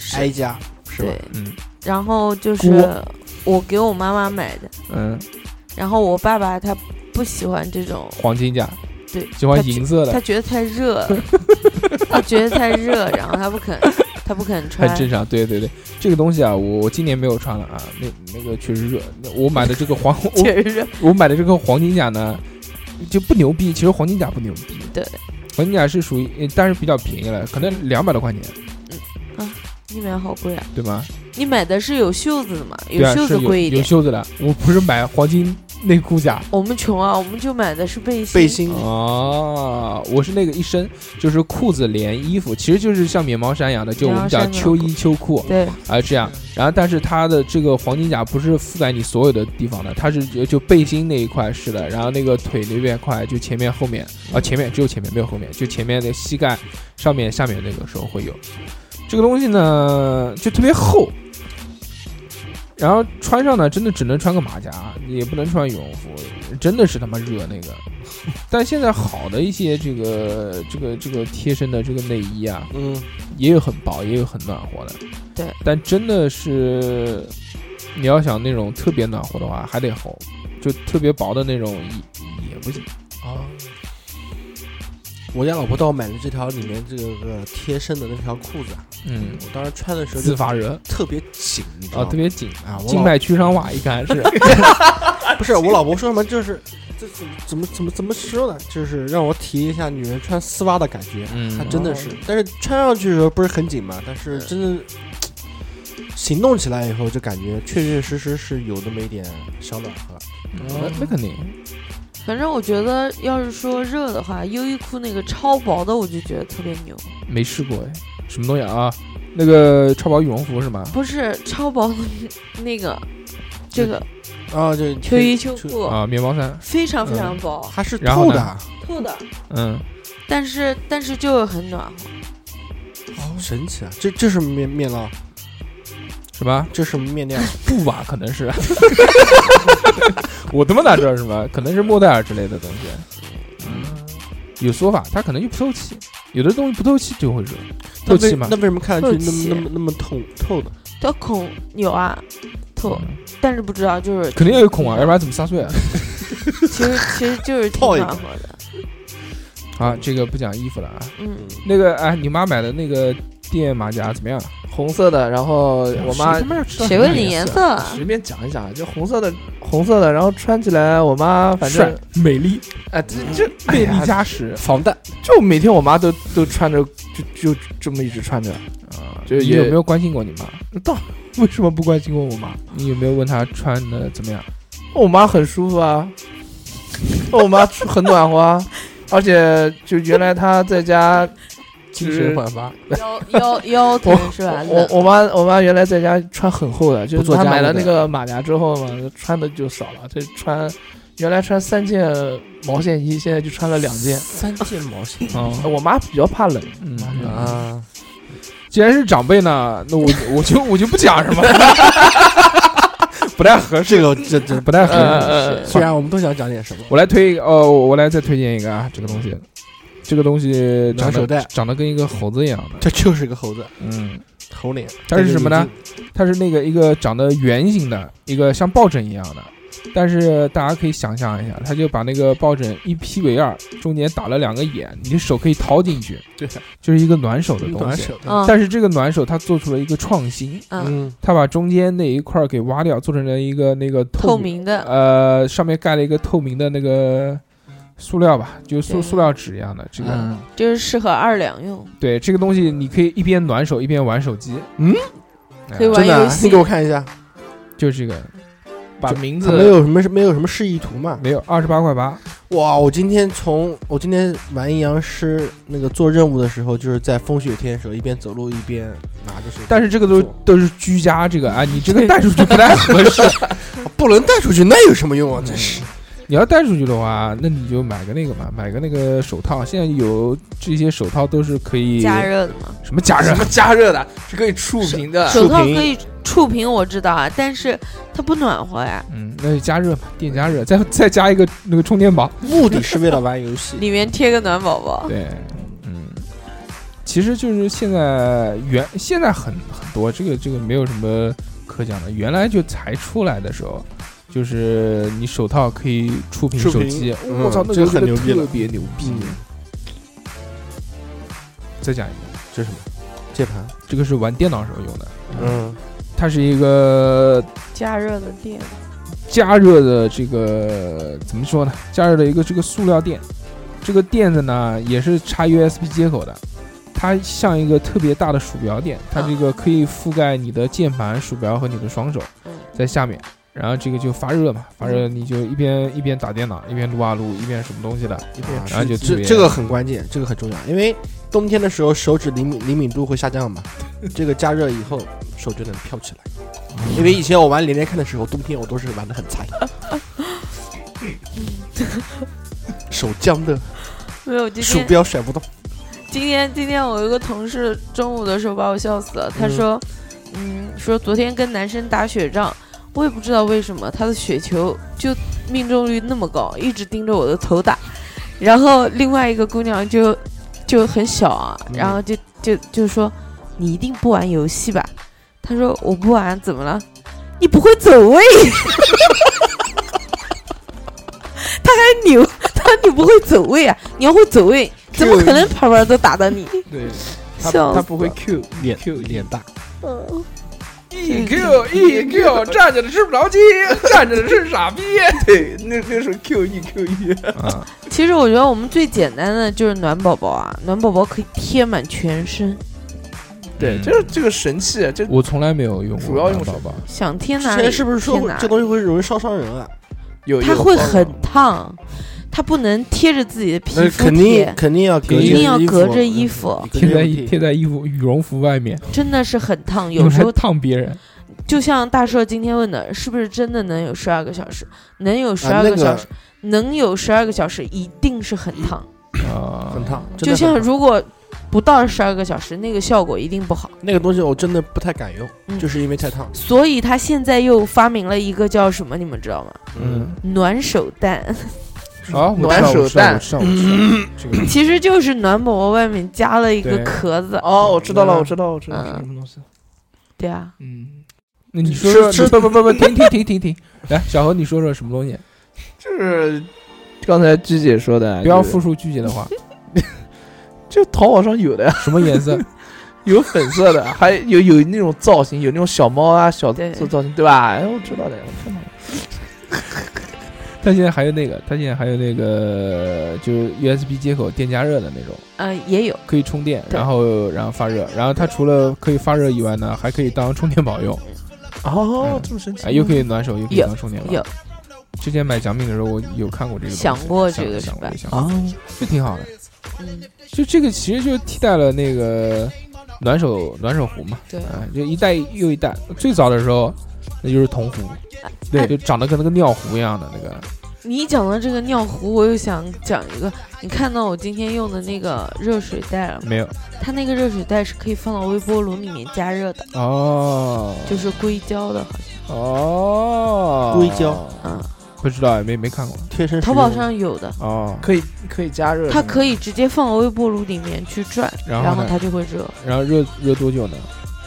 C: 是
B: 挨家是吧？
C: 对，
D: 嗯
C: 然后就是
D: 哎锅
C: 我给我妈妈买的，
D: 嗯，
C: 然后我爸爸他不喜欢这种，
D: 黄金甲
C: 对，
D: 喜欢
C: 他
D: 银色
C: [laughs]
D: 的
C: 他，觉得太
D: [laughs]
C: 热，他觉得太热，然后他不肯，他不肯穿
D: 很。正常。对对对，这个东西啊，我我今年没有穿了啊，那那个确实热。那我买的这个黄， [laughs] 我
C: 确实，
D: 我买的这个黄金甲呢，就不牛逼。其实黄金甲不牛逼，
C: 对，
D: 黄金甲是属于，呃但是比较便宜了，可能两百多块钱，
C: 你买好贵啊！
D: 对吗？
C: 你买的是有袖子的嘛？
D: 对啊，
C: 袖
D: 是
C: 子
D: 有
C: 贵一
D: 有
C: 点。
D: 袖子的。我不是买黄金内裤甲，
C: 我们穷啊，我们就买的是背心。
B: 背心
D: 哦，我是那个一身，就是裤子连衣服，其实就是像棉毛衫一样的，就我们讲秋衣秋裤
C: 对，
D: 啊这样。然后，但是它的这个黄金甲不是覆盖你所有的地方的，它是就就背心那一块是的，然后那个腿那边块就前面后面啊前面只有前面没有后面，就前面的膝盖上面下面那个时候会有。这个东西呢就特别厚。然后穿上呢，真的只能穿个马甲，也不能穿羽绒服，真的是他妈热那个。但现在好的一些这个这个这个贴身的这个内衣啊，
B: 嗯，
D: 也有很薄，也有很暖和的。
C: 对，
D: 但真的是你要想那种特别暖和的话，还得厚，就特别薄的那种也也不行。
B: 哦，我家老婆倒买了这条里面这个呃贴身的那条裤子啊，
D: 嗯，
B: 我当时穿的时候就
D: 自发热
B: 特别紧，你知道
D: 啊，
B: 吗
D: 特？别紧。
B: 啊，我
D: 静
B: 老
D: 脉曲张袜一看是，
B: 不是我老婆说什么，就是这怎么怎么怎么怎么说呢？就是让我体验一下女人穿丝袜的感觉，
D: 嗯
B: 还真的是。但是穿上去的时候不是很紧嘛，但是真的行动起来以后，就感觉确确实实是有那么一点小暖和。
D: 哎那那肯定。
C: 反正我觉得，要是说热的话，优衣库那个超薄的，我就觉得特别牛。
D: 没试过哎，什么东西啊？那个超薄羽绒服是吗？
C: 不是超薄的那个，这个
B: 啊，对，
C: 秋衣秋裤
D: 啊，棉毛衫，
C: 非常非常薄，
B: 它是
D: 然后
B: 透的
D: 呢
B: 啊，
C: 透的，
D: 嗯，
C: 但是但是就很暖和。
B: 神奇啊！这这是面面料，
D: 什么？
B: 这是面 [laughs] 料，
D: 布吧，可能是。 [laughs] 我他妈哪知道什么？可能是莫代尔之类的东西。嗯，有说法，它可能就不透气，有的东西不透气就会热，
B: 那
D: 透
B: 为
D: 气嘛
B: 那。为什么看上去那么
C: 透气
B: 那么那么透透的？
C: 它孔有啊，透，
D: 嗯
C: 但是不嗯知道就是
D: 肯定要有孔啊，要不然怎么撒碎啊？
C: 其实其实就是挺
B: 泡一
C: 暖
B: 个
C: 和的。
D: 啊，这个不讲衣服了啊。
C: 嗯，
D: 那个哎，你妈买的那个电马甲怎么样？
A: 红色的，然后我妈
D: 谁他妈要知道
C: 谁
D: 什么
C: 问你颜色？啊？
A: 随便讲一讲，就红色的，红色的，然后穿起来，我妈反
D: 帅
A: 正、
D: 美丽、
A: 哎，这这
D: 魅
A: 哎
D: 力
A: 呀
D: 加持
B: 防弹
A: 就每天我妈都都穿着，就就这么一直穿着。
D: 啊！
A: 就
D: 你
A: 也
D: 有没有关心过你妈？
A: 到
D: 为什么不关心过我妈？你有没有问她穿的怎么样？
A: 我妈很舒服啊，我妈很暖和啊，而且就原来她在家，
D: 精神焕发。
C: [laughs] 腰腰腰疼是吧？
A: 我
C: 冷
A: 我妈我妈原来在家穿很厚的，就
B: 不
A: 是
B: 做
A: 她
B: 家务
A: 买了
B: 的
A: 那个马甲之后嘛，穿的就少了，就穿原来穿三件毛线衣，现在就穿了两件。
B: 三件毛线
D: 啊
A: 我妈比较怕冷，
D: 嗯
B: [laughs] 啊，
D: 既然是长辈呢，那我我就我就不讲什么
B: [laughs]
D: 了，不太合适，
B: 这个这这
D: 不太合
A: 呃
D: 适。
A: 呃，
B: 虽然我们都想讲点什么，
D: 我来推一个，哦，我来再推荐一个啊，这个东西，这个东西
B: 暖
D: 长
B: 手
D: 得
B: 袋，
D: 长得跟一个猴子一样的，
B: [laughs] 这就是个 [laughs] 猴子
D: 嗯，
B: 猴脸，
D: 它是什么呢？它是那个一个长得圆形的，一个像抱枕一样的，但是大家可以想象一下，它就把那个抱枕一劈为二，中间打了两个眼，你的手可以掏进去，
B: 对，
D: 就是一个暖手
B: [laughs]
D: 的东
B: 暖
D: 西。
B: 手的，
C: 嗯
D: 但是这个暖手它做出了一个创新，
C: 嗯，
B: 嗯，
D: 他把中间那一块儿给挖掉，做成了一个那个透
C: 透明的，
D: 呃，上面盖了一个透明的那个塑料吧，就塑
C: 对
D: 塑料纸一样的。
B: 啊
D: 这个、
A: 嗯
C: 就是适合二两用，
D: 对这个东西，你可以一边暖手一边玩手机。
B: 嗯
D: 哎，
C: 可以玩
B: 真的啊
C: 游，
B: [laughs]
C: 戏
B: 你给我看一下，
D: 就这个
A: 把名
B: 它没
A: 字
B: 有什么没有什么示意图嘛？
D: 没有二十八块八，
B: 哇，我今天从我今天玩阴阳师那个做任务的时候，就是在风雪天的时候，一边走路一边拿着手机，
D: 但是这个都
B: 做
D: 都是居哎
B: [laughs]
D: 家这个啊，你这个带出去不太合适。
B: 不能带出去，那有什么用啊？真是
D: 你要带出去的话，那你就买个那个嘛，买个那个手套。现在有这些手套都是可以
C: 加热的嘛。
D: 什么加热
A: 什么加热的是可以触屏的，
C: 手套可以触屏，我知道啊，但是它不暖和呀，
D: 嗯，那就加热嘛，电加热，再再加一个那个充电宝。
B: 目的是为了玩游戏。
C: 里面贴个暖宝
B: 哦
C: 宝。
D: 对，嗯，其实就是现在原现在很很多这个这个没有什么可讲的，原来就才出来的时候，就是你手套可以触屏
B: 触
D: 手
B: 屏
D: 机，
B: 嗯
D: 我操，那
B: 这
D: 个
B: 很牛逼
D: 特
B: 了
D: 别牛逼。
B: 嗯
D: 再讲一个，
B: 这是什么？键盘。
D: 这个是玩电脑时候用的，
B: 嗯，
D: 它是一个
C: 加热的电，
D: 加热的这个怎么说呢？加热的一个这个塑料垫，这个垫子呢也是插 USB 接口的，它像一个特别大的鼠标
A: 啊
D: 垫，它这个可以覆盖你的键盘、鼠标和你的双手
C: 嗯，
D: 在下面，然后这个就发热嘛，发
A: 嗯
D: 热你就一边一边打电脑，一边撸啊撸，一边什么东西的，啊然后就特
B: 这
D: 别
B: 这个很关键，这个很重要，因为冬天的时候手指灵敏灵敏度会下降嘛，这个加热以后手就能飘起来。因为以前我玩连连看的时候，冬天我都是玩的很菜，手僵的，
C: 没有今
B: 鼠
C: 天
B: 标甩不动。
C: 今天今天我有一个同事中午的时候把我笑死了，他说，嗯，说昨天跟男生打雪仗，我也不知道为什么他的雪球就命中率那么高，一直盯着我的头打，然后另外一个姑娘就就很小啊，
B: 嗯
C: 然后就就就说你一定不玩游戏吧？他说我不玩，怎么了？你不会走位， [laughs] 他还扭，他说你不会走位啊？你要会走位，怎么可能跑跑都打到你？
A: 对，他
C: 笑
A: 他
C: 死
A: 不会
C: 了
A: Q
B: 脸
A: Q
B: 脸大，
C: 嗯
A: E Q E Q 站着的吃不着 [laughs] 鸡，站着的是傻逼。对，那那是 Q E Q E。
D: 啊，
C: 其实我觉得我们最简单的就是暖宝宝啊，暖宝宝可以贴满全身，
A: [laughs] 对，就是这个神器，这
D: 嗯我从来没有用过
A: 主要
D: 暖宝宝，
A: 用
D: 宝宝，
C: 想贴
B: 之
C: 哪里
B: 前是不是说
C: 贴
B: 会
C: 哪里
B: 这东西会容易烧伤人啊？
A: 有
C: 它会很烫，它不能贴着自己的皮
B: 那
C: 肤贴，
B: 肯定肯定要隔
D: 一
B: 着
D: 定
B: 衣
C: 要
B: 服
C: 隔着衣服
B: 嗯
D: 贴在
B: 衣
D: 贴在衣服羽绒服外面，
C: 真的是很烫。有
D: 用
C: 时
D: 来
C: 候
D: 烫别人。
C: 就像大硕今天问的，是不是真的能有十二个小时？能有十
B: 啊
C: 二
B: 那
C: 个小
B: 个
C: 时，能有十二个小时，一定是很烫。
D: 啊，
B: 很烫，真
C: 嗯就
B: 的很
C: 像
B: 烫
C: 如果不到十二个小时，那个效果一定不好。
B: 那个东西我真的不太敢用，
C: 嗯
B: 就是因为太烫。
C: 所以他现在又发明了一个叫什么，你们知道吗？
D: 嗯，
C: 暖手蛋。
A: [laughs]
C: 嗯
D: 啊，我
A: 暖
D: 知道
A: 手
D: 我知道
A: 蛋
D: 我知道我知道这个
C: 其实就是暖宝宝外面加了一个
D: 对
C: 壳子。
A: 哦，我知道了，我知道，我知道
C: 嗯
A: 是什么东西。
C: 对啊，
A: 嗯，
D: 那你说
A: 吃
D: 说，
A: 吃
D: 你不不不不，停停停
C: [laughs]
D: 停停，来，小何，你说说什么东西？
A: 就是刚才鞠姐说的，啊
D: 不要
A: 就是
D: 复述拒绝
C: [laughs]
D: 的话。
A: 就淘宝上有的呀， [laughs]
D: 什么颜色？
A: 有粉色
C: [laughs]
A: 的，还有有那种造型，有那种小猫啊、小
C: 对
A: 做造型，对吧？哎，我知道的，我看到了。
D: 他现在还有那个，他现在还有那个，就是 USB 接口电加热的那种，
C: 呃，也有，
D: 可以充电，
C: 对
D: 然后然后发热。然后它除了可以发热以外呢，还可以当充电宝用，
A: 哦
D: 嗯，
A: 这么神奇
D: 啊，又可以暖手，又可以当充电宝。
C: 有
D: 之前买奖品的时候，我有看过这个东西，
C: 想过这
D: 想
C: 个是
D: 想过
C: 吧
D: 想过
A: 啊！
D: 这挺好的。
C: 嗯，
D: 就这个其实就替代了那个暖手暖手壶嘛，
C: 对
D: 啊，就一代又一代。最早的时候，那就是铜壶，对，就长得跟那个尿壶一样的那个，
C: 你一讲到这个尿壶，我又想讲一个。你看到我今天用的那个热水袋了吗？
D: 没有
C: 它那个热水袋是可以放到微波炉里面加热的，
D: 哦
C: 就是硅胶的，好像。
D: 哦，
B: 硅胶
C: 嗯，
D: 不知道，没没看过
B: 贴身
C: 淘宝上有的，
D: 哦。
A: 可以可以加
C: [laughs]
A: 热，
C: 它可以直接放到微波炉里面去转，
D: 然后
C: 然后
D: 呢
C: 它就会热。
D: 然后热热多久呢？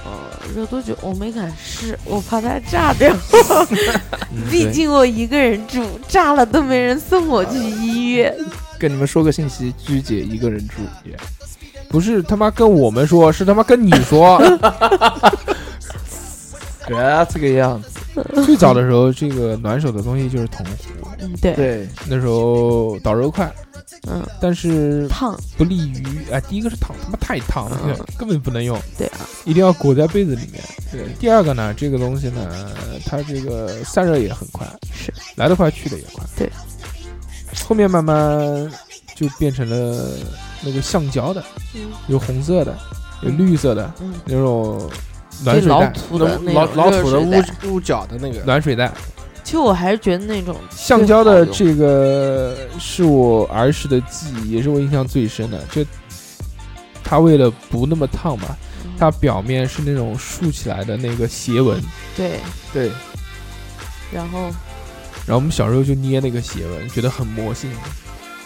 C: 呃，热多久我没敢试，我怕它炸掉。 [laughs] 毕竟我一个人住，炸了都没人送我去医院。
A: 跟你们说个信息，鞠姐一个人住，
D: 不是他妈跟我们说，是他妈跟你说。
A: 啊，这个样子，
D: 最早的时候，这个暖手的东西就是铜壶，
C: 嗯，对，
A: 对，
D: 那时候导热快，
C: 嗯，
D: 但是
C: 烫，
D: 不利于哎，第一个是烫，他妈太烫了，
C: 嗯
D: 这根本不能用，
C: 对啊，
D: 一定要裹在被子里面。
A: 对，
D: 第二个呢，这个东西呢，它这个散热也很快，
C: 是
D: 来得快去得也快。
C: 对，
D: 后面慢慢就变成了那个橡胶的，
C: 嗯
D: 有红色的，有绿色的
C: 嗯，
D: 那种暖
C: 给
D: 水
C: 老
D: 袋，
C: 土的那
B: 老
C: 种
B: 老
C: 热
B: 土的
C: 水袋
B: 屋屋角的那个，
D: 暖水袋。
C: 其实我还是觉得那种
D: 橡胶的这个是我儿时的记忆，也是我印象最深的。就它为了不那么烫嘛，
C: 嗯
D: 它表面是那种竖起来的那个斜纹，
C: 对，
A: 对，
C: 然后
D: 然后我们小时候就捏那个斜纹，觉得很魔性。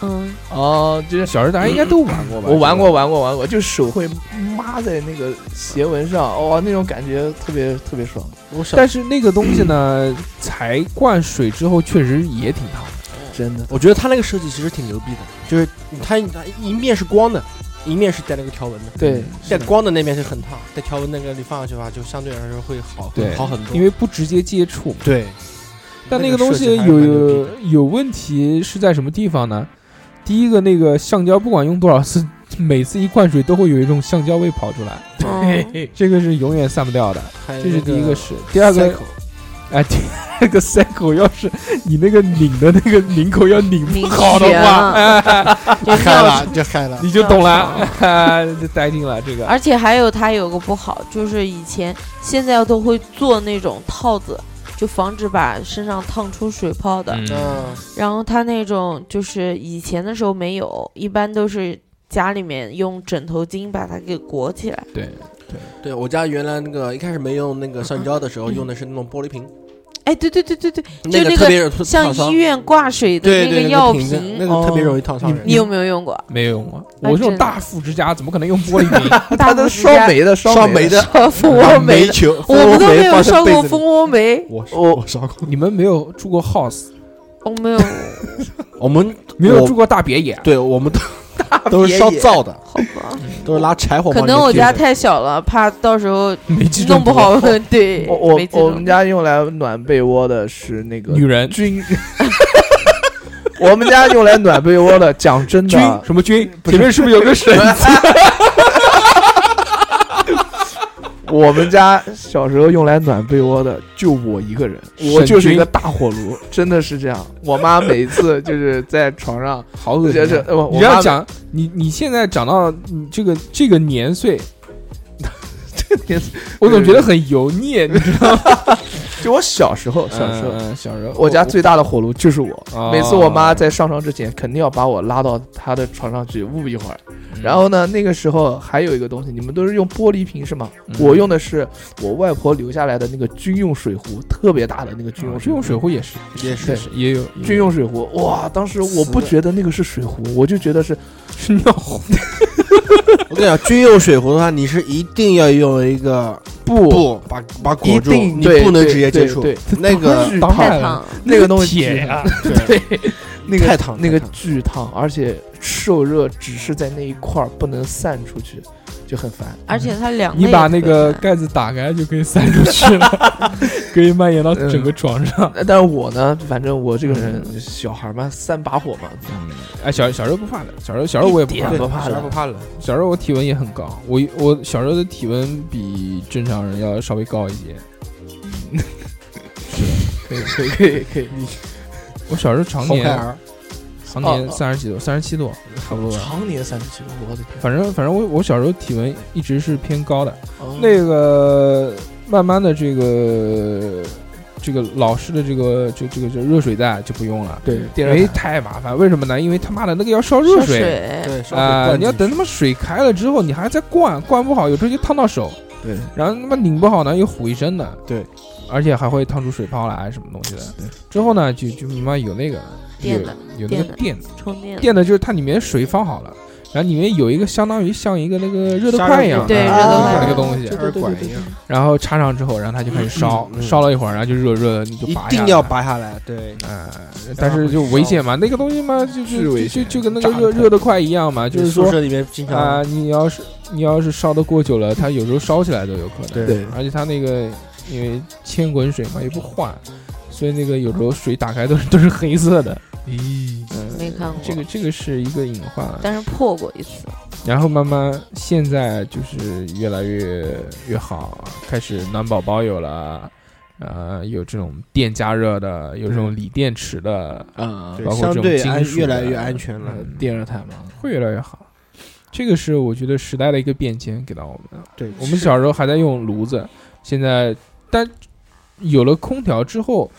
C: 嗯，
A: 哦，就是
D: 小时候大家应该都玩
B: 嗯
D: 过吧？
A: 我玩过，玩过，玩过，就手会抹在那个斜纹上，哇、那种感觉特别特别爽，
B: 我小
D: 但是那个东西
B: [clears throat]
D: 呢，才灌水之后确实也挺烫的。
A: 真的。
B: 我觉得他那个设计其实挺牛逼的，就是它它一面是光的，一面是带那个条纹的。
A: 对，
B: 带光的那面是很烫，带条纹那个你放上去的话，就相对来说会好，
D: 对
B: 嗯好很多。
D: 因为不直接接触嘛。
B: 对，
D: 但
B: 那
D: 那个东
B: 设
D: 西
B: 计还是
D: 有
B: 蛮牛逼
D: 有
B: 的
D: 有问题是在什么地方呢？第一个，那个橡胶不管用多少次， [laughs] 每次一灌水都会有一种橡胶味跑出来，
C: 嗯
B: 哦
D: [laughs] 这个是永远散不掉的。
B: 还有
D: 这是第一
B: 那个
D: 个事，第二个
B: cycle，
D: 哎，第 [laughs] 二个 cycle 要是你那个拧的那个拧口要拧不好的
C: 拧悬
B: 啊
D: 话，
C: 了
D: 哎、
C: [laughs]
B: [laughs] 就嗨了，啊就嗨了。
D: 你就懂了，哎、 [laughs] 就待定了这个。
C: 而且还有它有个不好，就是以前现在都会做那种套子，就防止把身上烫出水泡的。
B: 嗯，
C: 然后它那种就是以前的时候没有，一般都是家里面用枕头巾把它给裹起来。
B: 对我家原来那个一开始没用那个橡胶的时候，用的是那种玻璃瓶，
C: 哎，对对对对对，
B: 那
C: 那
B: 个
C: 个
B: 特别容易烫
C: 像
B: 伤
C: 医。院挂水的
B: 对
C: 那
B: 对，
C: 个
B: 那
C: 药
B: 瓶子
C: 瓶，
B: 那个特别容易烫伤
D: 哦
B: 人。
C: 你有没有用过？
D: 没有用过，
C: 哎
D: 我这种
C: 真的
D: 大副指甲怎么可能用玻璃瓶？
C: [laughs]
A: 它
C: 大拇
A: 都
C: 指
A: 烧
C: 甲
A: 煤的，烧煤的，
C: 蜂窝煤的，
B: 球，
C: 我们都没有烧过蜂窝煤，
B: 我
A: 我
B: 我烧过，
D: 你们没有住过 house，
C: 我哦没有，
B: 我们
D: 没有
B: 我
D: 住过大别野，
B: 对，我们都都是烧灶的，
C: 好吧？
B: 都是拿柴火。
C: 可能我家太小了，怕到时候
D: 没记住。
C: 弄不好， [laughs] 对，
A: [laughs] 我我
C: 没记
A: 我们
C: 住。
A: 家用来暖被窝的是那个
D: 女人
A: 军， [laughs] 我们家用来暖被窝的，讲真
D: 军
A: 的，啊
D: 什么军？前面是不是有个绳子？
A: 我们家小时候用来暖被窝的就我一个人，
D: 神
A: 我就是一个
D: 经
A: 大火炉，真的是这样。我妈每次就是在床上，
D: 好恶心
A: 就
D: 啊！
A: 是呃我
D: 你
A: 我
D: 这样
A: 妈
D: 讲，你你现在长到你这个这个年岁，
A: 每天，
D: [laughs] 我总觉得很油腻。你知道吗？
A: 就我小时候小时候。
D: 嗯嗯小时候，
A: 我家最大的火炉就是我，
D: 哦
A: 每次我妈在上床之前，肯定要把我拉到她的床上去捂一会儿。
D: 嗯
A: 然后呢，那个时候还有一个东西，你们都是用玻璃瓶是吗？
D: 嗯
A: 我用的是我外婆留下来的那个军用水壶，特别大的那个军用
D: 哦军用水壶也是，
B: 也
A: 对
B: 是
D: 是也有也有
A: 军用水壶。哇，当时我不觉得那个是水壶，我就觉得是
D: 是尿壶，
B: 我跟你讲，军用水壶的话，你是一定要用一个
A: 布，
B: 布把把
A: 一
B: 裹住，
A: 定
B: 你
A: 对
B: 不能
A: 对
B: 直接接
A: 对
B: 触
A: 对，
B: 那个
A: 巨
D: 当
A: 烫，
C: 太
D: 然
C: 烫
D: 了，
C: 了，
A: 那个东西
D: 铁
A: 巨
D: 呀
A: 烫，对， [laughs] 那个
B: 太烫
A: 那个
B: 太烫
A: 巨烫，而且受热只是在那一块儿，不能散出去，就很 [laughs] 烦。
C: 而且它凉。
D: 你把那个盖子打开就可以散出去了， [laughs] 可以蔓延到整个床上。
A: 呃但是我呢，反正我这个人小孩嘛，三把火嘛，
D: 哎，小小时候不怕冷，小时候小时候我也不
A: 一
D: 怕
A: 点
D: 冷
A: 不怕
D: 小时候
A: 冷
D: 不怕冷，小时候我体温也很高，我我小时候的体温比正常人要稍微高一些。
A: 可以可以可以可以，
D: 我小时候常
B: 好开
D: 年
B: 儿，
D: 常年
A: 哦哦
D: 三十几度，三十七度差不多吧。
A: 常年三十七度，我的天，
D: 反正反正我我小时候体温一直是偏高的，
A: 哦
D: 那个慢慢的这个这个老式的这个这这个这热水袋就不用了，
A: 对
D: 因
A: 电
D: 为
A: 热
D: 哎太麻烦。为什么呢？因为他妈的那个要烧热
C: 热水，
B: 对，烧水
D: 啊、
B: 灌
D: 你要
B: 进
D: 等
B: 去
D: 他妈水开了之后，你还在灌，灌不好有时候就烫到手，
A: 对，
D: 然后他妈拧不好呢又虎一身的，
B: 对，
D: 而且还会烫出水泡来什么东西的。之后呢，就就慢慢有那个
C: 电的，
D: 有有那
C: 电
D: 个
C: 的
D: 垫子，
C: 充电，
D: 垫的就是它里面水放好了。然后里面有一个相当于像一个那个热得
B: 加热
D: 快一
B: 器
D: 样的，
C: 对热得
D: 啊
C: 快
D: 那个东西，
B: 二管一样，
D: 然后插上之后，然后它就开始烧，
B: 嗯嗯
D: 烧了一会儿，然后就热热的，你就
B: 一
D: 拔
B: 定
D: 下
B: 要
D: 来。
B: 拔下来，对，
D: 呃，但是就危险嘛，那个东西嘛，就
A: 巨
D: 就
A: 危
D: 就
A: 险
D: 就跟那个
A: 炸
D: 热
A: 开
D: 热的快一样嘛，就是
B: 宿
D: 说
B: 舍里面经
D: 啊、
B: 常
D: 你要是你要是烧的过久了，它有时候烧起来都有可
B: 对
D: 能。
A: 对
D: 而且它那个因为千滚水嘛，也不换，所以那个有时候水打开都是都是黑色的。咦，
C: 没看过
D: 这个这个是一个隐患。啊
C: 但是破过一次。
D: 然后慢慢现在就是越来越越好，开始暖宝宝有了，呃，有这种电加热的，有这种锂电池的，呃
A: 啊
B: 对
D: 包括
B: 相
D: 这种
B: 对
D: 金
B: 安
D: 属
B: 越来
D: 的
B: 越安全了。
A: 电热毯嘛，
D: 会越来越好。这个是我觉得时代的一个变迁给到我们的。
B: 对，
D: 我们
B: 是
D: 小时候还在用炉子，现在但有了空调之后，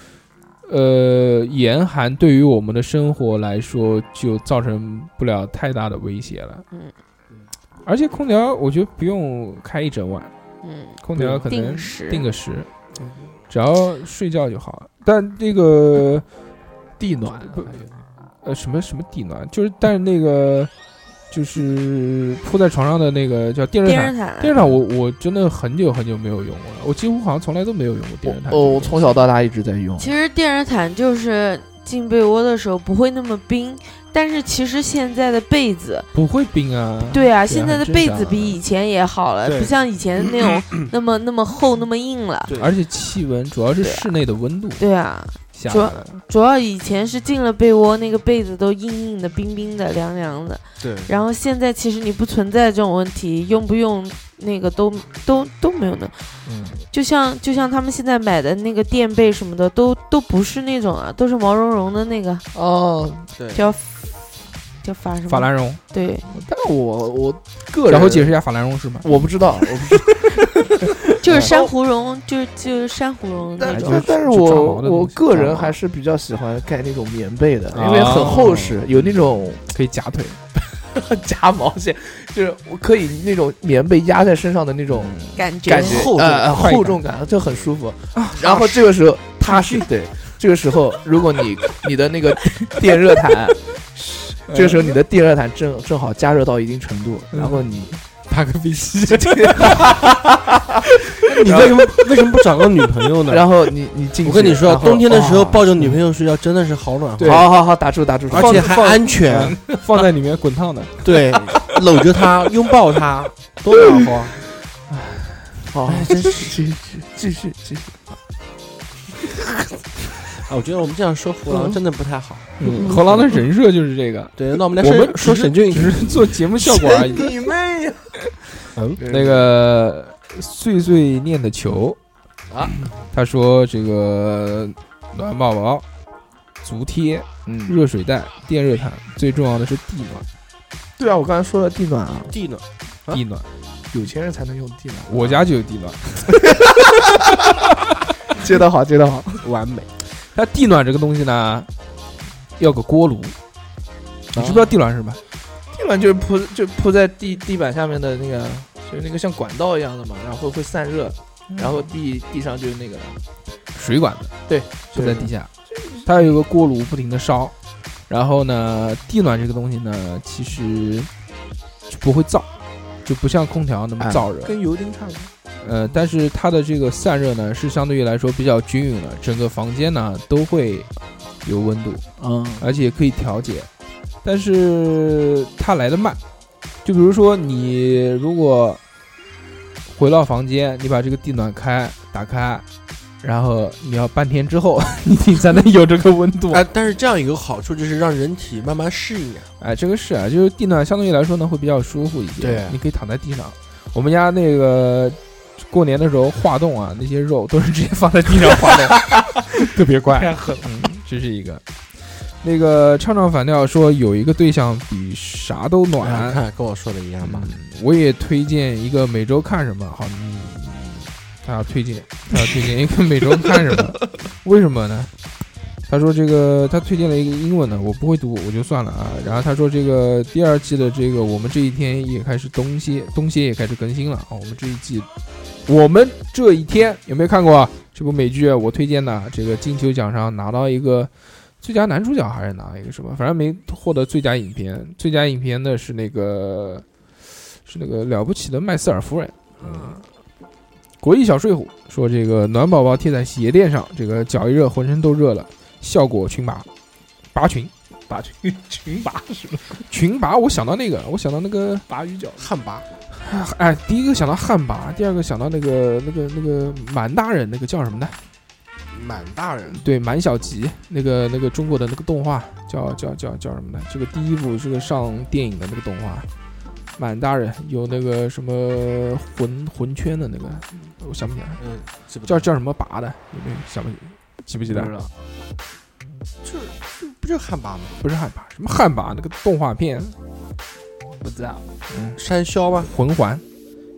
D: 呃，严寒对于我们的生活来说就造成不了太大的威胁了。
C: 嗯，
D: 而且空调我觉得不用开一整晚，
C: 嗯，
D: 空调可能
C: 定时
D: 定个时，只要睡觉就好了。但这个
A: 地暖啊
D: 不呃什么什么地暖，就是但是那个就是铺在床上的那个叫电热
C: 电
D: 毯
C: 热。毯，
D: 电热毯我我真的很久很久没有用过了，我几乎好像从来都没有用过电热毯。
A: 哦，我从小到大一直在用。
C: 其实电热毯就是进被窝的时候不会那么冰，但是其实现在的被子，
D: 不会冰啊。
C: 对啊，现在的
D: 很正
C: 被
D: 常
C: 子
D: 啊
C: 比以前也好了，
B: 对
C: 不像以前那种那么那么厚那么硬了。
D: 而且气温主要是
C: 对啊
D: 室内的温度
C: 对啊，
D: 下
C: 主
D: 来
C: 要
D: 了。
C: 主要以前是进了被窝，那个被子都硬硬的、冰冰的、凉凉的。
B: 对，
C: 然后现在其实你不存在这种问题，用不用那个都都都没有呢。
A: 嗯，
C: 就像就像他们现在买的那个垫被什么的，都都不是那种啊，都是毛茸茸的那个
A: 哦，
C: 叫叫法什么？
D: 法兰绒，
C: 对，
A: 但我我个人，
D: 然后解释一下法兰绒是吗？
A: 我不知道，我 [laughs] 不知道
C: 就是珊瑚绒，就是就是珊瑚绒的
A: 但
C: 那
D: 就是
C: 种
A: 但。但是
D: 就抓
A: 我
D: 毛的东西
A: 我个
D: 抓
A: 人
D: 毛
A: 还是比较喜欢盖那种棉被的，
D: 哦
A: 因为很厚实，有那种
D: 可以夹腿，
A: 夹毛线，就是我可以那种棉被压在身上的那种
C: 感觉
A: 感觉，
B: 嗯厚重啊
A: 呃，
D: 快感
A: 厚重感就很舒服。然后这个时候踏实，对，这个时候如果你你的那个 [laughs] 电热毯，
B: 嗯
A: 这个时候你的电热毯正正好加热到一定程度，
D: 嗯
A: 然后
B: [laughs]
A: 你 [laughs]
D: 打个飞机，
E: 你为什么为什么不找个女朋友呢？
A: 然后你你进去，
B: 我跟你说，
A: 然后
B: 冬天的时候
A: 哇
B: 抱着女朋友睡觉真的是好暖和，
D: 对
A: 好好好，打住打住，
B: 而且还安全，
D: [laughs] 放在里面滚烫的。
B: [laughs] 对，搂着她，拥抱她，多暖和。啊
A: 好，
B: 哎
A: 真是继续继续继续，
B: 啊，我觉得我们这样说胡狼真的不太好。
D: 嗯，荷兰的人设就是这个，
B: 对，那我们来
D: 我们
B: 说说
D: 只是
B: 沈俊 [laughs]
D: 只是 [laughs] 做节目效果而已。
A: 你妹呀！
D: 那个碎碎念的球
A: 啊，
D: 他说这个暖宝宝、足贴、
A: 嗯，
D: 热水袋、电热毯，最重要的是地暖，
A: 对啊，我刚才说了地暖啊，
B: 地暖，啊
D: 地暖，
A: 有钱人才能用地暖。
D: 我家就有地暖。
A: 接得好，接得好，
B: 完美。
D: 它地暖这个东西呢，要个锅炉，你知不知道地暖是什么？
A: 地暖就是铺就铺在地地板下面的那个，就是那个像管道一样的嘛，然后会散热，然后地地上就是那个的，
D: 水管子
A: 就
D: 就在地下，它有个锅炉不停的烧。然后呢，地暖这个东西呢，其实就不会燥，就不像空调那么燥热。
A: 跟油汀差不多。
D: 呃，但是它的这个散热呢，是相对于来说比较均匀的，整个房间呢都会有温度，
A: 嗯
D: 而且可以调节。但是它来的慢，就比如说你如果回到房间，你把这个地暖开打开，然后你要半天之后， [laughs] 你你才能有这个温度。
B: 哎，但是这样有个好处就是让人体慢慢适应啊。
D: 哎，这个是啊，就是地暖相对于来说呢会比较舒服一些，
B: 对
D: 你可以躺在地上。我们家那个过年的时候化冻啊，那些肉都是直接放在地上化冻，
B: [laughs]
D: 特别怪，
C: 哎
D: 太狠。嗯，这是一个。那个唱唱反调说有一个对象比啥都暖，
B: 啊看跟我说的一样吧。
D: 嗯我也推荐一个每周看什么。好，你他要推荐，他要推荐一个每周看
B: [laughs]
D: 什么，为什么呢？他说这个他推荐了一个英文的，我不会读，我就算了啊。然后他说这个第二季的这个我们这一天也开始东西东西也开始更新了啊。我们这一季，我们这一天有没有看过啊这部美剧？我推荐的这个金球奖上拿到一个。最佳男主角还是拿了一个什么？反正没获得最佳影片。最佳影片的是那个是那个了不起的麦瑟尔夫人。嗯，国艺小睡虎说这个暖宝宝贴在鞋垫上，这个脚一热浑身都热了，效果群拔，拔群，
A: 拔群 [laughs] 群拔是吧？
D: 群拔。我想到那个，我想到那个，
A: 拔鱼脚
B: 旱魃，
D: 哎，第一个想到旱魃，第二个想到那个那个那个满大人，那个叫什么呢？
B: 满嗯大人
D: 对，满小吉那个那个中国的那个动画叫叫叫叫什么呢？这个第一部是个上电影的那个动画，满大人有那个什么魂魂圈的那个，我想不起来。
B: 嗯，记不
D: 叫
B: 叫
D: 叫什么拔的，有没有想不起？记不记
A: 不
D: 得？
A: 知道，
B: 不就是旱魃吗？
D: 不是旱魃，什么旱魃那个动画片
A: 不知道。
B: 山魈吗？
D: 《魂环》，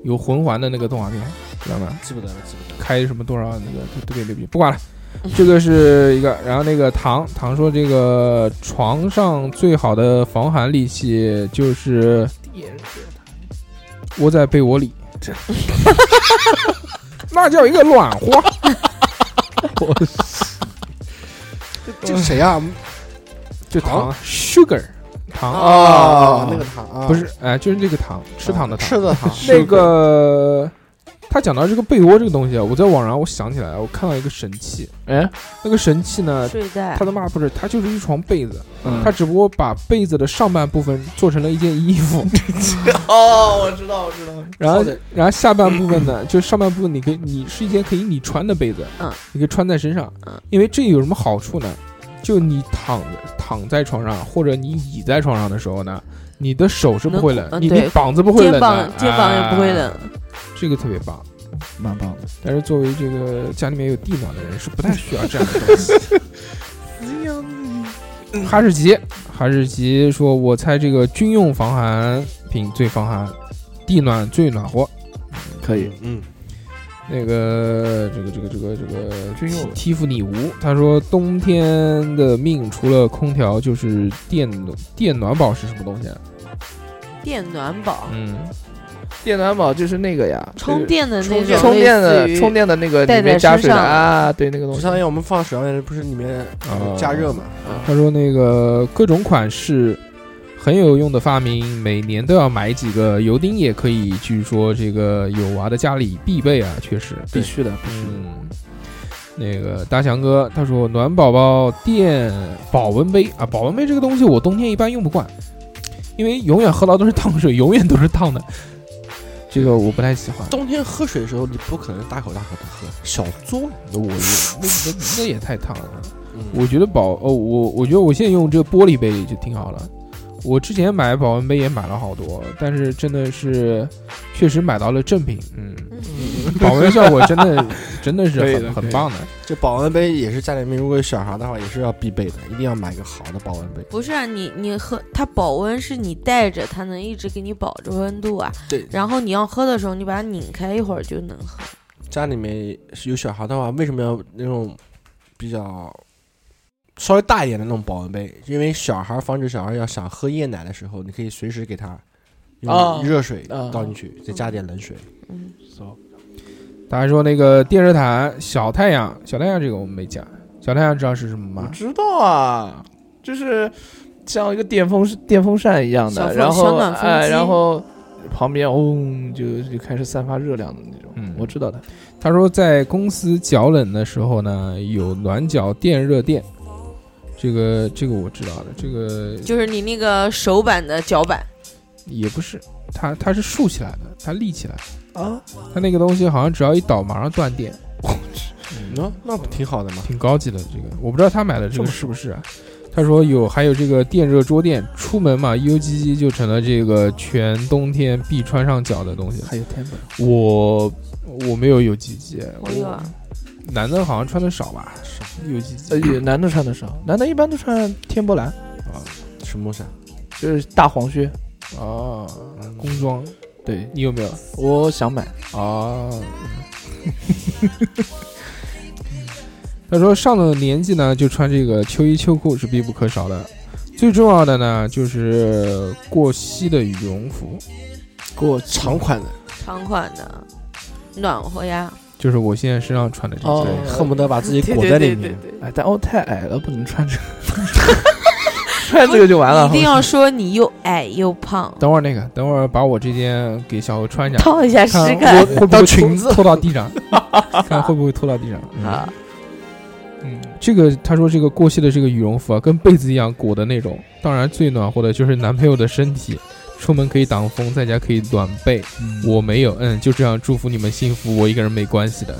D: 有《魂环》的那个动画片，知道吗？
B: 记不得了，记不得了。
D: 开什么多少那个特别牛逼，不管了。这个是一个，然后那个唐唐说，这个床上最好的防寒利器就是窝在被
B: [laughs]
D: 窝里，那叫一个暖和。
B: 这是谁啊？
D: 就
B: 糖
D: 糖 sugar 糖、
B: 啊，那个糖啊，
D: 不是哎、就是这个糖，吃糖的糖。
B: 吃的 [laughs] 糖，
D: 那个他讲到这个被窝这个东西啊，我在网上我想起来了，我看到一个神器，
A: 哎，
D: 那个神器呢，
C: 睡袋
B: 哎
D: 他，的妈不是，它就是一床被子，
A: 嗯
D: 它只不过把被子的上半部分做成了一件衣
A: [laughs]
D: 服，
A: 哦，我知道，我知道，
D: 然
A: 好
D: 后
A: 的
D: 然后下半部分呢， [clears throat] 就上半部分你可以你是一件可以你穿的被子，
C: 嗯，
D: 你可以穿在身上
C: 嗯，
D: 因为这有什么好处呢？就你躺躺在床上或者你倚在床上的时候呢，你的手是不会冷
C: 能，嗯
D: 你
C: 对
D: 你膀子不会
C: 肩
D: 冷啊的，
C: 膀肩膀也不会冷
D: 哎，，这个特别棒。
A: 蛮棒的。
D: 但是作为这个家里面有地暖的人，是不太需要这样的东
A: [laughs]
D: 西。哈士奇，哈士奇说：“我猜这个军用防寒品最防寒，地暖最暖和。
A: 可以，
B: 嗯，
D: 那个这个这个这个这个
A: 军用
D: 蒂芙尼屋，他说冬天的命除了空调就是电电暖宝是什么东西啊？
C: 电暖宝，
D: 嗯，
A: 电暖宝就是那个呀，
C: 充电的那
A: 充
C: 种，
A: 充电的
C: 类似于
A: 充电的那个
C: 带
A: 里面
C: 在
A: 加
C: 身
A: 水的
C: 上
A: 啊，对那个东
B: 就
A: 西
B: 相。当于我们放水面不是里面
D: 啊
B: 加热嘛？
D: 他说那个各种款式很有用的发明，每年都要买几个。油汀也可以，据说这个有娃的家里必备啊，确实
A: 必。须的，
D: 嗯，那个大强哥他说暖宝宝电保温杯啊，保温杯这个东西我冬天一般用不惯，因为永远喝到都是烫水，永远都是烫的，这个我不太喜欢。
B: 冬天喝水的时候，你不可能大口大口的喝，小嘬。
D: 我那那那也太烫了。
B: 嗯
D: 我觉得保哦，我我觉得我现在用这个玻璃杯就挺好了。我之前买保温杯也买了好多，但是真的是确实买到了正品，
A: [laughs]
D: 嗯，保温效果真的真的是
A: 可以的
D: 很
A: 可以
D: 很
A: 的
D: 棒的。
B: 这保温杯也是家里面，如果有小孩的话，也是要必备的，一定要买一个好的保温杯。
C: 不是啊，你你喝它保温是你带着，它能一直给你保着温度啊。
B: 对
C: 然后你要喝的时候，你把它拧开一会儿就能喝。
B: 家里面有小孩的话，为什么要那种比较稍微大一点的那种保温杯？因为小孩防止小孩要想喝夜奶的时候，你可以随时给他
A: 啊
B: 用热水
A: 啊
B: 倒进去，再加点冷水。
C: 嗯，
D: 大家说那个电热毯小太阳，小太阳这个我们没讲，小太阳知道是什么
A: 我
D: 吗？
A: 知道啊，就是像一个电风电风扇一样
C: 小
A: 的，
C: 风
A: 然
C: 小
A: 后
C: 暖风
A: 哎，
C: 机
A: 然后旁边嗡、就就开始散发热量的那种。
D: 嗯
A: 我知道的，
D: 他说在公司脚冷的时候呢，有暖脚电热垫，这个这个我知道的，这个
C: 就是你那个手板的脚板，
D: 也不是，它它是竖起来的，它立起来
A: 啊，
D: 它那个东西好像只要一倒马上断电，
B: 嗯那那不挺好的吗？
D: 挺高级的这个，我不知道他买的这个是不是啊？他说有，还有这个电热桌垫，出门嘛，U G G 就成了这个全冬天必穿上脚的东西。
A: 还有天粉，
D: 我我没有 U G G，
C: 我有啊，
D: 男的好像穿的少吧，少 U G
A: 呃
D: G，，
A: 也男的穿的少，男的一般都穿天波蓝，
B: 什么东西啊？
A: 就是大黄靴。
D: 哦，工装，
A: 对，
D: 你有没有？
A: 我想买，
D: [laughs] 哦。他说上了年纪呢，就穿这个秋衣秋裤是必不可少的。最重要的呢，就是过膝的羽绒服，
A: 给我
B: 长款的，
C: 长款的，暖和呀。
D: 就是我现在身上穿的这件。
A: 哦
B: 对，恨不得把自己
C: 对
B: 裹
C: 对
B: 在里
C: 对
B: 面
C: 对。对，
A: 哎，但我太矮了，不能穿这个，穿这个就完了
C: 哦一。定要说你又矮又胖，
D: 等会儿那个，等会儿把我这件给小何穿一下，
C: 套一下试
D: 看
C: 看
D: 我会不
B: 当
D: 会
B: 裙
D: 子拖到地上， [laughs] 看会不会拖到地上。嗯
C: 啊。
D: 嗯，这个他说这个过膝的这个羽绒服啊，跟被子一样裹的那种。当然最暖和的就是男朋友的身体，出门可以挡风，在家可以暖被。我没有，嗯，就这样祝福你们幸福，我一个人没关系的。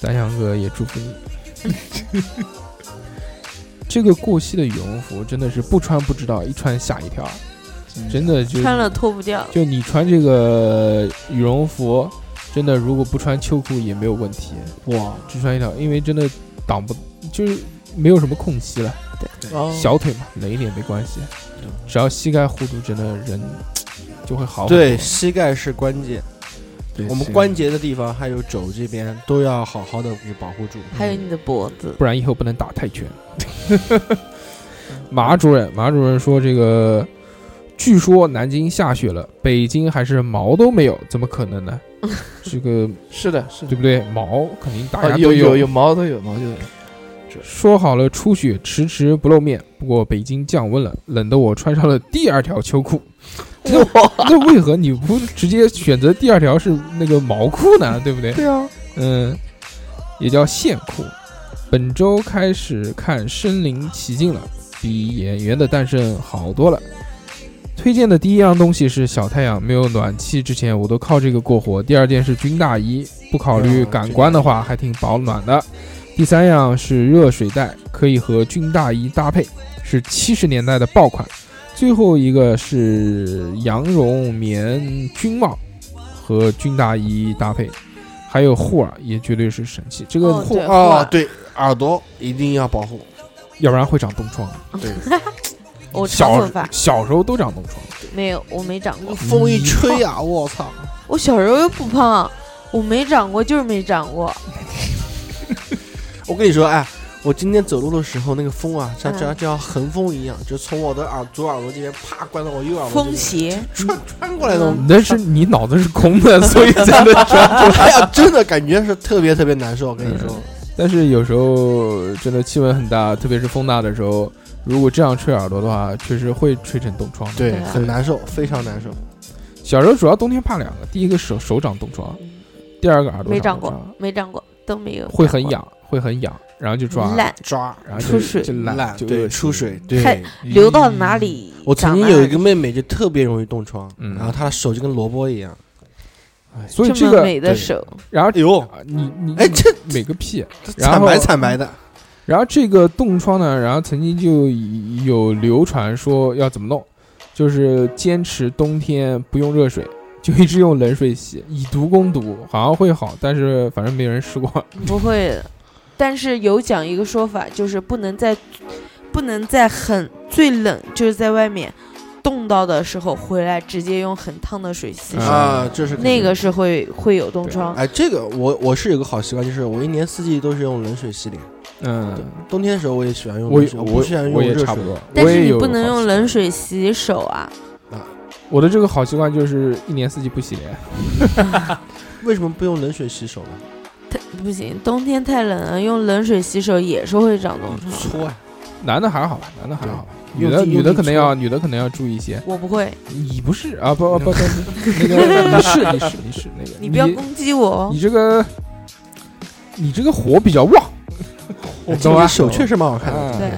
D: 大强哥也祝福你。 [laughs] 这个过膝的羽绒服真的是不穿不知道，一穿吓一跳，
A: 嗯
D: 真的就是
C: 穿了脱不掉，
D: 就你穿这个羽绒服，真的如果不穿秋裤也没有问题，
A: 哇，
D: 只穿一条，因为真的挡不就是没有什么空隙了，
A: 哦
D: 小腿嘛，冷一点没关系，
A: 嗯
D: 只要膝盖弧度真的人就会好很多
B: 对，膝盖是关键。对
A: 我
B: 我
A: 们
B: 们
A: 关
B: 关节的地方还有肘这边都要好好的给保护住。
C: 还有你的脖子，
D: 不然以后不能打泰拳。 [laughs] 马主任，马主任说这个，据说南京下雪了，北京还是毛都没有，怎么可能呢？这个
A: 是的，是的
D: 对，不对？毛肯定大
A: 啊
D: 家
A: 有
D: 都
A: 有有毛都有毛就有，
D: 说好了初雪迟迟不露面，不过北京降温了，冷得我穿上了第二条秋裤。 [laughs] 那那为何你不直接选择第二条是那个毛裤呢？对不对？
A: 对啊，
D: 嗯，也叫线裤。本周开始看《身临其境》了，比演员的诞生好多了。推荐的第一样东西是小太阳，没有暖气之前我都靠这个过活。第二件是军大衣，不考虑感官的话还挺保暖的。第三样是热水袋，可以和军大衣搭配，是七十年代的爆款。最后一个是羊绒棉军帽和军大衣搭配，还有护耳也绝对是神器。这个
C: 哦
D: 护
C: 对
B: 哦
C: 哇，
B: 对，耳朵一定要保护。 [laughs]
D: 要不然会长冻疮。
C: 我哦长
D: 小
C: 头发
D: 小时候都长冻疮，
C: 没有，我没长过。
B: 风一吹啊，我操！
C: 我小时候又不胖，我没长过，就是没长过。
B: 我跟你说，哎，我今天走路的时候，那个风啊，像
C: 嗯
B: 就像就像横风一样，就从我的耳左耳朵这边啪灌到我右耳朵这
C: 风
B: 边，
C: 邪，
B: 穿穿过来的。
C: 嗯
D: 那是你脑子是空的，所以才能
C: [laughs]
D: 穿。
B: [laughs] 哎呀，真的感觉是特别特别难受。我跟你说，
D: 但是有时候真的气温很大，特别是风大的时候，如果这样吹耳朵的话，确实会吹成冻疮。
B: 对
C: 对，啊
B: 很难受，非常难受。
D: 小时候主要冬天怕两个，第一个手手掌冻疮，第二个耳朵
C: 没长
D: 长
C: 过
D: 冻疮，
C: 没长过，都没有。
D: 会很，痒，会很痒，然后就抓，
C: 烂，
B: 抓
D: 然后就
C: 出水
D: 就烂，就
B: 对，
D: 恶心
B: 出水，
C: 太
B: 对。
C: 流到哪？里？
B: 我曾经有一个，妹妹就特别容易冻疮，
D: 嗯
B: 然后她的手就跟萝卜一样。
D: 哎所以
C: 这
D: 这
C: 么
D: 个，
C: 美的
B: 对
C: 手，
D: 然后
B: 哎呦，
D: 啊你你
B: 哎，这
D: 美个屁！然
B: 惨
D: 后
B: 白惨白的，
D: 然后这个冻疮呢，然后曾经就有流传说要怎么弄，就是坚持冬天不用热水，就一直用冷水洗，以毒攻毒，好像会好，但是反正没人
B: [laughs]
D: 试过。
C: 不会的，但是有讲一个说法，就是不能在不能在很最冷，就是在外面冻到的时候回来，直接用很烫的水洗手，
B: 啊，这是肯定
C: 那个是会会有冻疮。
B: 哎，这个我我是有个好习惯，就是我一年四季都是用冷水洗脸。
D: 嗯，
B: 冬天的时候我也喜欢用
D: 我
B: 冷水，
D: 我
B: 不喜欢用
D: 我也
B: 热水。
D: 差不多，
C: 但
D: 我
C: 是
D: 也
C: 你
D: 有
C: 不能
D: 好习
C: 用
D: 惯
C: 冷。水洗手啊！
D: 我的这个好习惯就是一年四季不洗脸，
B: 为什么不用冷水洗手呢？
C: 它不行，冬天太冷了，用冷水洗手也是会长冻
D: 嗯
C: 疮。
B: 哦搓呀，
D: 男的还好吧，男的还好吧。
B: 对
D: 女的
B: 用力
D: 女
B: 用
D: 的
B: 力
D: 可能要女的可能要注意一些，
C: 我不会，
D: 你不是啊不不不，那个你是你是你是那个，
C: 你不要攻击我哦
D: 你。这个，你这个火比较旺，
B: 我啊
D: 懂吧？
B: 哎手确实蛮好看的。
D: 嗯
C: 对，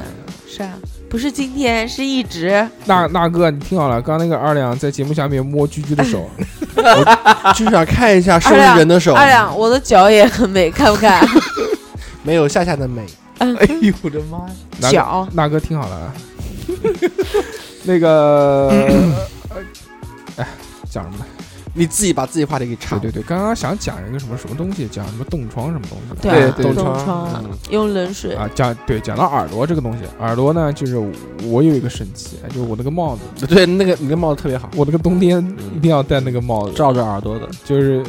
C: 是啊，不是今天，是一直。
D: 那那哥，你听好了，刚刚那个二两在节目下面摸居居的
C: [laughs]
D: 手，
B: 就是想看一
C: 哎
B: 下是不是人的手，
C: 二两，我的脚也很美，看不看？
B: 没有夏夏的美。
A: 哎呦我的妈呀！
D: 那哥
C: 脚
D: 那哥听好了，啊，那
C: [laughs]
D: 个，哎，讲什么呢？
B: 你自己把自己话题给
D: 对
B: 岔。
D: 对对，刚刚想讲一个什么什么东西，讲什么冻疮什么东西。
C: 对啊
A: 对
C: 冻
B: 冻
C: 疮
B: 疮
C: 啊
B: 嗯，
C: 用冷水。
D: 啊，讲对讲到耳朵这个东西，耳朵呢，就是我有一个神器，就是我那个帽子，
B: 对对，那个你的帽子特别好，
D: 我那个冬天一定要戴那个帽子，
B: 嗯罩着耳朵的。
D: 就是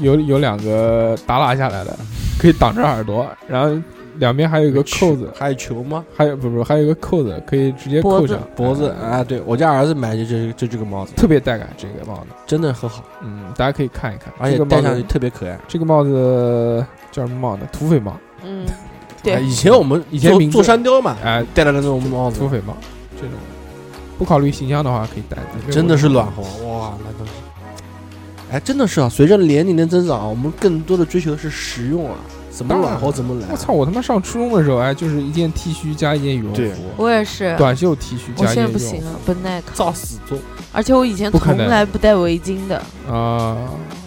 D: 有有两个打拉下来
B: 嗯
D: 的，可以挡着耳朵，然后两边还有一个扣子，
B: 还有球吗？
D: 还有不不还有一个扣子可以直接扣上
B: 脖子嗯
D: 嗯
B: 啊，对我家儿子买的就这就这个帽子，
D: 特别带感这个帽子，
B: 真的很好，
D: 嗯，大家可以看一看，
B: 而且
D: 这个帽
B: 戴
D: 子
B: 上去特别可爱。
D: 这个帽子叫什么帽子？土匪帽，
C: 嗯，
B: 哎
C: 对，
B: 以前我们
D: 以前
B: 做
D: 名字
B: 做山雕嘛，
D: 哎、
B: 戴着那种帽子
D: 土，匪帽这种，不考虑形象的话可以戴，
B: 真的是暖和哇，那东西。哎，真的是啊！随着年龄的增长啊，我们更多的追求的是实用啊，怎么
D: 当然
B: 暖和怎么来。
D: 我操！我他妈上初中的时候，哎，就是一件 T 恤加一件羽绒
B: 对
D: 服，
C: 我也是。
D: 短袖 T 恤
C: 我
D: 加一
C: 现在
D: 件羽
C: 不
D: 绒服
C: 行了，不耐看。
B: 造死做，
C: 而且我以前
D: 不可
C: 从
D: 能
C: 来不戴围巾的，
D: 啊、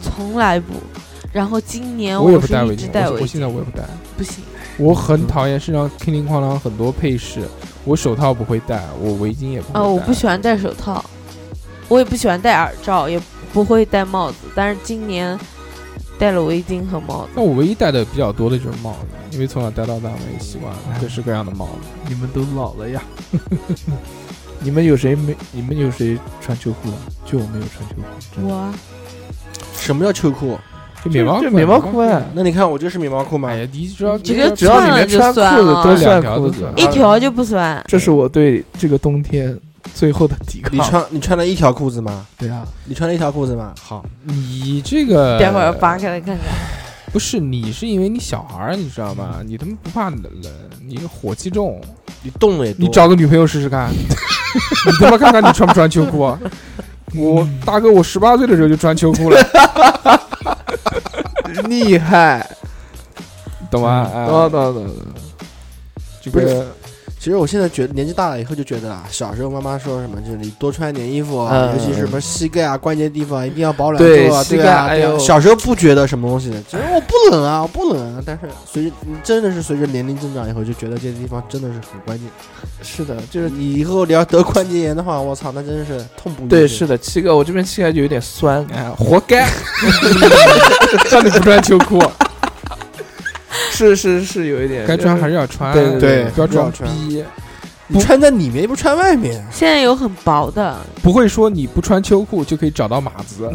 C: 从来不。然后今年
D: 我也不
C: 是
D: 戴
C: 一
D: 围
C: 直
D: 巾，
C: 戴
D: 我
C: 围
D: 我现
C: 巾，
D: 在我也不戴。
C: 不行，
D: 我很讨厌身上叮铃哐啷很多配饰，我手套不会戴，我围巾也不会戴。
C: 啊，我不喜欢戴手套，我也不喜欢戴耳罩，也不会戴帽子。但是今年戴了围巾和帽子，
D: 那我唯一戴的比较多的就是帽子，因为从小戴到大，我也习惯了各式各样的帽子。
A: 你们都老了呀！你们有谁没？你们有谁穿秋裤的？就我没有穿秋裤，真的。
C: 我
B: 什什么叫秋裤？
D: 就棉毛
A: 就
D: 裤，
A: 棉毛裤啊。
B: 那你看我这是棉毛裤吗
D: 哎？呀，你只要
C: 这
D: 那
C: 个
A: 只要里
C: 穿了
A: 面
C: 就
A: 穿裤
C: 算
A: 子
C: 了
A: 都
D: 两
A: 算
D: 条
A: 裤
D: 都
A: 子
D: 算，
C: 一条就不算，
A: 这是我对这个冬天最后的抵抗。
B: 你穿你穿了一条裤子吗？
A: 对啊，
B: 你穿了一条裤子吗？好，
D: 你这个
C: [laughs] 待会儿扒开来看看。
D: 不是你是因为你小孩儿，你知道吗？你他妈不怕冷，你火气重，
B: 你动的也多。
D: 你找个女朋友试
A: [laughs]
D: 试看，你他妈看看你穿不穿秋裤啊？我大哥，我十八岁的时候就穿秋裤了，
A: 厉害！
D: 懂吗？
A: 懂
D: 啊，
A: 懂懂懂。
D: 这
B: 不
D: 个
B: 其实我现在觉得年纪大了以后就觉得啊，小时候妈妈说什么就是你多穿点衣服啊，
A: 嗯
B: 尤其是什么膝盖啊、关节地方啊一定要保暖
A: 对
B: 住啊，
A: 膝
B: 对
A: 盖
B: 啊。
A: 哎
B: 对啊
A: 呦
B: 小时候不觉得什么东西，觉得我不冷啊，我不冷啊。但是随着你真的是随着年龄增长以后，就觉得这个地方真的是很关键。
A: 是的，就
B: 就是是你以后你要得关节炎的话，我操，那真是痛不欲
A: 对，
B: 生
A: 是的，膝盖我这边膝盖就有点酸。
D: 哎，活
A: [laughs]
D: 该，让你不穿秋裤，啊
A: 是是是，有一点
D: 该穿还是要穿，
A: 对对
B: 对
D: 不要
B: 不要
D: 装
B: 穿
D: 逼，
B: 你穿在里面又不穿外面，啊
C: 现在有很薄的，
D: 不会说你不穿秋裤就可以找到马子，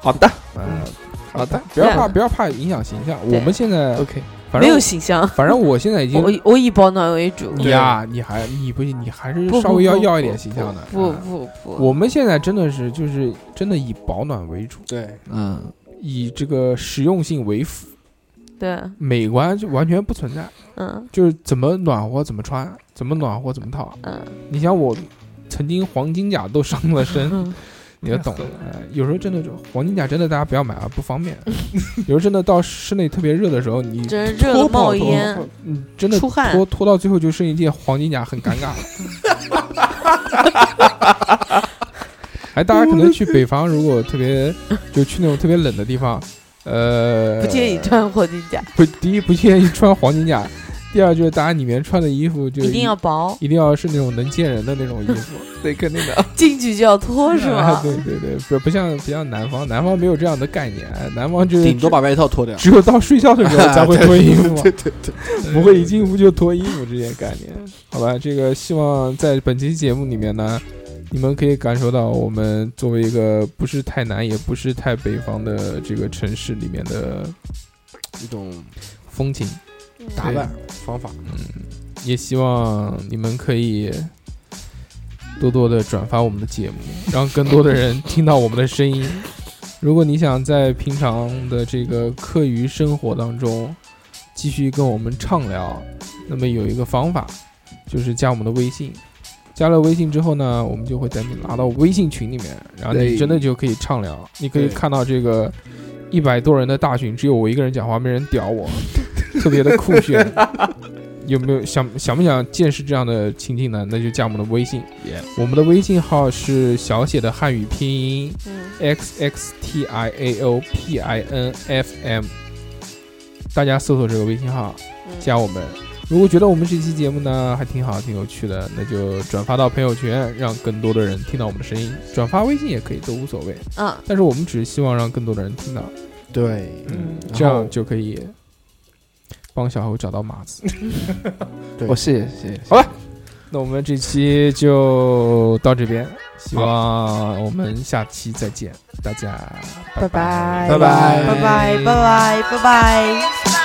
A: 好的。
D: 嗯，
A: 好的呃
D: 不要怕，
C: 对
D: 不要怕影响形象。
C: 对
D: 我们现在
A: OK，
D: 反
C: 没有
D: 正
C: 形象。
D: 反正我现在已经
C: 我以我以保暖为主。
D: 你呀，你还你不行，你还是
C: 不
D: 稍微要
C: 不不
D: 要一点形象的。
C: 不
D: 啊
C: 不不，
D: 我们现在真的是就是真的以保暖为主，
B: 对，
A: 嗯，
D: 以这个实用性为辅，
C: 对，
D: 美观就完全不存在，
C: 嗯
D: 就是怎么暖和怎么穿，怎么暖和怎么套。
C: 嗯
D: 你像我曾经黄金甲都上了
C: [laughs]
D: 身，
C: 嗯，
D: 你就懂了。哎有时候真的就黄金甲真的大家不要买啊，不
C: [laughs]
D: 方便。有时候真的到室内特别热的时候，你
C: 真是热
D: 脱
C: 得
D: 跑
C: 冒
D: 脱
C: 烟，
D: 嗯，真的
C: 出汗
D: 脱脱到最后就剩一件黄金甲，很尴尬。哎，大家可能去北方，如果特别就去那种特别冷的地方，呃，
C: 不建议穿火金甲，
D: 不第一不建议穿黄金甲，第二就是大家里面穿的衣服就
C: 一定要薄，
D: 一定要是那种能见人的那种衣服，
A: 对，肯定的。
C: 进去就要脱 [laughs] 是
D: 啊
C: 吗？
D: [laughs] 对对对，不不像不像南方，南方没有这样的概念，南方就是
B: 顶多把外套脱掉。
D: [laughs] 只有到睡觉的时候才会脱衣服嘛。
B: 啊对对对，
D: 不会一进屋就脱衣服这些概念。好吧，这个希望在本期节目里面呢，你们可以感受到我们作为一个不是太南也不是太北方的这个城市里面的
B: 一种
D: 风情。
C: 嗯
B: 打扮方法。
D: 也希望你们可以多多的转发我们的节目，让更多的人听到我们的声音。如果你想在平常的这个课余生活当中继续跟我们畅聊，那么有一个方法就是加我们的微信。加了微信之后呢，我们就会把你拉到微信群里面，然后你
A: 对
D: 真的就可以畅聊。你可以
B: 对
D: 看到这个一百多人的大群，只有我一个人讲话，没人屌我，特别的酷炫。有没有想想不想见识这样的情境呢？那就加我们的微信
A: Yeah
D: 我们的微信号是小写的汉语拼音
C: 嗯，
D: x x t i a o p i n f m，大家搜索这个微信号
C: 嗯
D: 加我们。如果觉得我们这期节目呢还挺好、挺有趣的，那就转发到朋友圈，让更多的人听到我们的声音。转发微信也可以，都无所谓。
C: 嗯
D: 但是我们只是希望让更多的人听到，
B: 对，
C: 嗯
D: 这
B: 然后
D: 样就可以帮小猴找到马 [laughs] 子。
A: 我哦谢谢谢谢。
D: 那我们这期就到这边，希望我们下期再见，大家
C: 拜拜
A: 拜拜
C: 拜拜拜拜拜拜。
F: Bye.